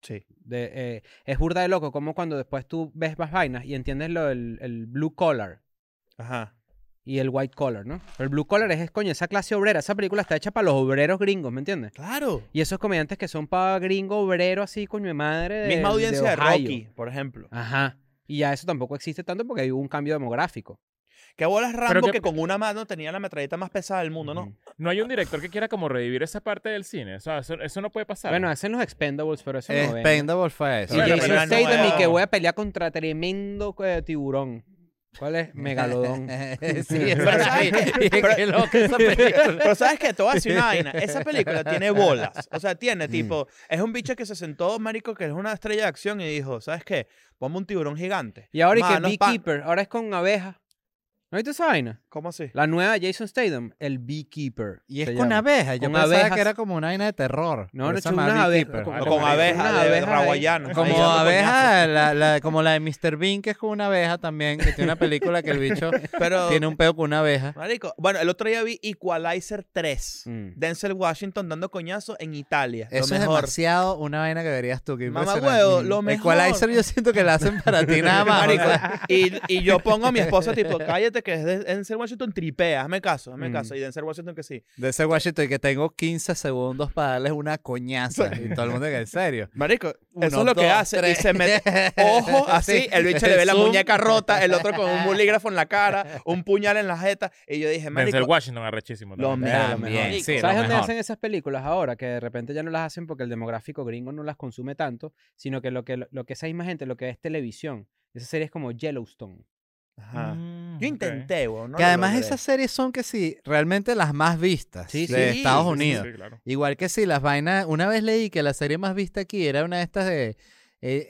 Sí. De, eh, es burda de loco como cuando después tú ves más vainas y entiendes lo del el blue collar. Ajá. y el white collar, ¿no? Pero el blue collar es, es, coño, esa clase obrera. Esa película está hecha para los obreros gringos, ¿me entiendes? Claro. Y esos comediantes que son para gringo obrero así, coño de madre. De, Misma audiencia de, Ohio. Rocky, por ejemplo. Ajá. Y ya eso tampoco existe tanto porque hubo un cambio demográfico. Qué bolas Rambo que- que... con una mano tenía la metralleta más pesada del mundo, ¿no? Ujú. No hay un director que quiera como revivir esa parte del cine. O sea, eso, eso no puede pasar. Bueno, hacen los Expendables, pero eso no ven. ¿no? Expendable Eh, fue eso. Y Bueno, Jason pero ya no Statham y es- que voy a pelear contra tremendo eh, tiburón. ¿Cuál es? sí, Megalodón. es Pero verdad. ¿sabes qué? Y- y- Pero- qué loca esa película. Pero sabes que te voy a decir una vaina. Esa película tiene bolas. O sea, tiene tipo. Es un bicho que se sentó, marico, que es una estrella de acción y dijo: ¿Sabes qué? Ponme un tiburón gigante. Y ahora y que Manos, pa- Beekeeper, ahora es con abeja. ¿No viste esa vaina? ¿Cómo así? La nueva de Jason Statham, el Beekeeper. Y es se con llama. abejas. Yo Con pensaba abejas. que era como una vaina de terror. No, Por no, eso chico, me unas abrí abejas, Keeper. con- No, Ah, con como abejas, abejas, de abejas ahí. raguayano. Ahí Como dando abeja, la, la- como la de Mr. Bean, que es con una abeja también, que tiene una película que el bicho coñazos. Pero, tiene un peo con una abeja. marico, bueno, el otro día vi Equalizer 3. Mm. Denzel Washington dando coñazo en Italia. Eso lo es mejor. demasiado una vaina que verías tú. Que Mamá impresionante. huevo, lo Mm. mejor. Equalizer yo siento que la hacen para ti nada más. o Marico, sea, y, y yo pongo a mi esposa tipo, cállate que es de- Denzel Washington tripea, hazme caso, hazme Mm. caso. Y Denzel Washington que sí. de ese Washington que tengo 15 segundos para darles una coñaza. Y todo el mundo que en serio. Marico, eso Uno, es lo que dos, hace. tres. Y se mete, ojo, así, Sí, el bicho le ve la zoom. muñeca rota, el otro con un bolígrafo en la cara, un puñal en la jeta. Y yo dije, Denzel marico, Washington, arrechísimo. Lo también. mejor, lo También, mejor. sí, lo ¿Sabes dónde mejor. hacen esas películas ahora? Que de repente ya no las hacen porque el demográfico gringo no las consume tanto, sino que lo que, lo que esa misma gente, lo que es televisión. Esa serie es como Yellowstone. Ajá. Mm. yo intenté, weón, no que lo además logré. esas series son que sí, realmente las más vistas Sí, de sí, Estados sí, Unidos. Sí, claro. Igual que sí, las vainas. Una vez leí que la serie más vista aquí era una de estas de eh,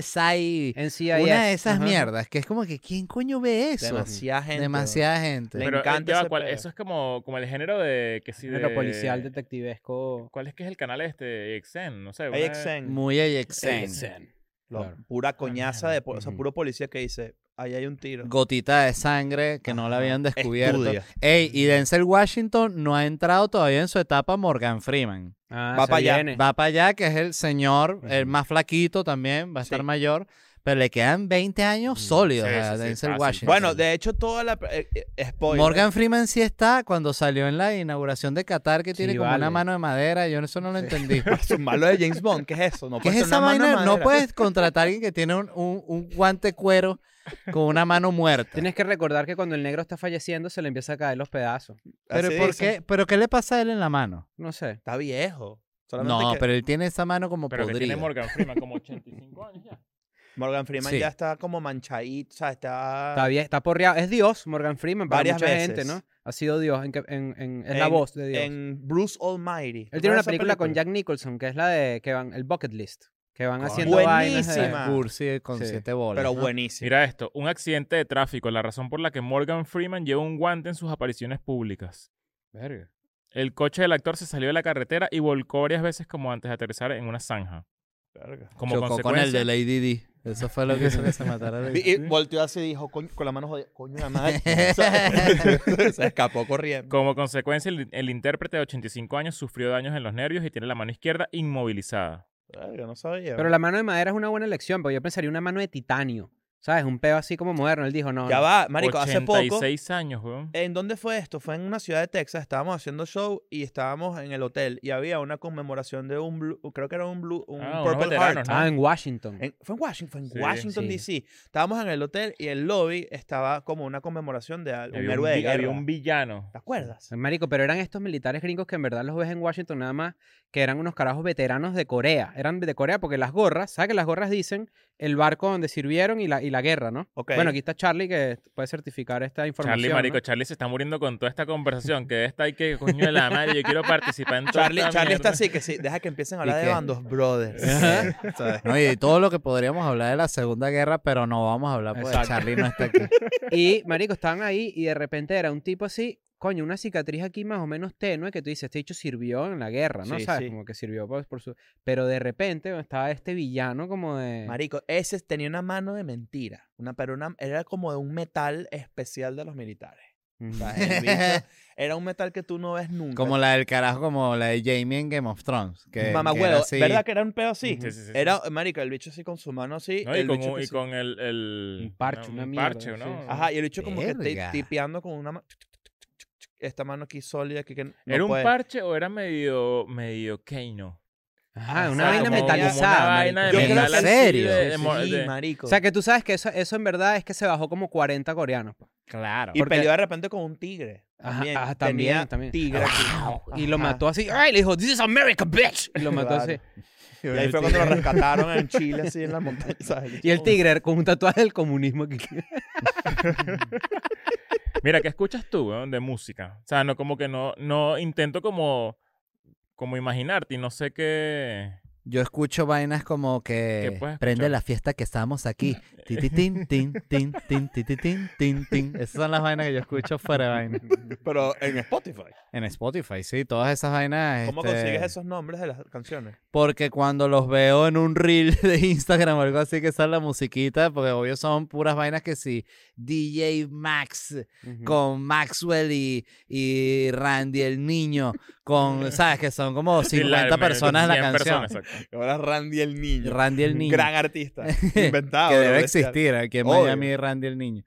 NCSI. NCIS. una de esas Ajá. mierdas. Que es como que, ¿quién coño ve eso? Demasiada gente. Demasiada gente. Le Pero eh, encanta ya va, ese ¿cuál- pedo. eso es como, como el género de que sí de Género policial, detectivesco. ¿Cuál es que es el canal este? XN, no sé. weón. una- AXN, Muy eh, Zen. AXN. lo- claro. pura coñaza de, po- o sea, Ujú. puro policía que dice, ahí hay un tiro. Gotita de sangre que no la habían descubierto. Estudia. Ey, y Denzel Washington no ha entrado todavía en su etapa Morgan Freeman. Ah, Va se pa' allá. viene. Va para allá, que es el señor, el Ujú. más flaquito también, va a estar Sí. mayor, pero le quedan 20 años Mm, sólidos sí, a sí, sí, Denzel fácil. Washington. Bueno, de hecho, toda la. eh, eh, spoiler. Morgan Freeman sí está cuando salió en la inauguración de Qatar que tiene Sí, como una vale. mano de madera. Yo eso no lo entendí. Su malo de James Bond, ¿qué es eso? No ¿Qué es puede ser esa una mano de vaina? No madera. puedes contratar a alguien que tiene un, un- un guante cuero con una mano muerta. Tienes que recordar que cuando el negro está falleciendo se le empieza a caer los pedazos. Pero, Así ¿por dicen. qué, ¿Pero qué le pasa a él en la mano? No sé. Está viejo. Solamente No, que pero él tiene esa mano como Pero que podrida. tiene Morgan Freeman como 85 años ya. Morgan Freeman Sí. ya está como manchadito, o sea, está... Está bien, está porreado. Es Dios, Morgan Freeman, para Ah. Varias mucha gente, veces. ¿no? Ha sido Dios. En, que- en- en- es la En- voz de Dios. En Bruce Almighty. Él tiene una película, con Jack Nicholson, que es la de que van, el Bucket List, que van Coño. haciendo Buenísima. vainas. Freeman. Cursi con Sí, siete bolas. Pero ¿no? buenísimo. Mira esto, un accidente de tráfico, la razón por la que Morgan Freeman lleva un guante en sus apariciones públicas. De... Verga. El coche del actor se salió de la carretera y volcó varias veces como antes de aterrizar en una zanja. Como Chocó con el consecuencia, de Lady Di. Eso fue lo que hizo que se matara. de- Y, y volteó así y dijo, coño, con la mano jodida, coño, la madre. O sea, Se escapó corriendo. como consecuencia el, el intérprete de 85 años sufrió daños en los nervios y tiene la mano izquierda inmovilizada. Verga, no sabía. Pero la mano de madera es una buena elección, porque yo pensaría una mano de titanio. ¿Sabes? Un peo así como moderno. Él dijo, no. Ya no. va, marico, hace poco... Eh, 86 años, weón. ¿En dónde fue esto? Fue en una ciudad de Texas, estábamos haciendo show y estábamos en el hotel y había una conmemoración de un blue, creo que era un blue, un Ah, unos Purple Heart. veteranos, ¿no? Ah, en Washington. En- fue en Washington, fue en Sí. Washington Sí. DC. Estábamos en el hotel y el lobby estaba como una conmemoración de al- Y un había, héroe de un, vi- había guerra. un villano. ¿Te acuerdas? Marico, pero eran estos militares gringos que en verdad los ves en Washington nada más, que eran unos carajos veteranos de Corea. Eran de Corea porque las gorras, ¿sabes que las gorras dicen el barco donde sirvieron y la, y la guerra, no? Ok. Bueno, aquí está Charlie que puede certificar esta información. Charlie, marico, ¿no? Charlie se está muriendo con toda esta conversación. Que esta hay que, coño de la madre, yo quiero participar en toda Charlie, esta Charlie está mierda. así que sí, deja que empiecen a hablar ¿Y de qué? bandos brothers. Ajá. ¿Sabes? No, y todo lo que podríamos hablar de la Segunda Guerra, pero no vamos a hablar porque Exacto. Charlie no está aquí. Y, marico, estaban ahí y de repente era un tipo así, coño, una cicatriz aquí más o menos tenue que tú dices, este hecho sirvió en la guerra, ¿no? Sí, ¿Sabes? sí. Como que sirvió por, por su... Pero de repente bueno, estaba este villano como de... Marico, ese tenía una mano de mentira, una, pero una- era como de un metal especial de los militares. Ujú. O sea, el bicho era un metal que tú no ves nunca. Como la del carajo, como la de Jamie en Game of Thrones. Que, que era Mamagüevo, así. ¿verdad que era un pedo así? Sí, sí, sí, sí. Era, marico, el bicho así con su mano así. No, el y con, bicho un- que y sí. con el, el- Un parche, una mierda, parche, sí, ¿no? sí. Ajá, y el bicho como que Verga. te, tipeando con una mano. Esta mano aquí sólida que, que no ¿Era un puede. parche o era medio, medio Keino? Ajá, O Ah, una sea, vaina como- como una metalizada. vaina marico. Yo ¿En creo que serio? sí, de- Sí, de- sí. sí, marico. O sea, que tú sabes que eso, eso en verdad es que se bajó como 40 coreanos. pues. pa. Claro. y peleó de repente con un tigre. Ajá, También. ajá, también, Tenía también. Tigre. aquí. Y lo Ah, Ajá. mató así. ¡Ay! Le dijo, This is America, bitch. Y lo mató Claro. así. Y ahí fue cuando lo rescataron en Chile, así en la montaña. ¿sabes? Y el tigre con un tatuaje del comunismo aquí. Mira, ¿qué escuchas tú, weón, de música? O sea, no como que no, no intento como, como imaginarte y no sé qué... yo escucho vainas como que ¿Qué puedes prende escuchar? la fiesta que estábamos aquí. Ti, ti, tin, tin, tin, tin, ti, ti, tin, tin, tin. Esas son las vainas que yo escucho fuera de vaina. Pero en Spotify. En Spotify, sí, todas esas vainas. ¿Cómo este, consigues esos nombres de las canciones? Porque cuando los veo en un reel de Instagram o algo así que sale la musiquita, porque obvio son puras vainas que sí, DJ Max Ujú. con Maxwell y, y Randy el niño, con, ¿sabes? Que son como 50 personas en la canción. Ahora Randy el Niño. Randy el niño. Gran artista. Inventado. que debe bestial. existir aquí en Obvio. Miami Randy el niño.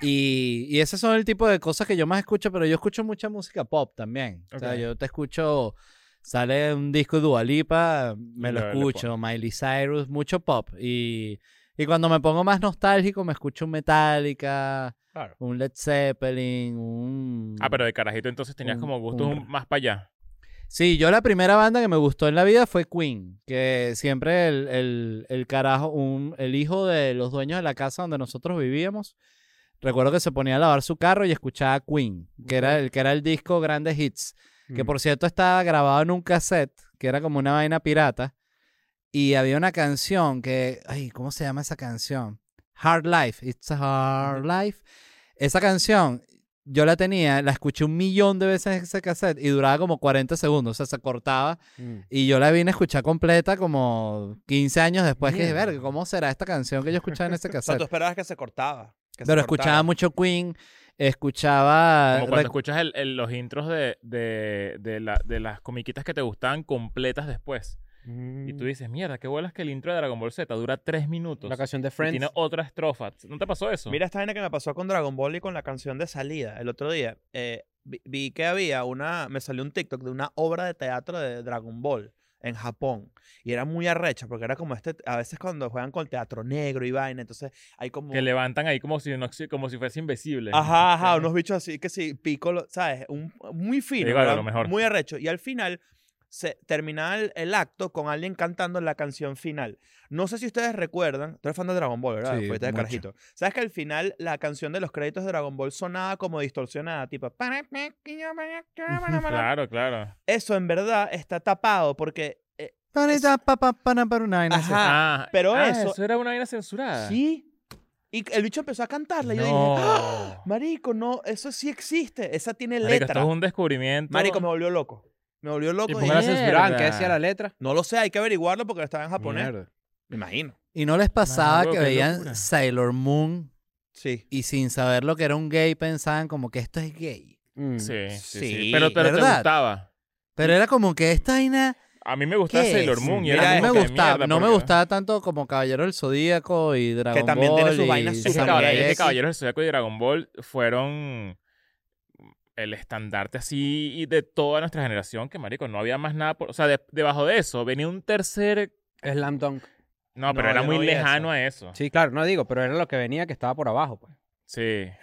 Y, y esos son el tipo de cosas que yo más escucho, pero yo escucho mucha música pop también. O sea, Ok. yo te escucho, sale un disco de Dua Lipa, me lo Lo- le escucho, Miley Cyrus, mucho pop. Y, y cuando me pongo más nostálgico, me escucho un Metallica, Claro. un Led Zeppelin, un... Ah, Mm. pero de carajito entonces tenías Un- como gustos un- un- más para allá. Sí, yo la primera banda que me gustó en la vida fue Queen, que siempre el, el- el carajo, un, el hijo de los dueños de la casa donde nosotros vivíamos, recuerdo que se ponía a lavar su carro y escuchaba Queen, que, era, el, que era el disco Grandes Hits, que Mm. por cierto estaba grabado en un cassette, que era como una vaina pirata, y había una canción que, ay, ¿cómo se llama esa canción? Hard Life, It's a Hard Life. Esa canción yo la tenía, la escuché un millón de veces en ese cassette y duraba como 40 segundos, o sea, se cortaba Mm. y yo la vine a escuchar completa como 15 años después que dije, Mierda. ver, ¿cómo será esta canción que yo escuchaba en ese O sea, tú cassette? esperabas que se cortaba. que se cortara. Pero escuchaba mucho Queen, escuchaba... Ah, Como cuando rec- escuchas el- el- los intros de, de, de la- de las comiquitas que te gustaban completas después. Y Mm. tú dices, mierda, qué bolas que el intro de Dragon Ball Z dura tres minutos. La canción de y Friends. tiene otra estrofa. ¿No te pasó eso? Mira esta vaina que me pasó con Dragon Ball y con la canción de salida el otro día. Eh, vi, vi que había una, me salió un TikTok de una obra de teatro de Dragon Ball en Japón. Y era muy arrecha porque era como este, a veces cuando juegan con teatro negro y vaina, entonces hay como... Que levantan ahí como si, no- como si fuese invisible. Ajá, ajá, Claro. unos bichos así que sí, pico, lo- ¿sabes? Un- muy fino, Igual, a ¿verdad? lo mejor. muy arrecho. Y al final se terminaba el, el acto con alguien cantando la canción final. No sé si ustedes recuerdan, tú eres fan de Dragon Ball, ¿verdad? Sí, Fuiste de mucho. carajito. ¿Sabes que al final la canción de los créditos de Dragon Ball sonaba como distorsionada, tipo... Claro, claro. Eso en verdad está tapado porque... eh, Pa, pa, pa, na, pa, una vaina así. Ajá. Ah, pero ah, eso- era una vaina Ah. censurada. sí. Y el bicho empezó a cantarla y yo No. dije... "Ah, Marico, no, eso sí existe. Esa tiene Marico, esto letra. es un descubrimiento. Marico, me volvió loco. Me volvió ¿Y loco. por y- ¿Cómo la Mierda. censuraban? ¿Qué decía la letra? No lo sé, hay que averiguarlo porque estaba en japonés. Mierda. Me imagino. Y no les pasaba Marico, que qué veían locura. Sailor Moon Sí. y sin saber lo que era un gay pensaban como que esto es gay. Mm. Sí, sí, sí. Sí, Pero, pero te ¿verdad? gustaba. Pero era como que esta vaina... A mí me gustaba ¿Qué Sailor es? Moon. Y Mira, era a mí me como que gustaba, mierda, no me porque- gustaba tanto como Caballero del Zodíaco y Dragon Ball. también tiene sus y vainas Es que, Samurai Samurai este caballero, es que X. Caballeros del Zodiaco y Dragon Ball fueron el estandarte así y de toda nuestra generación, que marico, no había más nada. por- o sea, de- debajo de eso venía un tercer. Slam Dunk. No, pero No, era yo muy no vi lejano a eso. Sí. Sí, claro, no digo, pero era lo que venía que estaba por abajo, pues.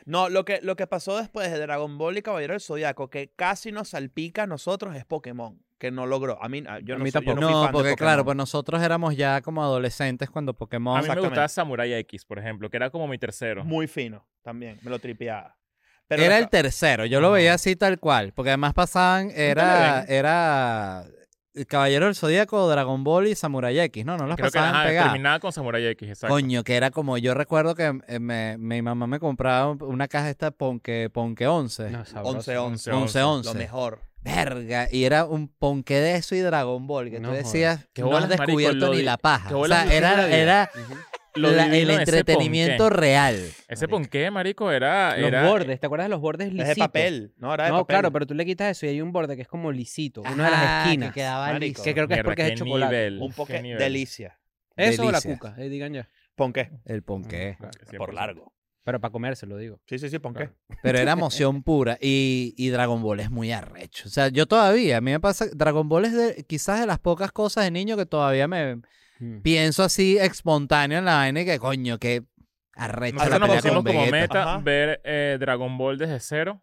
No, lo que, lo que pasó después de Dragon Ball y Caballero del Zodiaco, que casi nos salpica a nosotros, es Pokémon. Que no logró. A mí, a- yo A no, mí soy- yo tampoco. fui No, fan de porque Pokémon. claro, pues nosotros éramos ya como adolescentes cuando Pokémon... A mí me gustaba exactamente. Samurai X, por ejemplo, que era como mi tercero. Muy fino también. Me lo tripeaba. Pero Era lo- el tercero, yo lo Ajá. veía así tal cual, porque además pasaban, era, era el Caballero del Zodíaco, Dragon Ball y Samurai X, ¿no? No los Creo que pasaban ajá, pegados. terminaba con Samurai X, exacto. Coño, que era como, yo recuerdo que eh, me- mi mamá me compraba un- una caja esta Ponque, Ponque 11, No, sabroso. 11 11 11, 11, Lo 11, mejor. verga, y era un Ponque de eso y Dragon Ball, que No tú jodas. decías, Qué no bolas, has marico, descubierto lo ni di- la paja, qué o bolas sea, lo di- era, era Ujú. Lo la- el divino de ese entretenimiento ponqué. real. Ese ponqué, marico, era... Los era- bordes, ¿te acuerdas de los bordes Es lisitos? de papel. No, era de No, papel. claro, pero tú le quitas eso y hay un borde que es como lisito, una de Ajá, las esquinas. Que quedaba marico. liso. Que creo que es Mierda, porque es qué de chocolate. nivel, Un qué poco nivel. delicia. Eso o la Delicias. cuca, eh, digan ya. ¿Pon qué? El ponqué. Claro. Por 100%. largo. Pero para comerse, lo digo. Sí, sí, sí, pon qué. Pero era emoción pura. Y, y Dragon Ball es muy arrecho. O sea, yo todavía, a mí me pasa, Dragon Ball es de- quizás de las pocas cosas de niño que todavía me Mm, pienso así espontáneo en la vaina y que coño, que arrecho Nosotros la nos pelea pusimos con como Vegeta. meta Ajá. ver eh, Dragon Ball desde cero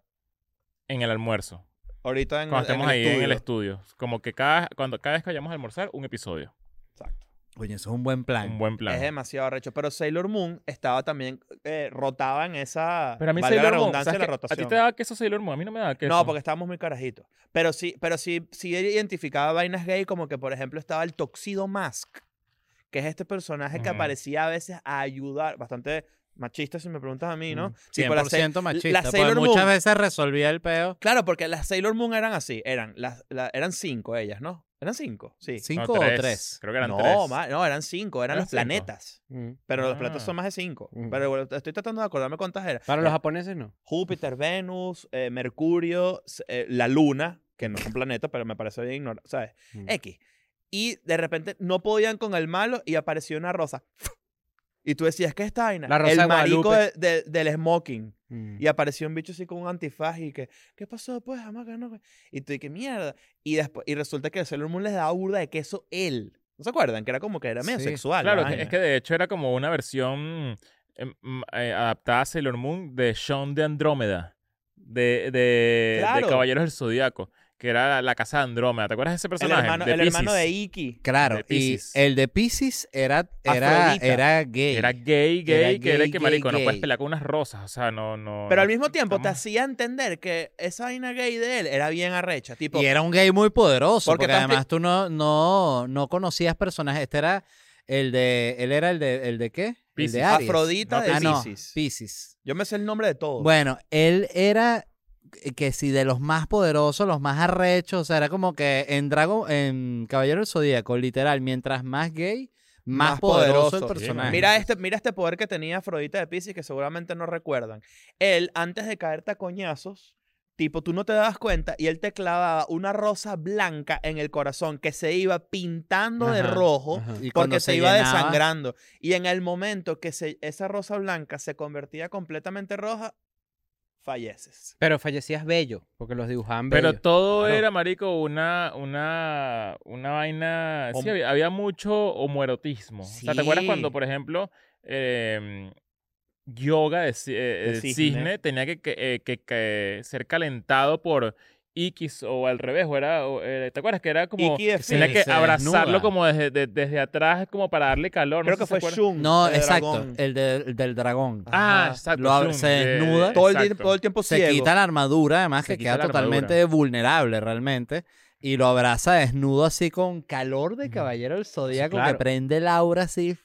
en el almuerzo. Ahorita en, Cuando en el estemos ahí en el estudio. estudio. Como que cada, cuando, cada vez que vayamos a almorzar, un episodio. Exacto. Oye, eso es un buen plan. Un buen plan. Es demasiado arrecho. Pero Sailor Moon estaba también, eh, rotaba en esa. Pero a mí valga Sailor la Moon, redundancia, ¿sabes la qué? rotación. A ti te daba queso Sailor Moon, a mí no me daba queso. No, porque estábamos muy carajitos. Pero sí, pero sí, sí identificaba vainas gay, como que por ejemplo estaba el Toxido Mask, que es este personaje que Ujú. aparecía a veces a ayudar, bastante machista si me preguntas a mí, ¿no? Mm. Sí, pero la 100% Sai- machista. la pues Sailor muchas Moon. veces resolvía el peo. Claro, porque las Sailor Moon eran así, eran las, la- eran cinco ellas, ¿no? Eran cinco, sí. No, ¿Cinco o tres? Creo que eran no, tres. ma- no, eran cinco, eran, Eran los cinco. planetas. Pero los planetas Ah. son más de cinco. Mm. Pero bueno, estoy tratando de acordarme cuántas eran. Para los Eh, japoneses no. Júpiter, Venus, eh, Mercurio, s- eh, la Luna, que no es un planeta, pero me parece bien ignorante, ¿sabes? Mm. X. Y de repente no podían con el malo y apareció una rosa. Y tú decías, ¿qué es esta vaina? La rosa de el marico Guadalupe. de- de- del smoking. Mm. Y apareció un bicho así con un antifaz y que, ¿qué pasó pues? Amaca, no, pues?". y tú, y que mierda. Y, después, y resulta que el Sailor Moon les daba burda de queso él. ¿No se acuerdan? Que era como que era medio Sí. sexual. la Claro, que- vaina. es que de hecho era como una versión em, mm, eh, adaptada a Sailor Moon de Sean de Andrómeda, de, de, Claro. de Caballeros del Zodíaco, que era la, la casa de Andrómeda. ¿Te acuerdas de ese el personaje? hermano de el hermano de Piscis. Iki. Claro, De y Piscis. el de Pisces era, era, Afrodita. era gay. Era Era gay, gay, que era gay, el que marico, gay, no puedes gay. pelear con unas rosas, o sea, no, no. Pero al no- mismo tiempo te estamos- hacía entender que esa vaina gay de él era bien arrecha. Tipo, Y era un gay muy poderoso, Porque porque, te han además tú no, no, no conocías personajes. Este era el de, él era el de, ¿el de qué? El Piscis. de Aries. Afrodita No, de ah, no, Piscis. Pisces. Yo me sé el nombre de todo. Bueno, él era que- que si de los más poderosos, los más arrechos, o sea, era como que en Dragon, en Caballero del Zodíaco, literal, mientras más gay, más, Más poderoso, poderoso. el personaje. Mira este, mira este poder que tenía Afrodita de Pisces que seguramente no recuerdan. Él, antes de caerte a coñazos, tipo, tú no te dabas cuenta y él te clavaba una rosa blanca en el corazón que se iba pintando de Ajá, rojo Ajá. Y cuando porque se, iba llenaba, desangrando. Y en el momento que se- esa rosa blanca se convertía completamente roja, falleces. Pero fallecías bello, porque los dibujaban bello. Pero todo Claro. era, marico, una, una, una vaina. Sí, Hom- había, había mucho homoerotismo. O sea, ¿te acuerdas cuando, Sí. por ejemplo, eh, yoga de, ci- eh, De eh, cisne. cisne. tenía que, que, eh, que- que ser calentado por X o al revés? O era, o, eh, ¿Te acuerdas que era como. Iki de se le- Tenía Phoenix. que se abrazarlo desnuda. como desde, de- desde atrás, como para darle calor. Creo no sé que si se fue acuerdan. Shun. No, de exacto, dragón. el del, del dragón. Ah, Ajá. exacto. Lo ab- Shun, se de- de- desnuda. Todo el, di- exacto. todo el tiempo se ciego. quita la armadura, además Se que quita queda la armadura. totalmente vulnerable realmente. Y lo abraza desnudo así con calor de Ujú. caballero del zodíaco claro. que prende el aura así.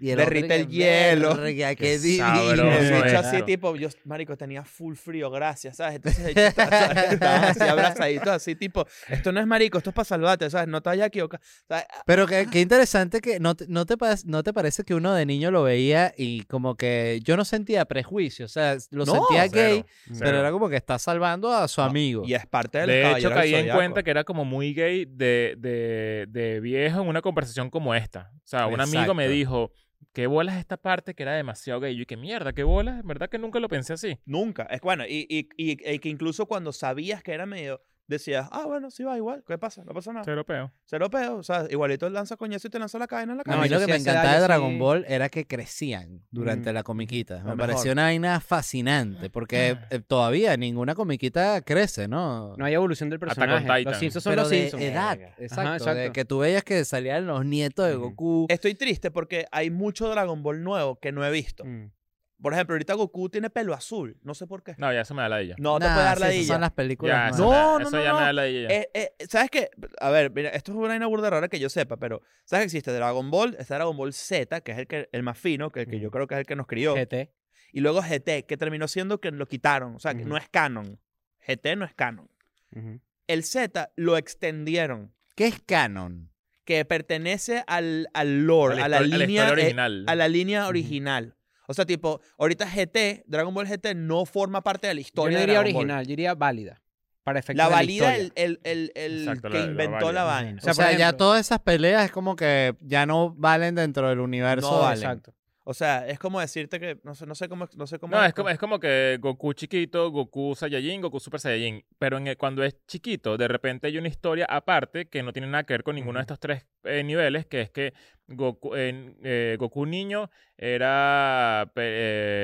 Y el Derrite hombre el que, hielo. "Verga, Qué qué divino". sabroso eh. Y el Eso bicho es. así, Claro. tipo, yo, marico, tenía full frío, gracias, ¿sabes? Entonces, el bicho estaba- estaban así abrazaditos, así, tipo, esto no es marico, esto es para salvarte, ¿sabes? No te vayas a equivocar. ¿sabes? Pero qué, qué interesante que no te, no, te, pa- no te parece que uno de niño lo veía y como que yo no sentía prejuicio, o sea, lo No, sentía Cero, gay, cero. pero era como que está salvando a su amigo. Y es parte de los De hecho, Caballeros del caí en Zodiaco. cuenta que era como muy gay de, de, de viejo en una conversación como esta. O sea, un amigo me Exacto. dijo, ¿qué bolas esta parte que era demasiado gay? Y yo, ¿qué mierda? ¿Qué bolas? En verdad que nunca lo pensé así. Nunca. Es bueno, y, y, y- y que incluso cuando sabías que era medio, decías, ah, bueno, sí va igual, ¿qué pasa? No pasa nada. Cero peo. Ah. Cero peo, o sea, igualito lanza coñazo y te lanza la cadena en la A cara. No, mí yo lo que sí me a esa encantaba edad de yo Dragon sí- Ball era que crecían durante Ujú. la comiquita. Lo Me mejor. pareció una vaina fascinante porque eh, todavía ninguna comiquita crece, ¿no? No hay evolución del Attack on personaje. Titan. Los Simpsons son Pero los de Simpsons. edad, Verga. Ajá, exacto, De que tú veías que salían los nietos de Ujú. Goku. Estoy triste porque hay mucho Dragon Ball nuevo que no he visto. Mm. Por ejemplo, ahorita Goku tiene pelo azul, no sé por qué. No, ya se me da la ella. No, te Nah, puede dar sí, la esas son las Ya, películas. eso malas. no, me- no, eso no, ya no. me da la ella. Eh, eh, ¿Sabes qué? A ver, mira, esto es una vaina burda rara que yo sepa, pero ¿sabes que existe Dragon Ball? Está Dragon Ball Z, que es el, que, el más fino, que, el que yo Ujú. creo que es el que nos crió. GT. Y luego GT, que terminó siendo que lo quitaron. O sea, que Ujú. no es canon. GT no es canon. Ujú. El Z lo extendieron, ¿Qué es canon? que pertenece al, al lore, a la, histo- línea, historia eh, original. a la línea Ujú. original. O sea, tipo, ahorita GT, Dragon Ball GT no forma parte de la Yo historia no de diría Dragon Ball. original, yo diría válida. Para efectos La de valida historia. el, el, el, el Exacto, que la- la inventó la válida. vaina. O O sea, sea, por ya ejemplo- todas esas peleas es como que ya no valen dentro del universo. No, valen. Exacto. O sea, es como decirte que no sé, no sé cómo no sé cómo No, es como, es como que Goku chiquito, Goku Saiyajin, Goku Super Saiyajin. Pero en el- cuando es chiquito, de repente hay una historia aparte que no tiene nada que ver con ninguno de Ujú. estos tres eh, niveles, que es que Goku, en- eh, Goku niño era pe-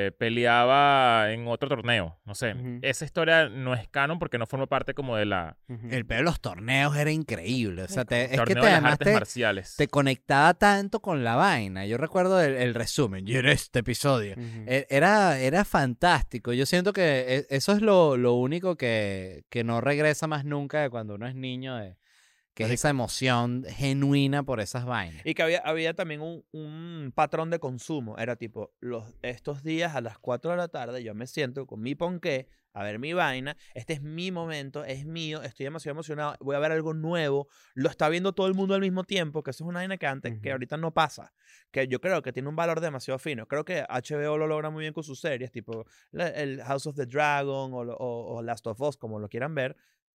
eh, peleaba en otro torneo, no sé. Ujú. Esa historia no es canon porque no forma parte como de la El peor de los torneos era increíble. O sea, te- es que torneo te, de las además artes te, marciales. te conectaba tanto con la vaina. Yo recuerdo el, el resumen. Y en este episodio. E- Era, era fantástico. Yo siento que e- eso es lo, lo único que, que no regresa más nunca de cuando uno es niño, de- que es esa emoción genuina por esas vainas. Y que había, había también un, un patrón de consumo. Era tipo, los, estos días a las 4 de la tarde yo me siento con mi ponqué a ver mi vaina. Este es mi momento, es mío, estoy demasiado emocionado, voy a ver algo nuevo. Lo está viendo todo el mundo al mismo tiempo, que eso es una vaina que antes, que Ujú. ahorita no pasa. Que yo creo que tiene un valor demasiado fino. Creo que HBO lo logra muy bien con sus series, tipo la- el House of the Dragon o, lo- o- o Last of Us, como lo quieran ver,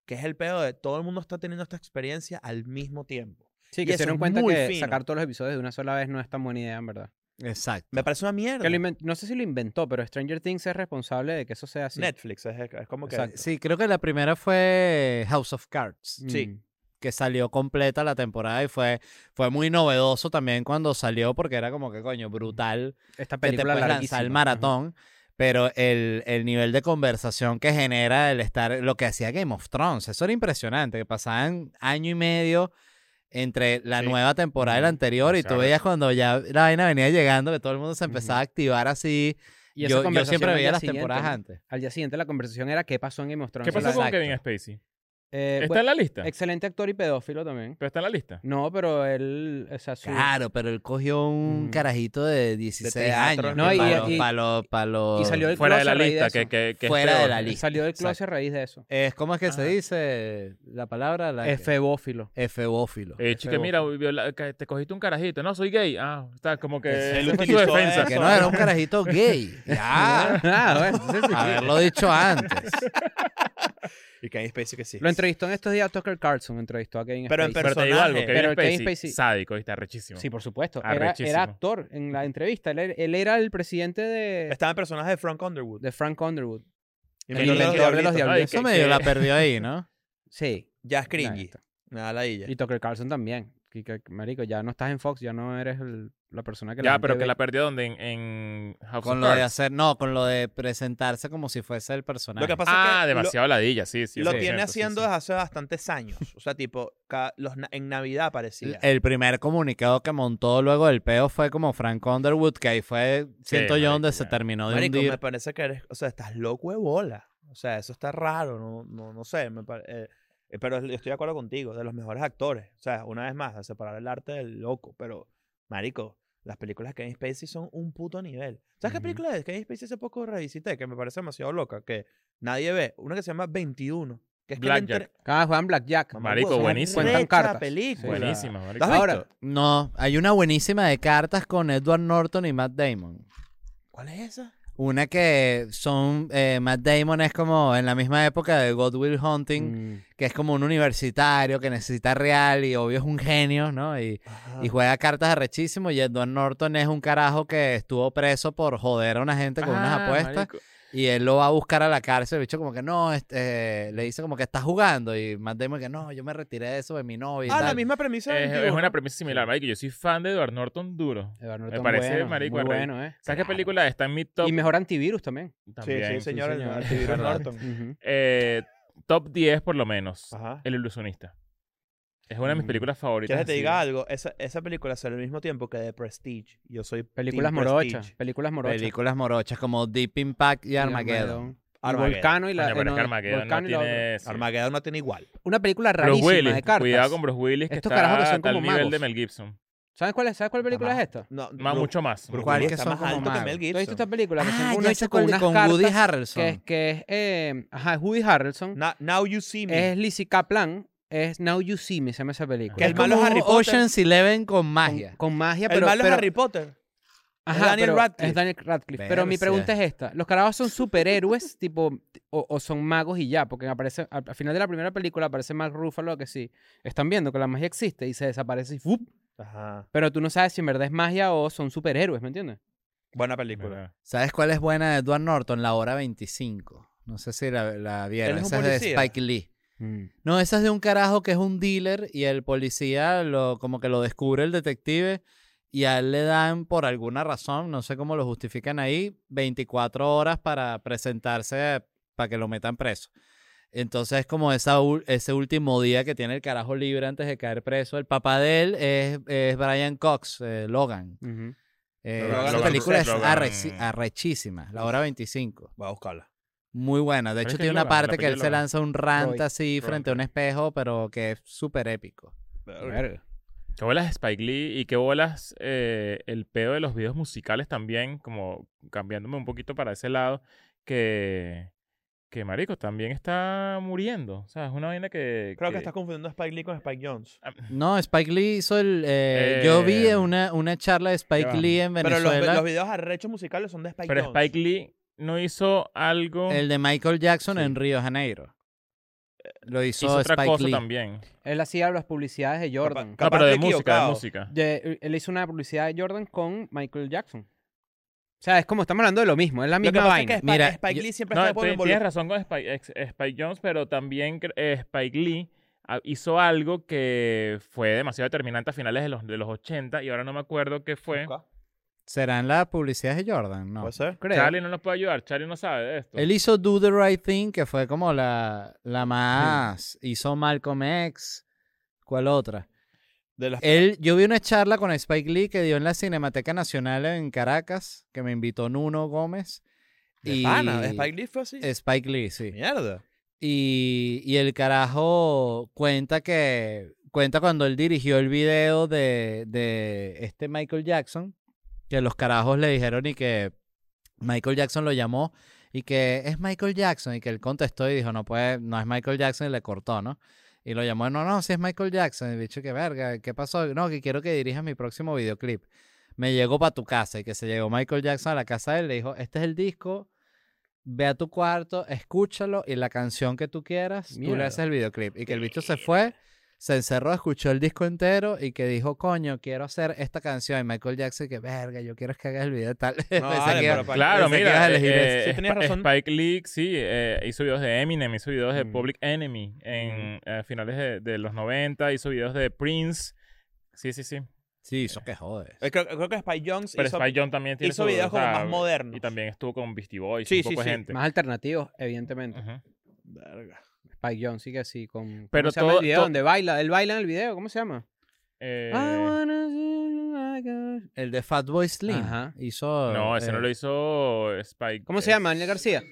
que es el pedo de todo el mundo está teniendo esta experiencia al mismo tiempo. Sí, Y que eso se es dieron cuenta muy que fino. sacar todos los episodios de una sola vez no es tan buena idea, en verdad. Exacto. Me parece una mierda. Que lo inven- no sé si lo inventó, pero Stranger Things es responsable de que eso sea así. Netflix, es, es como que... Exacto. Sí, creo que la primera fue House of Cards. Sí. Mm. que salió completa la temporada y fue, fue muy novedoso también cuando salió porque era como que coño brutal Esta que te película puedes larguísima. lanzar el maratón pero el, el nivel de conversación que genera el estar lo que hacía Game of Thrones eso era impresionante que pasaban año y medio entre la Sí. nueva temporada y la Ujú. anterior y tú Demasiado. veías cuando ya la vaina venía llegando que todo el mundo se empezaba a activar así Ajá. Y esa yo, yo conversación siempre al veía día las siguiente, temporadas ¿no? antes Al día siguiente la conversación era qué pasó en Game of Thrones. ¿Qué pasó con Exacto. Kevin Spacey? Eh, ¿Está bueno, en la lista? Excelente actor y pedófilo también. ¿Pero está en la lista? No, pero él, o sea, su- Claro, pero él cogió un Ujú. carajito de 16 teatro, años. ¿no? No, Y- y- y salió el Fuera de closet la a raíz lista. eso. que, que, que es Fuera de peor. la él lista. salió del closet exacto. a raíz de eso. Es, ¿Cómo es que se Ajá. dice la palabra? La Es febófilo. que- Efebófilo. Eh, chica, feo. mira, viola- que te cogiste un carajito. No, soy gay. Ah, está como que. Él esa fue su utilizó defensa. eso. Que no, era un carajito gay. Ya. Ah, bueno, entonces sí. Haberlo dicho antes. Y que hay especie que sí. Lo entrevistó en estos días Tucker Carlson, entrevistó a Kevin Pero en Spacey. Pero te digo algo, personaje. Kevin, Pero Spacey, Kevin Spacey- sádico, está rechísimo. Sí, por supuesto. Era, Arrechísimo. era actor en la entrevista. Él, era- él era el presidente Este de, Estaba en personaje de Frank Underwood. de Frank Underwood. Y el Menor de los inventor de Diablitos. los Ay, diablitos. que- Eso medio que- la perdió ahí, ¿no? Sí. Ya es Nah, cringy. está. Me da la illa. Y Tucker Carlson también. Que- que, Marico, ya no estás en Fox, ya no eres el- la persona que la ya, gente pero que ve. la perdió donde en, en House Con of lo de Cards. hacer, no, con lo de presentarse como si fuese el personaje. Lo que pasa Ah, es que lo- demasiado ladilla, sí, sí. lo, sí, tiene cierto, sí, haciendo sí. desde hace bastantes años. O sea, tipo, ca- los, na- en Navidad El- parecía. El primer comunicado que montó luego del peo fue como Frank Underwood, que ahí fue, siento yo, marico, donde se ya. terminó de Marico, me hundir. parece que eres... O sea, estás loco de bola. O sea, eso está raro. No, no, no sé. me pare- eh, eh, pero yo estoy de acuerdo contigo. De los mejores actores. O sea, una vez más, a separar el arte del loco. Pero, marico... Las películas de Kevin Spacey son un puto nivel. ¿Sabes qué Ujú. película de Kevin Spacey hace poco revisité? Que me parece demasiado loca. Que nadie ve. Una que se llama 21. Que es que la Blackjack. entre- Ah, Juan Blackjack. Mamá Marico, huevo, es una buenísima. recha Cuentan cartas. película. Buenísima, ¿La marico. has Ahora, visto? No, hay una buenísima de cartas con Edward Norton y Matt Damon. ¿Cuál es esa? Una que son. eh, Matt Damon es como en la misma época de God Will Hunting, Mm. que es como un universitario que necesita real y obvio es un genio, ¿no? Y, y juega cartas arrechísimo. Y Edward Norton es un carajo que estuvo preso por joder a una gente con unas Ah, apuestas. marico. Y él lo va a buscar a la cárcel. El bicho, como que no, este, eh, le dice como que está jugando. Y Matt Damon, que no, yo me retiré de eso de mi novia. y Ah, la tal". misma premisa. de Ah, Es, es 21. una premisa similar, marico. Yo soy fan de Edward Norton duro. Edward Norton, parece, bueno, marico, muy arre- bueno, ¿eh? ¿Sabes qué película está en mi top? Y mejor antivirus también. Sí, También, sí, señor. el- el señor. Tiberius Es verdad. Norton. Ujú. Eh, top 10 por lo menos. Ajá. El ilusionista. Es una de mis Mm. películas favoritas. ¿Quieres que te así. diga "Ah, algo? Esa, esa película sale al mismo tiempo que The Prestige. Yo soy. team Películas morochas. Prestige. Películas morochas. Películas morochas como Deep Impact y Armageddon. Y Armageddon. Volcano y la. Coño, eh, pero es no, que Armageddon no Volcano y la otra. tiene... sí. Armageddon no tiene igual. Una película Bruce rarísima Willis. de cartas. Cuidado con Bruce Willis, que Estos está carajos que son a tal como nivel de magos. Mel Gibson. ¿Sabes cuál, es- ¿Sabes cuál película es esta? No, Más, Bru- mucho más. Bruce mucho ¿Cuál Willis que está son más como alto que magos? Mel ¿Tú has visto Gibson. esta película? Que son Ah, como ya una sé con cuál, unas con cartas Woody Harrelson. que es, que es, eh, ajá, es Woody Harrelson, Na- Now You See Me. es Lizzie Kaplan, es Now You See Me, se llama esa película. Que el Es como malo es un Harry Potter. Ocean's Eleven con Con- magia. Con, magia, el pero... malo pero- es Harry Potter. ajá, Daniel pero Radcliffe. Es Daniel Radcliffe. Pero mi Verse. pregunta es esta. ¿Los carajos son superhéroes tipo t- o, o son magos y ya? Porque aparece, al, al final de la primera película aparece Mark Ruffalo que sí. Están viendo que la magia existe y se desaparece y ¡fup! Ajá. Pero tú no sabes si en verdad es magia o son superhéroes, ¿me entiendes? Buena más. película. ¿Sabes cuál es buena de Edward Norton? La hora 25. No sé si la, la vieron. Él es un Esa es de policía. Spike Lee. No, esa es de un carajo que es un dealer y el policía lo, como que lo descubre el detective y a él le dan, por alguna razón, no sé cómo lo justifican ahí, 24 horas para presentarse para que lo metan preso. Entonces, como esa, ul- ese último día que tiene el carajo libre antes de caer preso, el papá de él es, es Brian Cox, eh, Logan. Eh, Logan- esa Logan película es Cruz, arreci- Logan- arrechísima, la hora 25. Voy a buscarla. Muy buena. De Pero es hecho, que tiene una Logan, la parte que él película se Logan. lanza un rant Roy, así Roy, frente a un espejo, pero que es súper épico. Qué bolas Spike Lee y qué bolas eh, el pedo de los videos musicales también, como cambiándome un poquito para ese lado, que, que Marico también está muriendo. O sea, es una vaina que... Creo que estás confundiendo a Spike Lee con Spike Jones. No, Spike Lee hizo el... eh, yo vi Eh, una, una charla de Spike va. Lee en Pero los, Venezuela. los videos arrechos musicales son de Spike Pero Jones. Spike Lee no hizo algo... El de Michael Jackson Sí. Eh, en Río de Janeiro. Lo hizo, hizo otra Spike cosa Lee. también. Él hacía las publicidades de Jordan. No, Capaz pero de estoy música, de equivocado. música. De- él hizo una publicidad de Jordan con Michael Jackson. O sea, es como estamos hablando de lo mismo, es la Lo que misma pasa vaina. es que Spi- Mira, Spike yo- Lee siempre No, está te- involucrado. tienes razón con Spike, ex- Spike Jones, pero también cre- eh, Spike Lee ah, hizo algo que fue demasiado determinante a finales de los, de los 80 y ahora no me acuerdo qué fue. Busca. ¿Serán las publicidades de Jordan? No. Puede ser. Creo. Charlie no nos puede ayudar, Charlie no sabe de esto. Él hizo Do the Right Thing, que fue como la, la más. Hizo Malcolm X. ¿Cuál otra? De las- Él, yo vi una charla con Spike Lee que dio en la Cinemateca Nacional en Caracas, que me invitó Nuno Gómez. Eh, de pana, de Spike Lee fue así. Spike Lee, sí. Mierda. Y, y el carajo cuenta que cuenta cuando él dirigió el video de, de este Michael Jackson, que los carajos le dijeron y que Michael Jackson lo llamó y que es Michael Jackson y que él contestó y dijo, no puede, no es Michael Jackson y le cortó, ¿no? Y lo llamó, no, no, si es Michael Jackson. Y el bicho, que verga, ¿qué pasó? No, que quiero que dirijas mi próximo videoclip. Me llegó para tu casa y que se llegó Michael Jackson a la casa de él, le dijo, este es el disco, ve a tu cuarto, escúchalo y la canción que tú quieras, tú le Mierda. haces el videoclip. Y que el bicho se fue, se encerró, escuchó el disco entero y que dijo, coño, quiero hacer esta canción. Y Michael Jackson, que verga, yo quiero que hagas el video y tal. No, Pensé vale, que- pero para- Claro, pensé que mira, ibas a elegir eh, ese. Sí, tenías Sp- razón. Spike Lee, sí, eh, hizo videos de Eminem, hizo videos de Mm. Public Enemy Mm. en eh, finales de, de los 90, hizo videos de Prince. Sí, sí, sí. Sí, eso que jodes. Eh, Creo, creo que Spike Jones Pero hizo, Spike Jones también tiene hizo su- videos o como sea, más modernos. Y también estuvo con Beastie Boys, Sí, un sí, poco sí. de gente. Más alternativos, evidentemente. Ujú. Verga. Spike Jones sí que sí, con... ¿cómo Pero se llama todo- el video todo- donde baila? Él baila en el video, ¿cómo se llama? Eh, I wanna see you like a- El de Fatboy Slim. Ajá. Hizo. No, ese no eh, lo hizo Spike. ¿Cómo se eh, llama, Daniel García?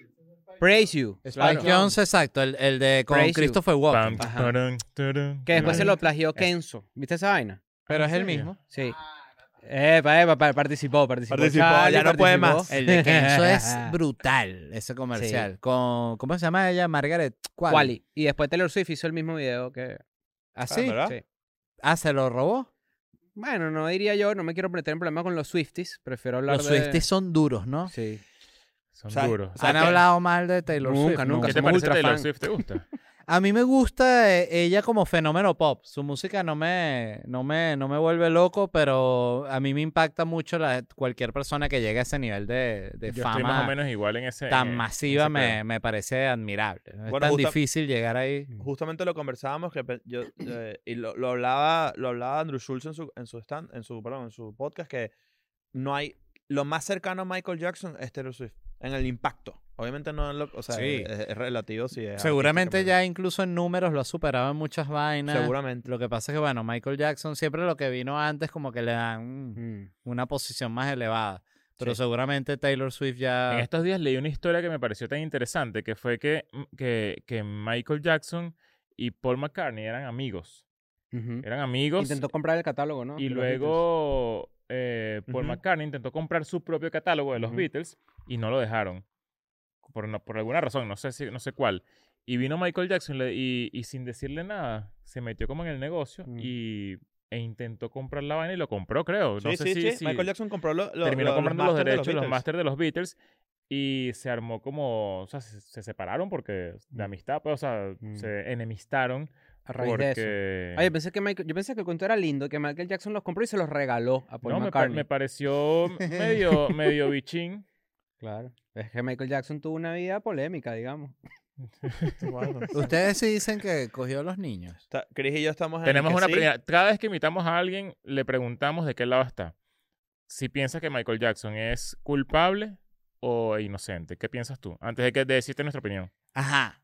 Praise You. Spike Claro. Jones, exacto. El, el de con Praise You. Christopher Walken. pam, Ajá. tarán, tarán, Que después se tarán. lo plagió Es- Kenzo. ¿Viste esa vaina? Pero ¿En es el serio? mismo. Sí. Ah, Epa, epa, pa- participó, participó. Participó, Charlie ya no puede participó. más. El de Kenzo es brutal, ese comercial. Sí. Con, ¿Cómo se llama ella? Margaret Qualley. Quali. Y después Taylor Swift hizo el mismo video que... ¿Ah, sí? ¿verdad? Sí. Ah, ¿se lo robó? Bueno, no diría yo, no me quiero meter en problemas con los Swifties. Prefiero hablar Los de... Swifties son duros, ¿no? Sí. Son O sea, duros. o sea, Han que- hablado mal de Taylor Nunca, Swift. nunca. ¿Qué te somos parece ultra Taylor fan. Swift? ¿Te gusta? A mí me gusta eh, ella como fenómeno pop. Su música no me, no me, no me vuelve loco, pero a mí me impacta mucho la, cualquier persona que llegue a ese nivel de, de Yo fama estoy más o menos igual en ese. en- tan en masiva ese me, pedo. me parece admirable. ¿no? Bueno, es tan justa- difícil llegar ahí. Justamente lo conversábamos que pe- yo eh, y lo, lo hablaba lo hablaba Andrew Schultz en su en su stand, en su perdón, en su podcast que no hay lo más cercano a Michael Jackson es Taylor Swift en el impacto. Obviamente no en lo, o sea, Sí. es, es relativo si es Seguramente artísticamente. ya incluso en números lo ha superado en muchas vainas. seguramente Lo que pasa es que, bueno, Michael Jackson siempre lo que vino antes como que le dan mm, Mm. una posición más elevada. Pero seguramente Taylor Swift ya... En este estos días leí una historia que me pareció tan interesante, que fue que, mm, que, que Michael Jackson y Paul McCartney eran amigos. Ujú. Eran amigos. Intentó comprar el catálogo, ¿no? Eh, y De los luego eh, Paul Ujú. McCartney intentó comprar su propio catálogo de los Ujú. Beatles y no lo dejaron. Por, una- por alguna razón, no sé, si, no sé cuál. Y vino Michael Jackson le- y, y sin decirle nada, se metió como en el negocio Mm. y, e intentó comprar la vaina y lo compró, creo. No Sí, sé sí, si, sí. si Michael Jackson compró lo- lo- terminó lo- comprando los, masters de derechos, los Beatles. masters de los Beatles y se armó como, o sea, se, se separaron porque de amistad, pues, o sea, Mm. se enemistaron Beatles. A raíz de eso. porque... Ay, yo pensé que Michael, yo pensé que el cuento era lindo, que Michael Jackson los compró y se los regaló a Paul No, me, pa- McCartney. me pareció medio, medio bichín. Claro. Es que Michael Jackson tuvo una vida polémica, digamos. Bueno, Ustedes sí dicen que cogió a los niños. está- Chris y yo estamos en el Tenemos que una sí. primera- Cada vez que invitamos a alguien, le preguntamos de qué lado está. si piensas que Michael Jackson es culpable o inocente. ¿Qué piensas tú? Antes de que decirte nuestra opinión. Ajá.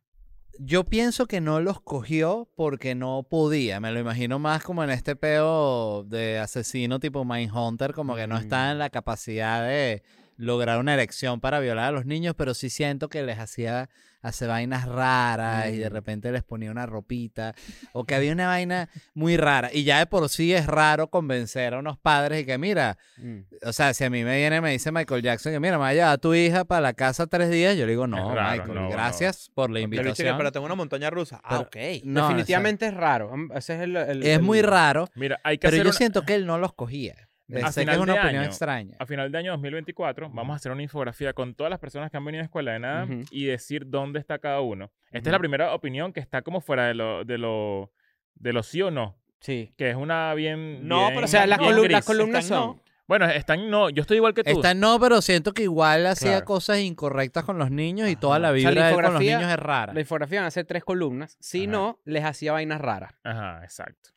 Yo pienso que no los cogió porque no podía. Me lo imagino más como en este peo de asesino tipo Mindhunter, como que no Mm. está en la capacidad de lograr una erección para violar a los niños, pero sí siento que les hacía hace vainas raras y de Mm. repente les ponía una ropita o que había una vaina muy rara. Y ya de por sí es raro convencer a unos padres y que mira, Mm. o sea, si a mí me viene y me dice Michael Jackson que mira, me va a llevar a tu hija para la casa tres días, yo le digo, no, raro, Michael, no, no. gracias por la Porque el bicho que, invitación. pero tengo una montaña rusa. Ah, ok. No, Definitivamente es raro. Am- Ese es el- o el- sea, es el- muy raro, Mira, hay que pero hacer yo una- siento que él no los cogía. A Sé que es final una de opinión año, extraña. a final de año 2024 vamos a hacer una infografía con todas las personas que han venido a Escuela de Nada Ujú. y decir dónde está cada uno. Esta es la Ujú. primera opinión que está como fuera de lo, de lo, de lo sí o no, Sí. que es una bien... No, bien- pero O sea, las No, bien colu- gris. las columnas Están son. no. Bueno, están no, yo estoy igual que tú. Está no, pero siento que igual hacía Claro. cosas incorrectas con los niños y toda Ajá. la O sea, vibra la de él con los infografía- niños es rara. La infografía van a ser tres columnas. Si Ajá. no, les hacía vainas raras. Ajá, exacto.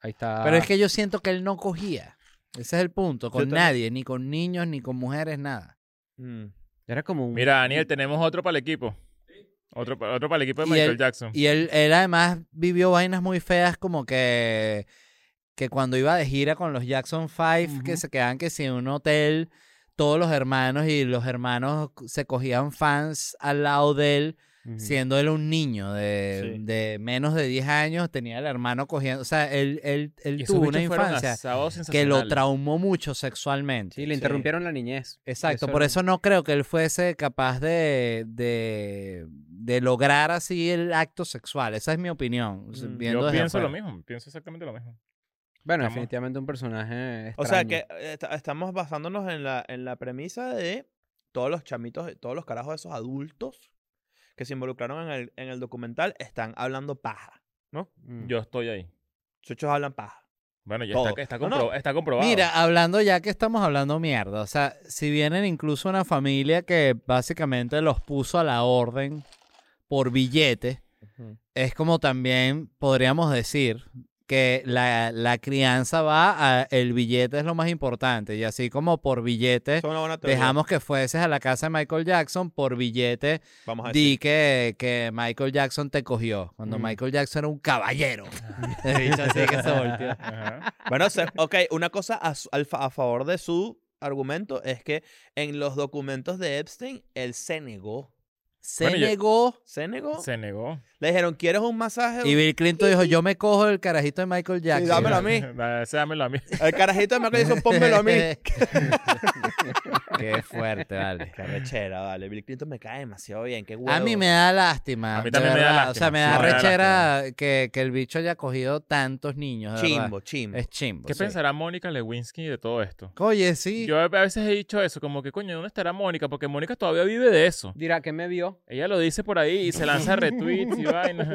Ahí está. Pero Ah. es que yo siento que él no cogía. Ese es el punto, con también. nadie, ni con niños, ni con mujeres, nada. Mm. Era como un. Mira, Daniel, tenemos otro para el equipo. Otro, pa- otro para el equipo de Y Michael el- Jackson. Y él, él además vivió vainas muy feas como que, que cuando iba de gira con los Jackson Five, que Ujú. se quedaban que si en un hotel, todos los hermanos y los hermanos se cogían fans al lado de él, Ujú. siendo él un niño de, Sí. de menos de 10 años, tenía el hermano cogiendo, o sea, él, él, él Y esos tuvo una bichos fueron infancia asados que lo sensacionales. traumó mucho sexualmente. Sí, le Sí. interrumpieron la niñez. Exacto, Eso por era- eso no creo que él fuese capaz de, de, de lograr así el acto sexual. Esa es mi opinión. o sea, Mm. viendo Yo desde pienso lo afuera. mismo, pienso exactamente lo mismo. Bueno, Estamos- definitivamente un personaje. Extraño. O sea que eh, est- estamos basándonos en la, en la premisa de todos los chamitos, eh, todos los carajos de esos adultos que se involucraron en el, en el documental están hablando paja. Mm. Yo estoy ahí. Chuchos hablan paja. Eh, Bueno, ya Todo. está, está No, no. compro- está comprobado. Mira, hablando ya que estamos hablando mierda, o sea, si vienen incluso una familia que básicamente los puso a la orden por billete, es como también podríamos decir que la, la crianza va a el billete es lo más importante y así como por billete Eso es una buena teoría, dejamos que fueses a la casa de Michael Jackson por billete Vamos a di decir. que, que Michael Jackson te cogió. Cuando Mm. Michael Jackson era un caballero. El bicho así que se volteó. Ajá. Bueno, se- ok, una cosa a, su- al fa- a favor de su argumento es que en los documentos de Epstein, él se negó. Se Bueno, yo- negó. ¿Se negó? Se negó. Le dijeron, ¿quieres un masaje? Y Bill Clinton dijo, yo me cojo el carajito de Michael Jackson. dámelo a mí. Da- ese dámelo a mí. El carajito de Michael dijo, pónmelo a mí. Qué fuerte, vale. Qué rechera, vale. Bill Clinton me cae demasiado bien. Qué huevo. A mí me da lástima. A mí de también me da verdad. O sea, lástima, me sí, da me da rechera que, que el bicho haya cogido tantos niños. de verdad. Chimbo, chimbo. Es chimbo. ¿Qué sí. pensará Mónica Lewinsky de todo esto? Oye, sí. Yo a veces he dicho eso, como que coño, ¿dónde estará Mónica? Porque Mónica todavía vive de eso. Dirá que me vio. Ella lo dice por ahí y se lanza retweets y vainas.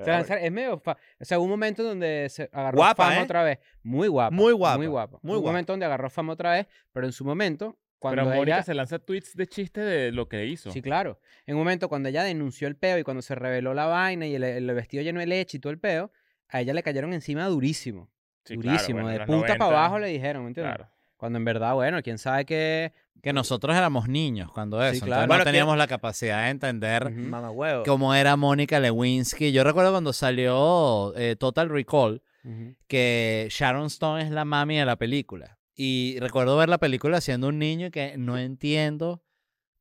O sea, lanzar- es medio. fa- O sea, hubo un momento donde se agarró Guapa, fama ¿eh? otra vez. Muy guapa. Muy guapa, Muy guapa. muy Hubo un guapa. momento donde agarró fama otra vez, pero en su momento, cuando Pero Mónica ella. se lanza tweets de chiste de lo que hizo. Sí, claro. En un momento cuando ella denunció el peo y cuando se reveló la vaina y el, el vestido lleno de leche y todo el peo, a ella le cayeron encima durísimo. Sí, claro, durísimo. bueno, en de los punta 90, para abajo le dijeron, ¿me entiendes? Claro. Cuando en verdad, bueno, quién sabe qué. Que nosotros éramos niños cuando eso. claro. entonces Bueno, no que- teníamos la capacidad de entender Ujú. Mamá huevo. cómo era Mónica Lewinsky. Yo recuerdo cuando salió eh, Total Recall Ujú. que Sharon Stone es la mami de la película. Y recuerdo ver la película siendo un niño y que no entiendo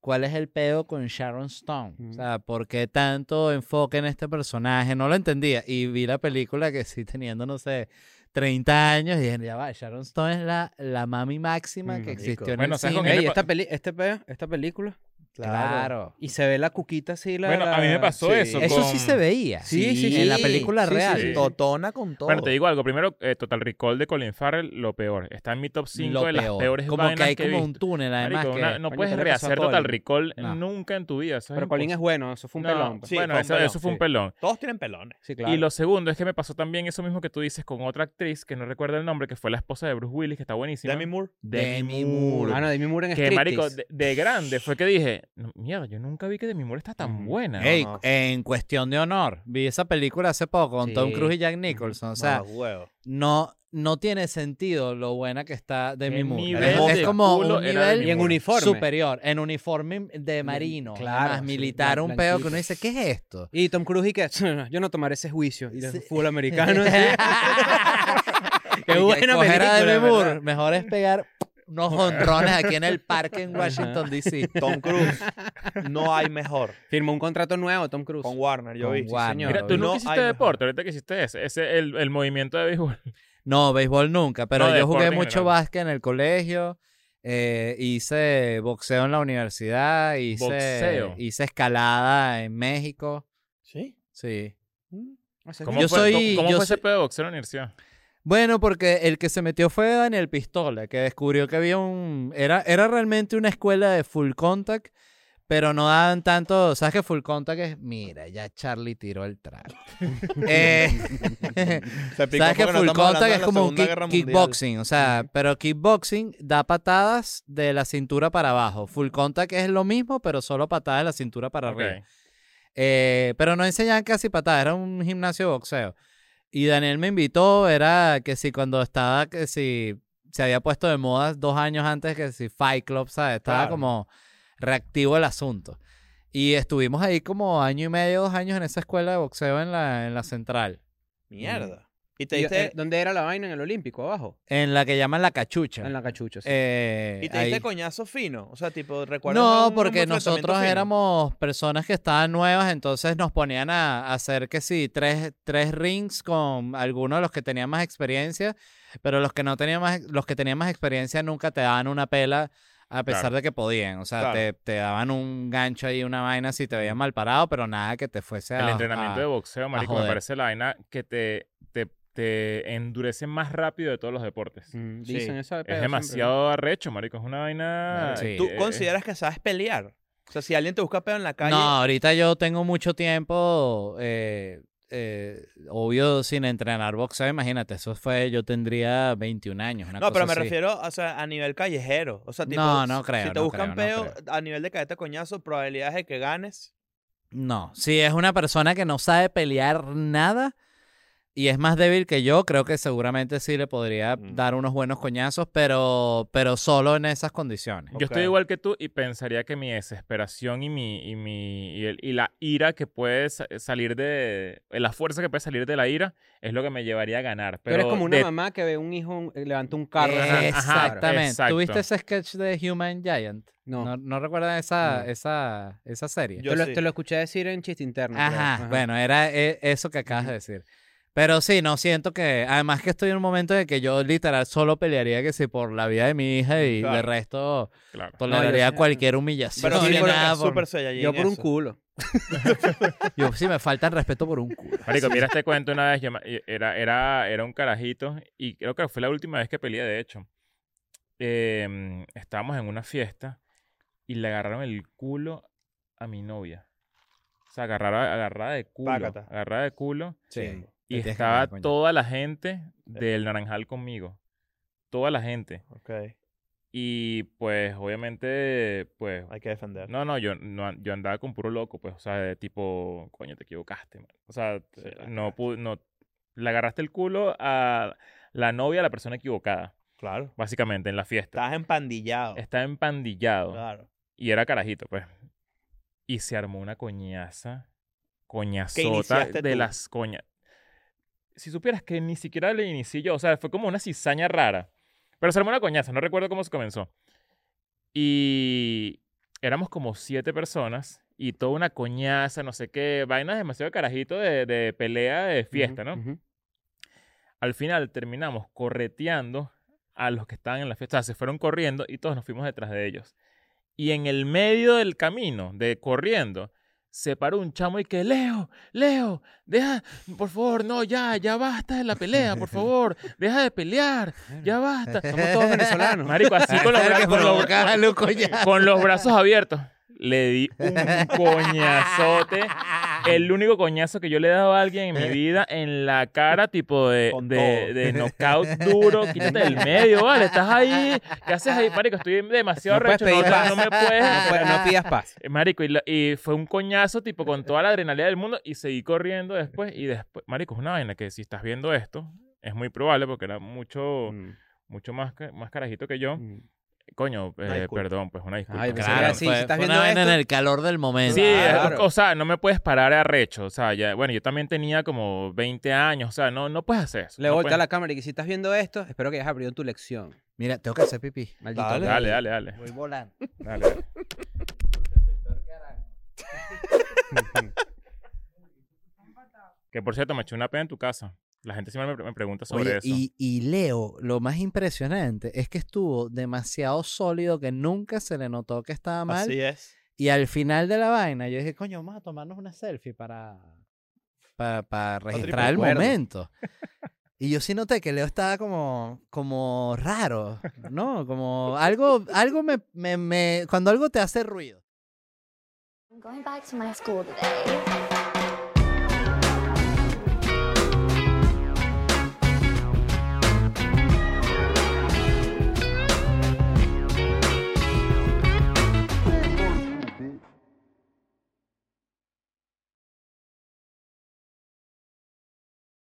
cuál es el pedo con Sharon Stone. O Ujú. sea, ¿por qué tanto enfoque en este personaje? No lo entendía. Y vi la película que sí teniendo, no sé, 30 años y dije, ya va, Sharon Stone es la, la mami máxima Mm, que marico. existió en Bueno, el ¿sabes con cine. qué Ey, me pa- esta, peli este peo, esta película. Claro. Y se ve la cuquita así. La, Bueno, a mí me la- pasó Sí. eso Eso sí con- se veía. Sí, sí, En la sí. película Sí, sí, real. sí. Totona con todo. Bueno, te digo algo. Primero, eh, Total Recall de Colin Farrell, lo peor. Está en mi top 5 Lo de las peor. peores Como que vainas hay que he como un visto. túnel, además. Marico, que... una- no Coño, puedes ¿qué le pasó a rehacer Total Colin? Recol No. nunca en tu vida. eso es Pero Colin es imposible. bueno, eso fue un No, pelón. pues. sí. bueno, fue un eso, pelón, eso fue un sí. pelón. Todos tienen ¿eh? pelones. Sí, claro. Y lo segundo es que me pasó también eso mismo que tú dices con otra actriz que no recuerdo el nombre, que fue la esposa de Bruce Willis, que está buenísima. Demi Moore. Demi Moore. Ah, no, Demi Moore en Que Striptease. marico, de, de grande fue que dije, que, no, mierda, yo nunca vi que de mi amor está tan Mm. buena. Ey, no. en cuestión de honor, vi esa película hace poco con Tom Sí. Cruise y Jack Nicholson. O sea, huevos. no, no tiene sentido lo buena que está Demi ¿Qué Moore. nivel Es- Es de como culo un era nivel Demi Y en Moore? uniforme. superior, en uniforme de marino, claro, además, sí, militar, blan- un pedo que blanquito. uno dice, ¿qué es esto? Y Tom Cruise y que yo no tomaré ese juicio. Y el Sí. fútbol americano. así. Y que Qué buena coger a película, Demi ¿verdad? Moore, mejor es pegar unos jonrones aquí en el parque en Washington, D.C. Tom Cruise. No hay mejor. Firmó un contrato nuevo Tom Cruise. Con Warner, yo Con vi. Warner. señor. Mira, tú No nunca hay hiciste mejor. deporte, ahorita que hiciste ese, ese el, el movimiento de béisbol. No, béisbol nunca, pero No, yo deporte jugué en mucho general. básquet en el colegio, eh, hice boxeo en la universidad, hice, Boxeo. hice escalada en México, Sí. sí. O sea, ¿Cómo Yo fue, soy- ¿cómo, cómo yo fue ese soy- pedo de boxeo en la universidad? Bueno, porque el que se metió fue Daniel Pistola, que descubrió que había un... Era, era realmente una escuela de full contact, pero no daban tanto... ¿Sabes que full contact es? Mira, ya Charlie tiró el trago. Eh, Se picó ¿Sabes que porque no estamos full hablando contact de es la como un Segunda kick- Guerra Mundial. kickboxing? O sea, pero kickboxing da patadas de la cintura para abajo. Full contact es lo mismo, pero solo patadas de la cintura para Ok. arriba. Eh, pero no enseñaban casi patadas, era un gimnasio de boxeo. Y Daniel me invitó, era que si cuando estaba, que si se había puesto de moda dos años antes que si Fight Club, ¿sabes? Estaba Claro. como reactivo el asunto. Y estuvimos ahí como año y medio, dos años en esa escuela de boxeo en la, en la central. Mierda. Y te y- eh, diste, ¿Dónde era la vaina en el Olímpico? Abajo. En la que llaman la cachucha. En la cachucha. sí. Eh, y te diste ahí. coñazo fino. O sea, tipo, recuerdas. No, un- un porque enfrentamiento nosotros fino? éramos personas que estaban nuevas, entonces nos ponían a, a hacer que sí, tres, tres rings con algunos de los que tenían más experiencia, pero los que no tenían más, los que tenían más experiencia nunca te daban una pela a pesar Claro. de que podían. O sea, Claro. te, te daban un gancho ahí, una vaina si te veían mal parado, pero nada que te fuese a. El entrenamiento a- de boxeo, marico, me joder. parece la vaina que te, te, te endurece más rápido de todos los deportes. Mm, sí. Dicen esa de pedo siempre, Es demasiado arrecho, marico. Es una vaina... Sí. ¿Tú eh, consideras que sabes pelear? O sea, si alguien te busca pedo en la calle. No, ahorita yo tengo mucho tiempo, eh, eh, obvio, sin entrenar boxeo, imagínate, eso fue, yo tendría 21 años. una No, pero cosa me así. refiero o sea, a nivel callejero. O sea, tipo, No, no creo, si te no buscan creo, no peo a nivel de cadete coñazo, probabilidades de que ganes. No, si es una persona que no sabe pelear nada y es más débil que yo, creo que seguramente sí le podría Mm. dar unos buenos coñazos, pero, pero solo en esas condiciones. Yo estoy Ok. igual que tú y pensaría que mi desesperación y mi y mi y, el- y la ira que puede sa- salir de la fuerza que puede salir de la ira es lo que me llevaría a ganar. Pero Pero eres como una de- mamá que ve un hijo, eh, levanta un carro. Ajá, ajá, Exactamente. exacto. ¿Tuviste ese sketch de Human Giant? No. ¿No, no recuerdan esa, No. esa, esa serie? Yo te, lo, sí. te lo escuché decir en chiste interno. creo. Ajá, bueno, era eh, eso que acabas de decir. Pero sí, no siento que. Además, que estoy en un momento de que yo literal solo pelearía que si por la vida de mi hija y Claro. de resto Claro. toleraría sé. cualquier humillación. Pero ni sí, por nada por- super Saiyajin Yo por un eso. culo. yo sí me falta el respeto por un culo. Marico, mira este cuento una vez. yo me- era, era, era un carajito y creo que fue la última vez que peleé, de hecho. Eh, estábamos en una fiesta y le agarraron el culo a mi novia. O sea, agarrada, agarrada de culo. Pácata. Agarrada de culo. Sí. Y Te tienes que estaba cambiar, coño. Eh. toda la gente del Naranjal conmigo. Toda la gente. Ok, Y pues, obviamente, pues. hay que defender. No, no, yo, no, an- yo andaba con puro loco, pues, o sea, de tipo, coño, te equivocaste, man. O sea, t- Sí, la no pude, no. Le agarraste el culo a la novia, a la persona equivocada, Claro. básicamente, en la fiesta. Estás empandillado. Está empandillado. Claro. Y era carajito, pues. Y se armó una coñaza. Coñazota iniciaste de tú. las coñas. Si supieras que ni siquiera le inicié yo, o sea, fue como una cizaña rara. Pero se armó una coñaza, no recuerdo cómo se comenzó. Y éramos como siete personas y toda una coñaza, no sé qué, vainas demasiado carajito de, de pelea de fiesta, ¿no? Ujú. Al final terminamos correteando a los que estaban en la fiesta. O sea, se fueron corriendo y todos nos fuimos detrás de ellos. Y en el medio del camino, de corriendo, se paró un chamo y que, Leo, Leo, deja, por favor, no, ya, ya basta de la pelea, por favor, deja de pelear, ya basta. Somos todos venezolanos. Ah, Marico, así con los, Era bra- que con los- provocaba Luco ya. con los brazos abiertos. Le di un coñazote el único coñazo que yo le he dado a alguien en mi vida en la cara, tipo de, Con de, todo. de knockout duro, quítate del medio, vale, estás ahí, ¿qué haces ahí, marico? Estoy demasiado No puedes recho, no, pedir no, paz. no me puedes... eh, Bueno, no pidas paz. Marico, y, lo- y fue un coñazo, tipo, con toda la adrenalina del mundo, y seguí corriendo después, y después, marico, es una vaina que si estás viendo esto, es muy probable, porque era Oh. mucho, Mm. mucho más, ca- más carajito que yo, coño, Una eh, disculpa. perdón, pues una disculpa. Ay, pensé que Claro, era así, fue- si estás fue una viendo vaina esto- en el calor del momento. Sí, Claro. es- o sea, no me puedes parar a recho. O sea, ya, bueno, yo también tenía como 20 años. O sea, no, no puedes hacer eso. Le no voltea puedes- la cámara y que si estás viendo esto, espero que hayas aprendido tu lección. Mira, tengo que hacer pipí. Maldito. Dale. perro. Dale, dale, dale. Voy volando. dale, dale. Mm, que por cierto, me eché una pena en tu casa. La gente siempre me, pre- me pregunta sobre Oye, eso. y, y Leo, lo más impresionante es que estuvo demasiado sólido que nunca se le notó que estaba mal. Así es. Y al final de la vaina, yo dije, coño, vamos a tomarnos una selfie para, para, para registrar el acuerdo. momento. Y yo sí noté que Leo estaba como, como raro, ¿no? Como algo, algo me, me, me- cuando algo te hace ruido. I'm going back to my school today.